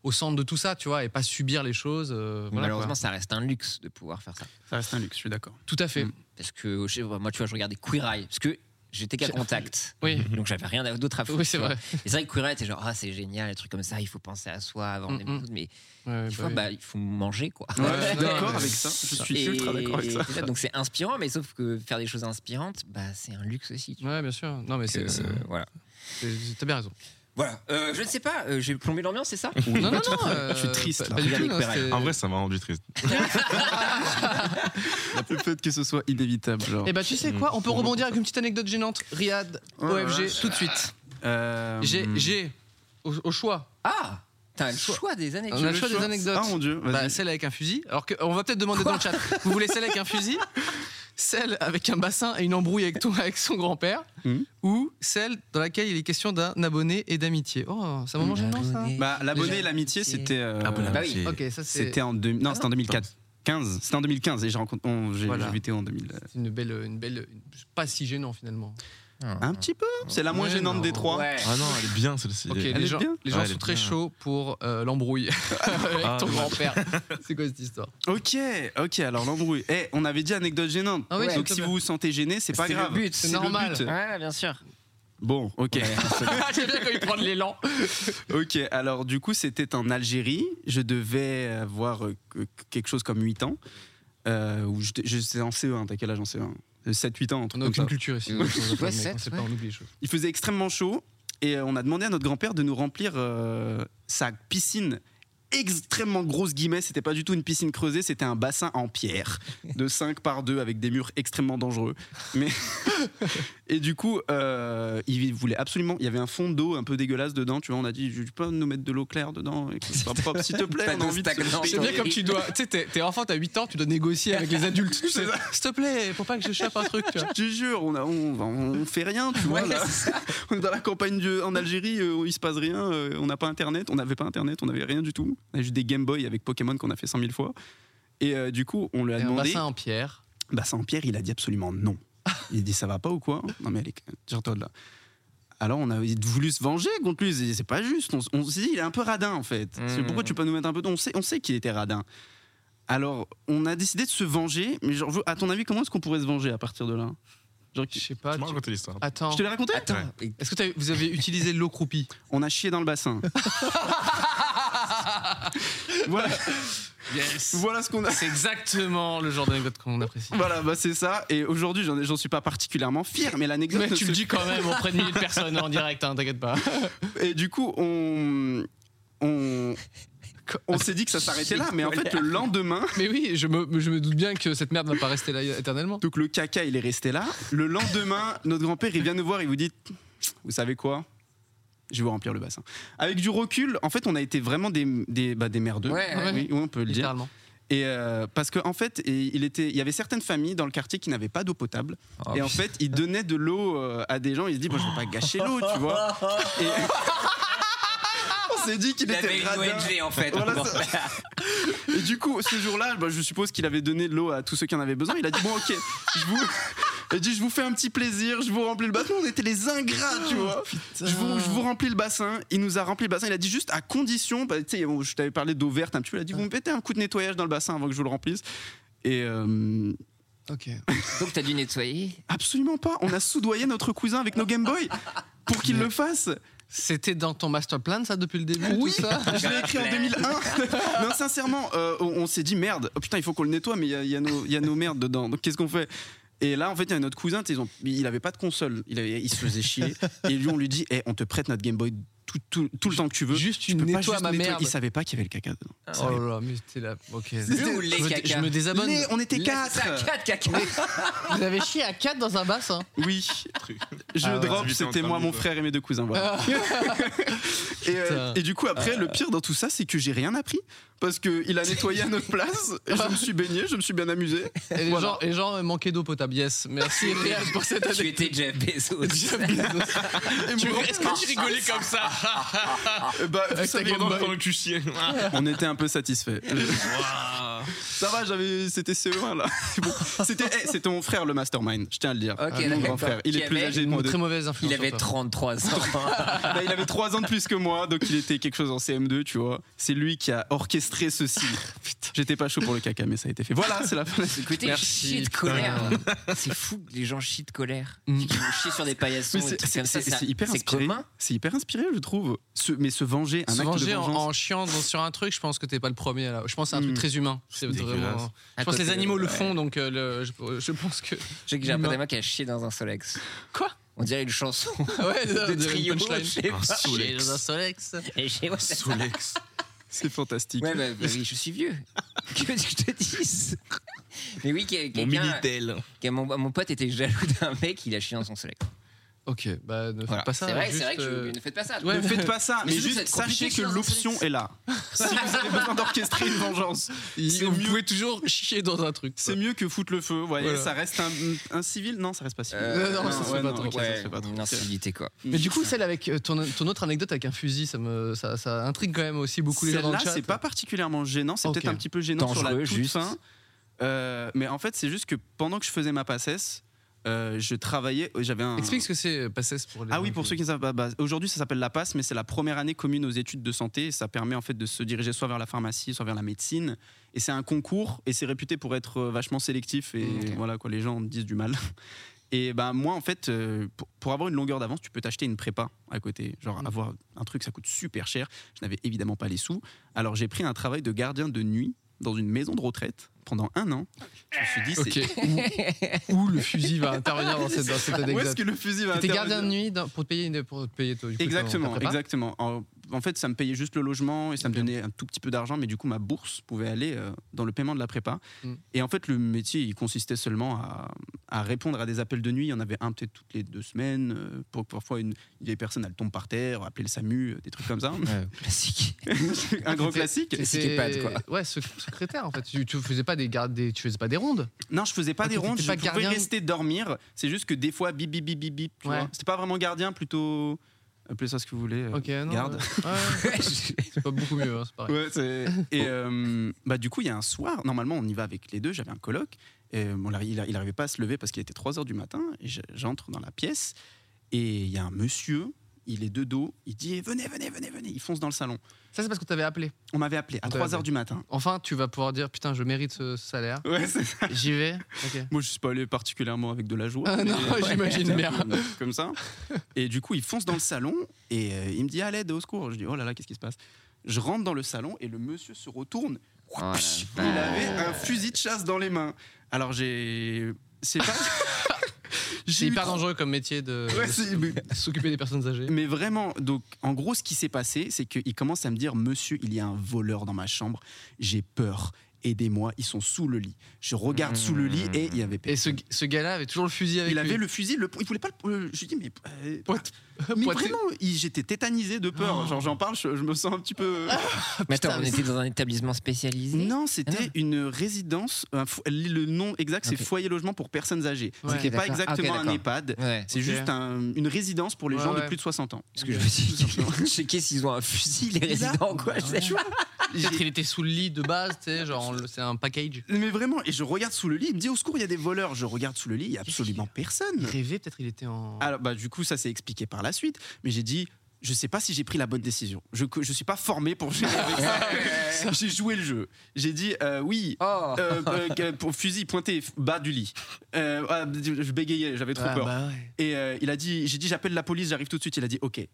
B: au centre de tout ça, tu vois, et pas subir les choses. euh, voilà,
A: Malheureusement,
B: quoi.
A: ça reste un luxe de pouvoir faire ça.
D: Ça reste un luxe, je suis d'accord.
B: tout à fait.
D: Mm.
A: Parce que je sais pas, moi, tu vois, je regardais Queer Eye. Parce que j'étais qu'à
B: J'ai-
A: contact.
B: Oui.
A: Donc j'avais rien d'autre à foutre.
B: Oui, c'est
A: tu vois.
B: vrai.
A: Et c'est vrai que Queer Eye, t'es genre, ah, c'est génial, les trucs comme ça, il faut penser à soi avant
B: Mm,
A: des
B: mm.
A: choses, Mais
B: Ouais,
A: des
B: bah
A: fois,
B: oui.
A: bah, il faut manger, quoi.
D: Ouais,
B: Ouais,
D: je suis
B: non,
D: d'accord
B: mais-
D: avec ça. Je suis
A: Et-
D: ultra d'accord avec
A: et
D: ça.
A: donc c'est inspirant, mais sauf que faire des choses inspirantes, bah, c'est un luxe aussi. tu vois.
B: Ouais, bien sûr. Non, mais c'est.
A: Que- euh,
B: c'est-
A: voilà.
B: c'est- T'as bien raison.
A: Voilà. Euh, je ne sais pas, euh, j'ai plombé l'ambiance, c'est ça
B: Non, non, non.
D: Je suis triste,
B: pas-
D: là.
B: Pas du
A: Regarde
B: tout.
A: les
B: non,
A: périls.
B: c'était-
C: En vrai, ça m'a rendu triste.
D: Peut-être que ce soit inévitable. Genre.
B: Eh ben, tu sais
C: Mm.
B: quoi On peut rebondir avec une petite anecdote gênante. Riyad,
D: Oh la
B: OFG,
D: vache.
B: tout de suite.
D: Euh,
B: J'ai, j'ai au, au choix.
A: Ah T'as le
B: Choix.
A: choix des
B: On a
A: anecdotes.
B: le choix des anecdotes.
D: Ah mon dieu, vas-y.
B: Bah, celle avec un fusil. Alors que, on va peut-être demander dans le chat. Vous voulez celle avec un fusil Celle avec un bassin et une embrouille avec toi, avec son grand-père
D: Mhm.
B: Ou celle dans laquelle il est question d'un abonné et d'amitié Oh, c'est un moment gênant ça
D: Bah, l'abonné
A: Déjà.
D: et l'amitié, c'était. euh,
C: Ah, bon,
A: bah oui.
C: c'est-
B: Ok, ça c'est
D: C'était en deux- Non, c'était en 2004. 15. C'était en 2015 et j'ai rencontré. on- J'ai
B: Voilà.
D: j'ai buté en 2000. euh,
B: une belle. Une belle une- Pas si gênant finalement.
D: Un petit peu. C'est la moins
B: Ouais,
D: gênante
B: non.
D: des trois.
A: Ouais.
C: Ah non, elle est bien celle-ci.
B: Ok,
C: Elle est-
B: les
D: est
B: gens,
D: bien
B: les gens
C: Ouais, elle
B: sont
C: est
B: très
C: bien.
B: chauds pour euh, l'embrouille avec
C: Ah,
B: ton
C: ouais.
B: grand-père. C'est quoi cette histoire
D: Ok, ok. Alors l'embrouille. Eh, on avait dit anecdote gênante.
B: Ah oui,
D: Donc
B: c'est
D: si
B: bien.
D: vous vous sentez gêné, c'est pas
A: C'est le
D: grave.
A: but,
B: c'est
D: le
B: normal.
D: but.
A: Ouais, bien sûr.
D: Bon, ok.
B: J'aime bien quand il prend de l'élan.
D: Ok, alors du coup, c'était en Algérie. Je devais avoir euh, que- quelque chose comme 8 ans. Euh, ou j'étais- je- J'étais en CE1, t'as quel âge en CE1 7-8 ans, un
B: On
D: truc
B: n'a
D: comme
B: aucune
D: ça.
B: culture ici.
A: Ouais,
B: on sait pas,
A: sept,
B: on sait pas, on oublie les choses.
D: Il faisait extrêmement chaud et euh, on a demandé à notre grand-père de nous remplir euh, sa piscine extrêmement grosses guillemets. C'était pas du tout une piscine creusée, c'était un bassin en pierre de 5 par 2 avec des murs extrêmement dangereux. Mais et du coup, euh, il voulait absolument. Il y avait un fond d'eau un peu dégueulasse dedans. Tu vois, on a dit, tu peux nous mettre de l'eau claire dedans, et que ce soit propre, s'il te plaît.
A: Pas
D: on a
A: d'eau
D: envie de se
A: stagnante.
D: jeter
B: C'est
D: dans-
B: bien comme tu dois. Tu sais, t'es t'es enfant, t'as 8 ans, tu dois négocier avec les adultes. Tu sais, S'il te plaît, faut pas que je chope un truc. Tu vois.
D: Je te jure, on, a, on, on fait rien, tu vois.
A: Ouais,
D: là. On est dans la campagne de- en Algérie, euh, il se passe rien, euh, on n'a pas internet, on n'avait pas internet, on n'avait rien du tout. On avait juste des Game Boy avec Pokémon qu'on a fait 100 000 fois. Et euh, du coup, on lui a
B: Et Un
D: demandé.
B: bassin en pierre.
D: Bah, ça en pierre, il a dit absolument non. Il a dit ça va pas ou quoi Non, mais allez, tire-toi de là. Alors, on a voulu se venger contre lui. Il s'est dit, C'est pas juste. On, s- on s'est dit, il est un peu radin, en fait. C'est
A: Mmh.
D: Pourquoi tu peux pas nous mettre un peu. de- On sait, on sait qu'il était radin. Alors, on a décidé de se venger. Mais, genre, à ton avis, comment est-ce qu'on pourrait se venger à partir de là Genre,
B: Je sais pas.
C: Tu m'as
B: tu-
C: raconté l'histoire.
B: Attends.
D: je te l'ai raconté
A: Attends, et-
B: Est-ce que t'as- vous avez utilisé l'eau croupie
D: On a chié dans le bassin. voilà,
B: Yes.
D: voilà ce qu'on a.
B: C'est exactement le genre d'anecdote qu'on apprécie.
D: Voilà, bah c'est ça. Et aujourd'hui, j'en ai- j'en suis pas particulièrement fier, mais l'anecdote.
B: Mais
D: ne
B: tu
D: se-
B: le dis quand même auprès de milliers de personnes en direct, hein, t'inquiète pas.
D: Et du coup, on. On, on s'est dit que ça s'arrêtait là, mais en fait, le lendemain,
B: Mais oui, je me, je me doute bien que cette merde va pas rester là éternellement.
D: donc le caca, il est resté là. Le lendemain, notre grand-père, il vient nous voir, il vous dit Vous savez quoi Je vais vous remplir le bassin. Avec du recul, en fait, on a été vraiment des, des, bah, des merdeux.
A: Ouais,
B: ouais.
D: Oui, oui, on peut le dire.
B: Littéralement.
D: Et euh, parce qu'en en fait, et il, était, il y avait certaines familles dans le quartier qui n'avaient pas d'eau potable.
A: Oh,
D: et en fait, ils donnaient de l'eau euh, à des gens. Ils se disent, moi, je ne vais pas gâcher l'eau, tu vois. Et- On s'est dit qu'il
A: il avait
D: était
A: une
D: radin.
A: ONG en fait.
D: Voilà,
A: Bon.
D: Et du coup, ce jour-là, bah, je suppose qu'il avait donné de l'eau à tous ceux qui en avaient besoin. Il a dit, bon, ok, je vous... Il a dit, je vous fais un petit plaisir, je vous remplis le bassin. Nous, on était les ingrats, tu vois. Je vous, je vous remplis le bassin. Il nous a rempli le bassin. Il a dit juste à condition, bah, tu sais, on- je t'avais parlé d'eau verte un petit peu. Il a dit, vous me mettez un coup de nettoyage dans le bassin avant que je vous le remplisse. Et euh,
B: Ok.
A: Donc t'as dû nettoyer.
D: Absolument pas. On a soudoyé notre cousin avec nos Game Boy pour qu'il le fasse.
B: C'était dans ton master plan, ça, depuis le début
D: Oui.
B: tout ça
D: Je l'ai écrit en 2001. non, sincèrement, euh, on, on s'est dit merde. Oh, putain, il faut qu'on le nettoie, mais il y a- il y, a nos- il y a nos merdes dedans. Donc qu'est-ce qu'on fait et là, en fait, il y a notre cousin, tu sais, ils ont- il avait pas de console, il, avait- il se faisait chier. Et lui, on lui dit, Eh, on te prête notre Game Boy tout, tout- tout le temps que tu veux.
B: Juste, tu
D: peux pas
B: nettoies
D: juste
B: ma
D: nettoyer.
B: merde.
D: Il savait pas qu'il y avait le caca dedans.
B: Oh là là, mais t'es là. Ok.
A: Le ou les
B: Je me-
A: caca
B: Je me désabonne.
D: Les- on était
A: Les-
D: quatre.
A: Ça, quatre caca.
B: Vous avez chié à 4 dans un hein. bassin.
D: Oui, je
B: Ah ouais.
D: drop,
C: Activité
D: c'était
C: entre
D: moi,
C: amis,
D: mon
C: quoi.
D: frère et mes deux cousins. voilà.
B: Ah.
D: Et, euh,
B: Putain. Ah.
D: et du coup, après, le pire dans tout ça, c'est que j'ai rien appris. Parce qu'il a nettoyé à notre place, et je me suis baigné, je me suis bien amusé.
B: Et les,
D: Voilà.
B: gens, les gens euh, manquaient d'eau potable. Yes, merci Réal pour cette
A: Tu
B: année.
A: étais Jeff Bezos.
B: Tu- Est-ce que tu rigolais comme ça
C: Ah,
D: Euh, bah, vous savez,
C: Pendant pendant que tu chiais.
D: on était un peu satisfaits.
C: Waouh.
D: ça va, j'avais, c'était CE1 là. Bon, C'était, eh, c'était mon frère le mastermind, je tiens à le dire. Ah,
A: Ok,
D: mon
A: d'accord.
D: grand frère. Il
A: Qui
D: est plus
A: avait-
D: âgé de moi.
B: Une
D: de-
B: très mauvaise influence.
A: Il avait
B: sur toi.
A: 33 ans.
D: Bah, il avait 3 ans de plus que moi, donc il était quelque chose en CM2, tu vois. C'est lui qui a orchestré ceci. J'étais pas chaud pour le caca, mais ça a été fait. Voilà, c'est la fin.
A: Écoutez,
B: Merci,
A: chie de
B: putain.
A: colère. C'est fou, les gens chient de colère.
B: Mm.
A: Ils vont chier sur des paillassons. et
D: Mais
A: des
D: c'est
A: trucs
D: c'est-
A: comme ça,
D: c'est-
A: ça-
D: c'est hyper
A: C'est
D: inspiré.
A: commun.
D: C'est hyper inspiré, je trouve. Se- mais se venger, un
B: Se
D: acte
B: venger
D: de
B: en,
D: vengeance.
B: en chiant dans- sur un truc, je pense que t'es pas le premier. Là. Je pense que c'est un
D: Mm.
B: truc très humain. C'est
C: dégueulasse.
B: vraiment.
D: Ah,
B: Je pense que les
A: Attends,
B: animaux le
A: ouais.
B: font, donc euh, le- je, je pense que.
A: J'ai j'ai un pote
B: Humain.
A: à moi qui a chié dans un Solex.
B: Quoi
A: On dirait une chanson
B: Ah
D: Ah
B: Ouais,
A: de
B: de
A: trio.
B: punchline.
A: je sais pas.
C: Un
B: Chier
C: Solex.
B: dans un Solex.
A: Et j'ai- ouais, c'est ça.
C: Solex.
D: C'est fantastique.
A: Ouais, bah, bah oui, je suis vieux. que veux-tu que je te dise Mais oui, quel-
C: Mon
A: quelqu'un.
C: Minitel.
A: quel- Mon, mon pote était jaloux d'un mec, il a chié dans son Solex.
B: Ok, bah ne
A: Voilà.
B: faites pas ça.
A: C'est vrai,
B: juste,
A: c'est vrai que
B: euh,
A: ne faites pas ça.
B: ouais.
D: Ne faites pas ça,
A: Mais
D: mais
A: surtout, ça va
D: juste
A: être compliqué
D: sachez que
A: dans un
D: l'option
A: sexe.
D: est là. Si vous avez besoin d'orchestrer une vengeance,
B: il-
D: c'est
B: vous
D: mieux.
B: pouvez toujours chier dans un truc.
D: c'est mieux que foutre le feu. Vous voyez,
B: Voilà.
D: Ça reste un, un civil Non, ça reste pas civil.
A: Euh,
B: non, ça se fait
D: ouais,
B: pas
D: non,
B: trop,
D: ok,
B: ouais,
D: ça se fait pas Mm. trop.
A: Une incivilité, quoi.
B: Mais du coup, celle avec euh, ton, ton autre anecdote avec un fusil, ça me ça, ça intrigue quand même aussi beaucoup les gens dans le
D: Celle-là,
B: chat. euh.
D: c'est pas particulièrement gênant, c'est
B: Ok.
D: peut-être un petit peu gênant sur la
A: Dangereux,
D: toute
A: juste.
D: fin. Euh, mais en fait, c'est juste que pendant que je faisais ma passesse, euh, je travaillais, j'avais un.
B: Explique ce que c'est euh, Passesse pour les.
D: Ah
B: gens
D: oui, pour ceux qui ne savent pas, bah, aujourd'hui ça s'appelle la passe, mais c'est la première année commune aux études de santé. Et ça permet en fait de se diriger soit vers la pharmacie, soit vers la médecine. Et c'est un concours et c'est réputé pour être euh, vachement sélectif. Et
A: Ok.
D: voilà quoi, les gens disent du mal. Et bah, moi en fait, euh, pour, pour avoir une longueur d'avance, tu peux t'acheter une prépa à côté. Genre
B: Mm.
D: avoir un truc, ça coûte super cher. Je n'avais évidemment pas les sous. Alors j'ai pris un travail de gardien de nuit dans une maison de retraite pendant un an. Je me suis dit, c'est-
B: Ok. où, où le fusil va intervenir dans cette, dans cette
D: où est-ce
B: anecdote
D: que le fusil va
B: T'es
D: intervenir
B: gardien de nuit dans- pour te payer, une- pour te payer toi, du coup, ton-
D: Exactement,
B: ta prépa
D: exactement. En- en fait, ça me payait juste le logement et ça me donnait un tout petit peu d'argent, mais du coup, ma bourse pouvait aller euh, dans le paiement de la prépa.
F: Mm.
D: Et en fait, le métier, il consistait seulement à, à répondre à des appels de nuit. Il y en avait un peut-être toutes les deux semaines. euh, pour, parfois, une vieille personne, elle tombe par terre, appeler le SAMU, euh, des trucs comme ça.
A: classique.
D: un gros classique.
F: C'était- Ouais, sec- secrétaire en fait. Tu, tu faisais pas des gardes, des, tu faisais pas des rondes.
D: Non, je faisais pas
F: Ah,
D: des
F: t'étais
D: rondes, je
F: pas
D: pouvais
F: gardien
D: rester dormir. C'est juste que des fois, bip, bip, bip, bip, bip. tu
F: Ouais.
D: vois. C'était pas vraiment gardien, plutôt. Appelez ça ce que vous voulez. euh,
F: Ok, non.
D: garde.
F: ouais. Ouais, ouais. c'est pas beaucoup mieux, hein, c'est pareil.
D: Ouais, c'est-
F: Oh.
D: et euh, bah, du coup, il y a un soir, normalement, on y va avec les deux, j'avais un coloc. Et, bon, là, il n'arrivait pas à se lever parce qu'il était 3 h du matin. Et je- j'entre dans la pièce et il y a un monsieur, il est de dos, il dit Venez, venez, venez, venez. Il fonce dans le salon.
F: Ça, c'est parce qu'on t'avait appelé.
D: On m'avait appelé à
F: On t'a
D: 3 h
F: appelé.
D: du matin.
F: Enfin, tu vas pouvoir dire putain, je mérite ce ce salaire.
D: Ouais, c'est ça.
F: J'y vais. Ok.
D: Moi, je suis pas allé particulièrement avec de la joie.
F: Ah non, j'imagine bien.
D: Comme, comme ça. Et du coup, il fonce dans le salon et euh, il me dit à l'aide, au secours. Je dis oh là là, qu'est-ce qui se passe Je rentre dans le salon et le monsieur se retourne.
A: la
D: il avait un fusil de chasse dans les mains. Alors j'ai, c'est pas.
F: C'est
D: J'ai eu
F: hyper
D: trop-
F: dangereux comme métier de
D: Ouais, c'est- mais-
F: de s'occuper des personnes âgées.
D: mais vraiment, donc en gros, ce qui s'est passé, c'est qu'il commence à me dire Monsieur, il y a un voleur dans ma chambre, j'ai peur, aidez-moi, ils sont sous le lit. Je regarde sous le lit et il y avait
F: Et ce,
D: personne.
F: ce gars-là avait toujours le fusil avec
D: Il
F: lui.
D: avait le fusil, le, il voulait pas le. euh, Je dis, mais. euh,
F: Pointe-
D: mais
F: pointé.
D: vraiment, il- j'étais tétanisé de peur. Genre, j'en parle, je, je me sens un petit peu. Ah,
A: Mais attends,
F: Oh. Ah, Putain,
A: on
F: mais
A: était dans un établissement spécialisé.
D: non,
A: Ah
D: c'était
A: non.
D: une résidence. euh, un fo- le nom exact, c'est
A: Ok.
D: foyer logement pour personnes âgées.
F: Ouais.
D: C'était
A: Ok,
D: pas
A: d'accord. Ah, ok,
D: exactement un
A: d'accord.
D: EHPAD.
A: Ouais.
D: C'est
F: Ok.
D: juste un- une résidence pour les
F: Ouais,
D: gens de
F: ouais.
D: plus de 60 ans.
A: Ce que je veux dire, checker s'ils ont un fusil, les
D: Bizarre.
A: résidents, quoi. Je sais pas.
F: Peut-être il était sous le lit de base, tu sais, genre on le- c'est un package.
D: Mais vraiment, et je regarde sous le lit, il me dit au secours, il y a des voleurs. Je regarde sous le lit, il y a absolument
F: Il
D: personne.
F: rêvait, peut-être il était en.
D: Alors, bah, du coup, ça s'est expliqué par la suite. Mais j'ai dit, je sais pas si j'ai pris la bonne décision. Je ne suis pas formé pour gérer avec ça. j'ai joué le jeu. J'ai dit, euh, oui,
A: Oh.
D: euh, euh, que- pour fusil pointé f- bas du lit. Euh, ah, je bégayais, j'avais trop
F: Ah,
D: peur.
F: bah ouais.
D: Et euh, il a dit, j'ai dit, j'appelle la police, j'arrive tout de suite. Il a dit, ok.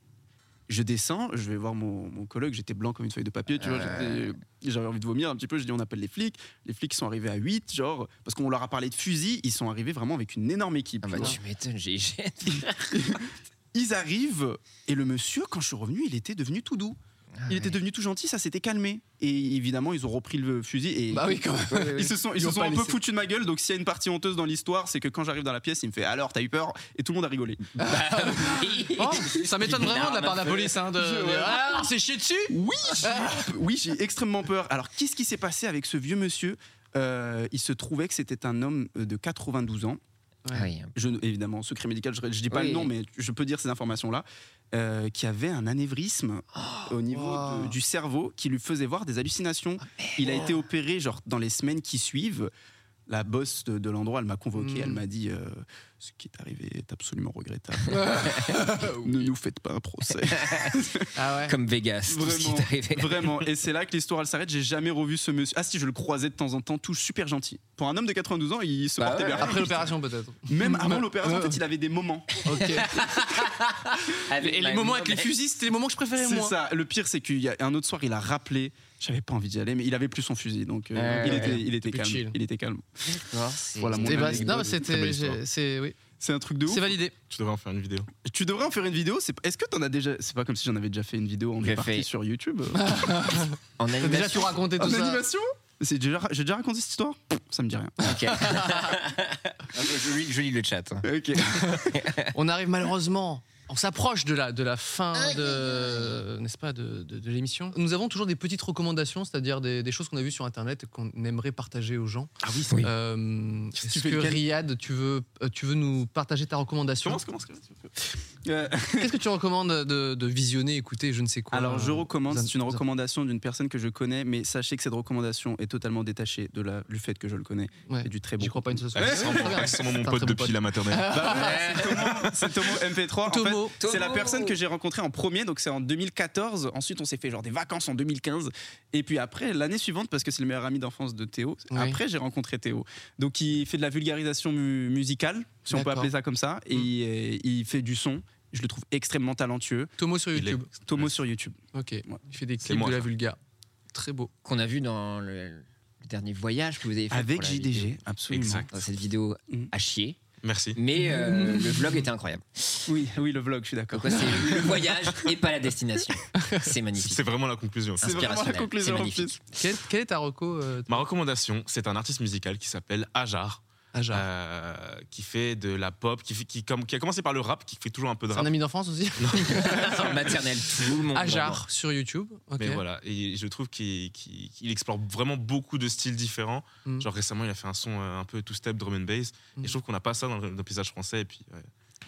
D: Je descends, je vais voir mon, mon collègue, j'étais blanc comme une feuille de papier, tu vois,
A: Euh.
D: j'étais- j'avais envie de vomir un petit peu, je dis on appelle les flics, les flics sont arrivés à 8, genre, parce qu'on leur a parlé de fusil, ils sont arrivés vraiment avec une énorme équipe.
A: Ah
D: tu
A: bah
D: vois.
A: tu m'étonnes, j'ai
D: Ils arrivent et le monsieur, quand je suis revenu, il était devenu tout doux.
F: Ah
D: il était devenu tout gentil, ça s'était calmé. Et évidemment, ils ont repris le fusil et
F: Bah oui, quand même.
D: ils se sont, ils
F: Ils
D: se
F: ont
D: sont
F: pas
D: un peu
F: laissé.
D: foutus de ma gueule. Donc s'il y a une partie honteuse dans l'histoire, c'est que quand j'arrive dans la pièce, il me fait alors t'as eu peur et tout le monde a rigolé.
F: Oh, ça m'étonne vraiment de la part de la police. Hein, de...
D: Je- ouais.
F: Ah, c'est chié dessus
D: Oui, j'ai- oui, j'ai extrêmement peur. Alors qu'est-ce qui s'est passé avec ce vieux monsieur Euh, Il se trouvait que c'était un homme euh, de 92 ans. je, évidemment, secret médical, je ne dis pas
A: Oui.
D: le nom, mais je peux dire ces informations-là, euh, qui avait un anévrisme au niveau
F: wow.
D: de- du cerveau qui lui faisait voir des hallucinations. Il a été opéré genre, dans les semaines qui suivent. La boss de, de l'endroit, elle m'a convoqué,
F: Mm.
D: elle m'a dit euh, Ce qui est arrivé est absolument regrettable. ne nous faites pas un procès.
F: Ah ouais.
A: Comme Vegas, tout ce qui est arrivé.
D: Vraiment. Et c'est là que l'histoire elle s'arrête. J'ai jamais revu ce monsieur. Ah si, je le croisais de temps en temps, tout super gentil. Pour un homme de 92 ans, il se
A: Bah
D: portait
A: ouais. Mmh.
D: bien.
F: Après l'opération, peut-être.
D: Même avant l'opération, en
F: Ouais.
D: fait, il avait des moments.
F: Ok.
A: Avec
F: Et les
A: ma
F: moments avec les
A: mauvaise-
F: fusils, c'était les moments que je préférais,
D: C'est
F: moi.
D: ça. Le pire, c'est qu'il y a un autre soir, il a rappelé. J'avais pas envie d'y aller, mais il avait plus son fusil, donc euh,
A: Ouais,
D: il,
A: ouais,
D: était,
A: ouais.
D: il était
F: Plus
D: calme.
F: chill.
D: Il était calme.
A: D'accord, c'est-
D: Voilà, mon
F: Eh bah,
D: anecdote.
F: non,
D: Très belle
F: c'était.
D: histoire.
F: j'ai- C'est oui.
D: C'est un truc de ouf.
F: C'est validé.
C: Tu devrais en faire une vidéo.
D: Tu devrais en faire une vidéo. c'est- Est-ce que t'en as déjà C'est pas comme si j'en avais déjà fait une vidéo en
A: J'ai
D: partie
A: fait-
D: sur YouTube.
A: En
F: T'as déjà tout
A: animation.
F: raconté tout
D: en
F: ça.
D: animation C'est déjà- J'ai déjà raconté cette histoire Pff, Ça me dit rien.
A: Ok. Ah, je, lis, je lis le chat. hein.
D: Ok.
F: On arrive malheureusement. On s'approche de la, de la fin de, n'est-ce pas, de, de- de l'émission. Nous avons toujours des petites recommandations, c'est-à-dire des, des choses qu'on a vues sur Internet et qu'on aimerait partager aux gens.
D: Ah oui.
A: Oui.
F: Euh,
D: Qu'est-ce que
F: Est-ce
D: tu
F: que,
D: fais, lequel
F: Riyad, tu veux, euh, tu veux nous partager ta recommandation
D: Commence, commence, commence. Euh,
F: Qu'est-ce que tu recommandes de, de visionner, écouter, je ne sais quoi
D: Alors, je
F: euh,
D: recommande,
F: vous-
D: c'est une
F: vous-
D: recommandation d'une personne que je connais, mais sachez que cette recommandation est totalement détachée de la, du fait que je le connais.
F: Ouais.
D: C'est du très bon.
F: J'y crois pas une seule
C: Ah,
F: seconde.
C: c'est vraiment-
F: Très bien.
C: c'est vraiment mon
F: T'es un
C: pote
F: très bon
C: depuis la
A: Ah.
C: maternelle.
D: Bah ouais, c'est Tomo- c'est Tomo MP3. En fait,
F: Tomo.
D: C'est la
A: Tomo.
D: personne que j'ai rencontrée en premier, donc c'est en 2014. Ensuite, on s'est fait genre des vacances en 2015. Et puis après, l'année suivante, parce que c'est le meilleur ami d'enfance de Théo,
F: Oui.
D: après, j'ai rencontré Théo. Donc, il fait de la vulgarisation mu- musicale, si on peut
F: D'accord.
D: appeler ça comme ça, et
F: Mm.
D: il, euh, il fait du son. Je le trouve extrêmement talentueux.
F: Tomo sur
C: Il est-
F: YouTube.
D: Tomo sur YouTube.
F: Ok. Il fait des
C: C'est
F: clips
C: moi,
F: de la
C: ça.
F: vulga. Très beau.
A: Qu'on a vu dans le, le dernier voyage que vous avez fait.
D: Avec
A: pour la vidéo.
D: JDG, absolument.
C: Exact.
A: Dans cette vidéo
D: Mm.
A: à chier.
C: Merci.
A: Mais euh, le vlog était incroyable.
D: Oui, oui, le vlog, je suis d'accord.
A: Comme quoi, c'est le voyage et pas la destination. C'est magnifique.
C: C'est vraiment la conclusion.
A: C'est vraiment la conclusion. C'est magnifique.
B: Quelle, quelle est ta reco euh,
C: Ma recommandation, c'est un artiste musical qui s'appelle Ajar.
B: Ajar
C: euh, qui fait de la pop, qui, fait- qui, comme, qui a commencé par le rap, qui fait toujours un peu de
B: C'est un
C: rap.
B: ami d'enfance aussi
A: En maternelle, tout le monde.
B: Ajar sur YouTube. ok.
C: Mais voilà, et je trouve qu'il qu'il- qu'il explore vraiment beaucoup de styles différents.
B: Mm.
C: Genre récemment, il a fait un son euh, un peu two-step drum and bass.
B: Mm.
C: Et je trouve qu'on n'a pas ça dans le, dans le paysage français. Et puis, ouais,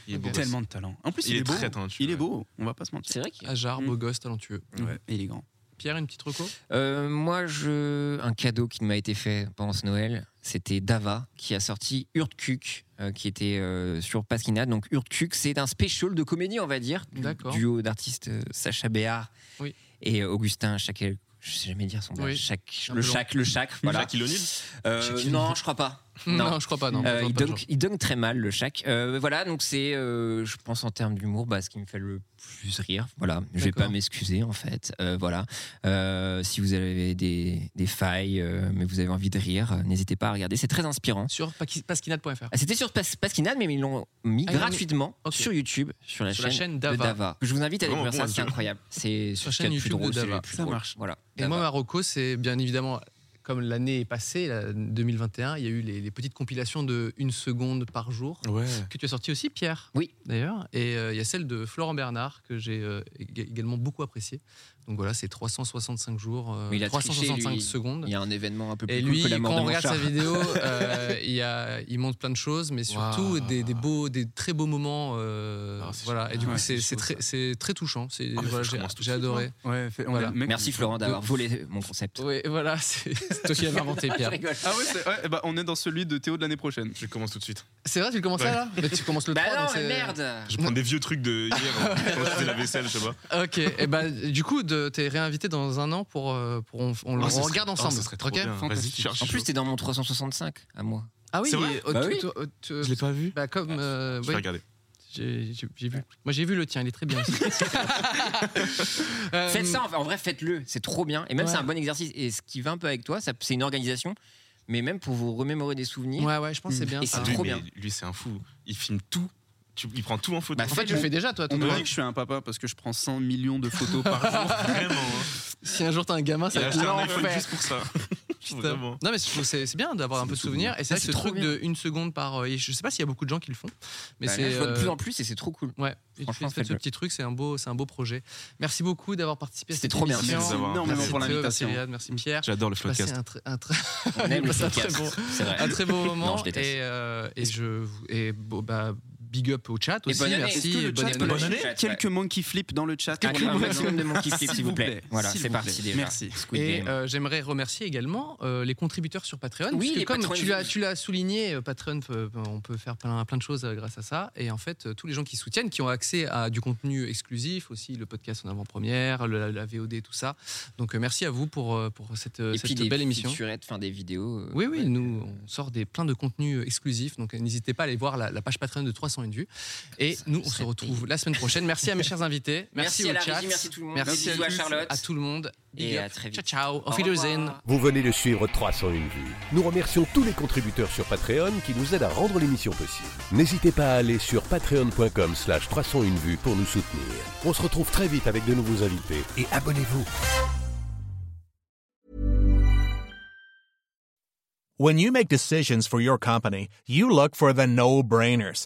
C: il est
B: Ok.
C: beau.
D: Tellement de talent. En plus,
C: Il
D: il,
C: est
D: beau.
C: très talentueux,
D: il est
C: ouais.
D: beau, on va pas se mentir.
A: C'est vrai qu'il
B: Ajar, beau gosse, talentueux.
D: Mm. Ouais, et il est grand.
B: Pierre, une petite reco
A: Euh, moi, je... un cadeau qui m'a été fait pendant ce Noël, c'était Dava qui a sorti Urtkuk, euh, qui était euh, sur Pasquinade. Donc Urtkuk, c'est un special de comédie, on va dire, du
B: D'accord.
A: duo d'artistes euh, Sacha Béard
B: Oui.
A: et euh, Augustin Chakel. Je sais jamais dire son nom.
B: Oui.
A: Chac-
B: Un
A: Bah, le
B: peu long.
A: Chac, le Chac, voilà.
C: Jacques Illonil,
A: Euh, non, je crois pas. Non.
B: je crois pas, non.
A: Euh,
B: Je vois
A: il,
B: pas le
A: dunk, il dunk très mal le Shaq. Euh, voilà, donc c'est, euh, je pense en termes d'humour, bah, ce qui me fait le plus rire. Voilà, je vais
B: D'accord.
A: pas m'excuser en fait. Euh, voilà, Euh, si vous avez des, des failles, euh, mais vous avez envie de rire, euh, n'hésitez pas à regarder. C'est très inspirant.
B: genre. Sur paqui- pasquinade.fr.
A: Ah, C'était sur Pas- Pasquinade, mais ils l'ont mis
B: Ah, ils l'ont mis-
A: gratuitement
B: Ok.
A: sur YouTube, sur la
B: Sur la
A: chaîne,
B: chaîne
A: de
B: Dava.
A: Dava. Je vous invite à
C: Vraiment
A: découvrir ça,
C: bon,
A: c'est
C: je-
A: incroyable. C'est ce qu'il y a
B: la
A: de
B: chaîne
A: plus
B: YouTube de
A: drôle, c'est
B: Dava.
A: le plus
D: Ça
A: drôle.
D: marche.
A: Voilà.
B: Et moi,
A: Dava.
B: Marocco, c'est bien évidemment, comme l'année est passée, la 2021, il y a eu les, les petites compilations de une seconde par jour. Que tu as sorti aussi, Pierre.
A: Oui.
B: D'ailleurs. Et euh, il y a celle de Florent Bernard, que j'ai euh, ég- également beaucoup appréciée. Donc voilà, c'est 365 jours, euh,
A: Mais il a triché,
B: 365
A: lui.
B: secondes.
A: il y a un événement un peu plus
B: Et
A: cool
B: lui,
A: que la mort
B: quand
A: de
B: on
A: mon
B: regarde
A: chat.
B: sa vidéo, euh, il, y a- il montre plein de choses, mais surtout des, des beaux, des très beaux moments. euh,
C: Ah, c'est
B: voilà. Et du
D: génial.
B: coup,
D: Ouais,
B: c'est
D: c'est
B: c'est
D: chaud,
B: très, c'est très touchant. C'est-
C: Ah, mais
B: voilà,
C: je
B: j'ai-
C: commence tout de
B: J'ai
C: suite,
B: adoré.
D: Ouais, fait- on
B: Voilà.
D: a- mec-
A: Merci Florent d'avoir
B: De-
A: volé mon concept.
B: Oui, voilà, c'est c'est toi qui l'avais inventé,
A: Je
B: Pierre.
A: rigole.
D: Ah ouais, c'est- ouais, eh ben, on est dans celui de Théo de l'année prochaine.
C: je commence tout de suite.
B: C'est vrai, tu le commences
C: Ouais.
B: là, là Mais tu commences le 3,
A: Bah non,
B: donc
A: mais
B: c'est-
A: merde
C: Je prends des vieux trucs de hier, hein, quand je faisais la vaisselle, je sais pas.
B: Ok, et bah du coup, de- t'es réinvité dans un an pour, euh, pour on, on le
C: Oh, ça serait-
B: regarde
C: oh,
B: ensemble.
C: ça serait trop
B: ok
C: bien. Vas-y,
D: Fantastique.
C: cherche.
A: En plus, t'es dans mon 365 à moi.
B: Ah oui,
C: C'est vrai
B: et- oh,
A: Bah
B: tu-
A: oui.
B: tu- oh, tu-
C: je l'ai pas vu. Ah,
B: bah comme euh,
C: Je
B: ouais,
C: vais regarder.
B: j'ai j'ai- j'ai vu. Moi j'ai vu le tien, il est très bien. aussi. Euh,
A: Faites ça, en, en vrai, faites-le, c'est trop bien. Et même,
B: Ouais.
A: c'est un bon exercice. Et ce qui va un peu avec toi, ça- c'est une organisation, mais même pour vous remémorer des souvenirs. Mm.
B: Ouais ouais, je
D: Mm.
B: pense que c'est bien.
A: Et
B: ça.
A: c'est
C: Lui,
A: trop
C: mais
A: bien.
C: lui, c'est un fou. Il filme tout. Tu- il prend tout en photo.
A: Bah,
B: En fait, je le fais déjà toi.
D: On
B: ton
D: me
B: truc.
D: dit que je suis un papa parce que je prends 100 millions de photos par jour.
C: Vraiment. hein.
B: Si un jour t'as un gamin, Ah, ça
C: Il
B: va
C: a
B: être
C: acheté un iPhone
B: l'enfer.
C: juste pour ça.
B: Putain.
C: Vraiment.
B: Non mais je trouve que c'est c'est bien d'avoir un peu de souvenirs et
A: Ah,
B: c'est vrai que
A: c'est
B: ce
A: trop
B: truc
A: bien.
B: de une seconde par euh, et je sais pas s'il y a beaucoup de gens qui le font mais
A: Bah, là,
B: c'est
A: je vois de plus
B: euh,
A: en plus et c'est trop cool.
B: ouais et tu
A: Franchement,
B: fais ce
A: faites-le.
B: petit truc c'est un beau c'est un beau projet merci beaucoup d'avoir participé à
A: C'était
B: cette
A: trop bien.
B: émission.
C: Merci de nous avoir
D: énormément
B: merci
D: pour
B: Théo,
D: l'invitation.
B: merci Eliade, merci Pierre
C: J'adore le
B: Passez
C: podcast.
B: un, tr- un tr-
A: Mm. On aime le
B: Bah, ça, très
A: podcast.
B: bon.
A: C'est vrai.
B: un très beau moment
A: je déteste.
B: et, euh, et je vous- et bon, bah, big up au chat
A: Et
B: aussi
A: bonne année. Est-ce
B: merci
A: que le
B: et bonne
A: chat peut
B: année
A: lâcher
D: Quelques-
A: Ouais.
D: Quelques monkey flips dans le chat.
A: Allez,
D: Pour
A: un
D: le
A: maximum de monkey flip,
D: S'il
A: s'il vous plaît. Voilà,
D: S'il
A: c'est
D: vous
A: parti
D: plaît.
A: déjà.
D: Merci.
A: Squid
B: et
A: Game.
B: euh, j'aimerais remercier également euh, les contributeurs sur Patreon.
A: Oui,
B: puisque
A: les
B: comme
A: Patreons.
B: tu l'as, tu l'as souligné, euh, Patreon, euh, on peut faire plein, plein de choses euh, grâce à ça. Et en fait, euh, tous les gens qui soutiennent, qui ont accès à du contenu exclusif, aussi le podcast en avant-première, le- la, la VOD, tout ça. Donc euh, merci à vous pour, euh, pour cette, euh,
A: et
B: cette
A: puis des
B: belle émission.
A: featurettes, enfin, des vidéos. euh,
B: Oui, oui,
A: ouais.
B: nous, on sort des, plein de contenus exclusifs, donc euh, n'hésitez pas à aller voir la, la page Patreon de 301 vues. Et
A: Ça,
B: nous,
A: ça
B: on se
A: serait
B: retrouve la semaine prochaine. Merci à mes chers invités, merci,
A: Merci à
B: au
A: la
B: chat,
A: régie, merci tout le monde. Bisous
B: merci
A: à
B: tous,
A: Charlotte.
B: à tout le monde,
A: Et
B: Big
A: à
B: up.
A: très vite.
B: Ciao, ciao,
A: Au
B: auf Wiedersehen.
A: revoir.
E: Vous venez de suivre 301 vues. Nous remercions tous les contributeurs sur Patreon qui nous aident à rendre l'émission possible. N'hésitez pas à aller sur patreon.com slash 301 vues pour nous soutenir. On se retrouve très vite avec de nouveaux invités et abonnez-vous.
H: When you make decisions for your company, you look for the no brainers.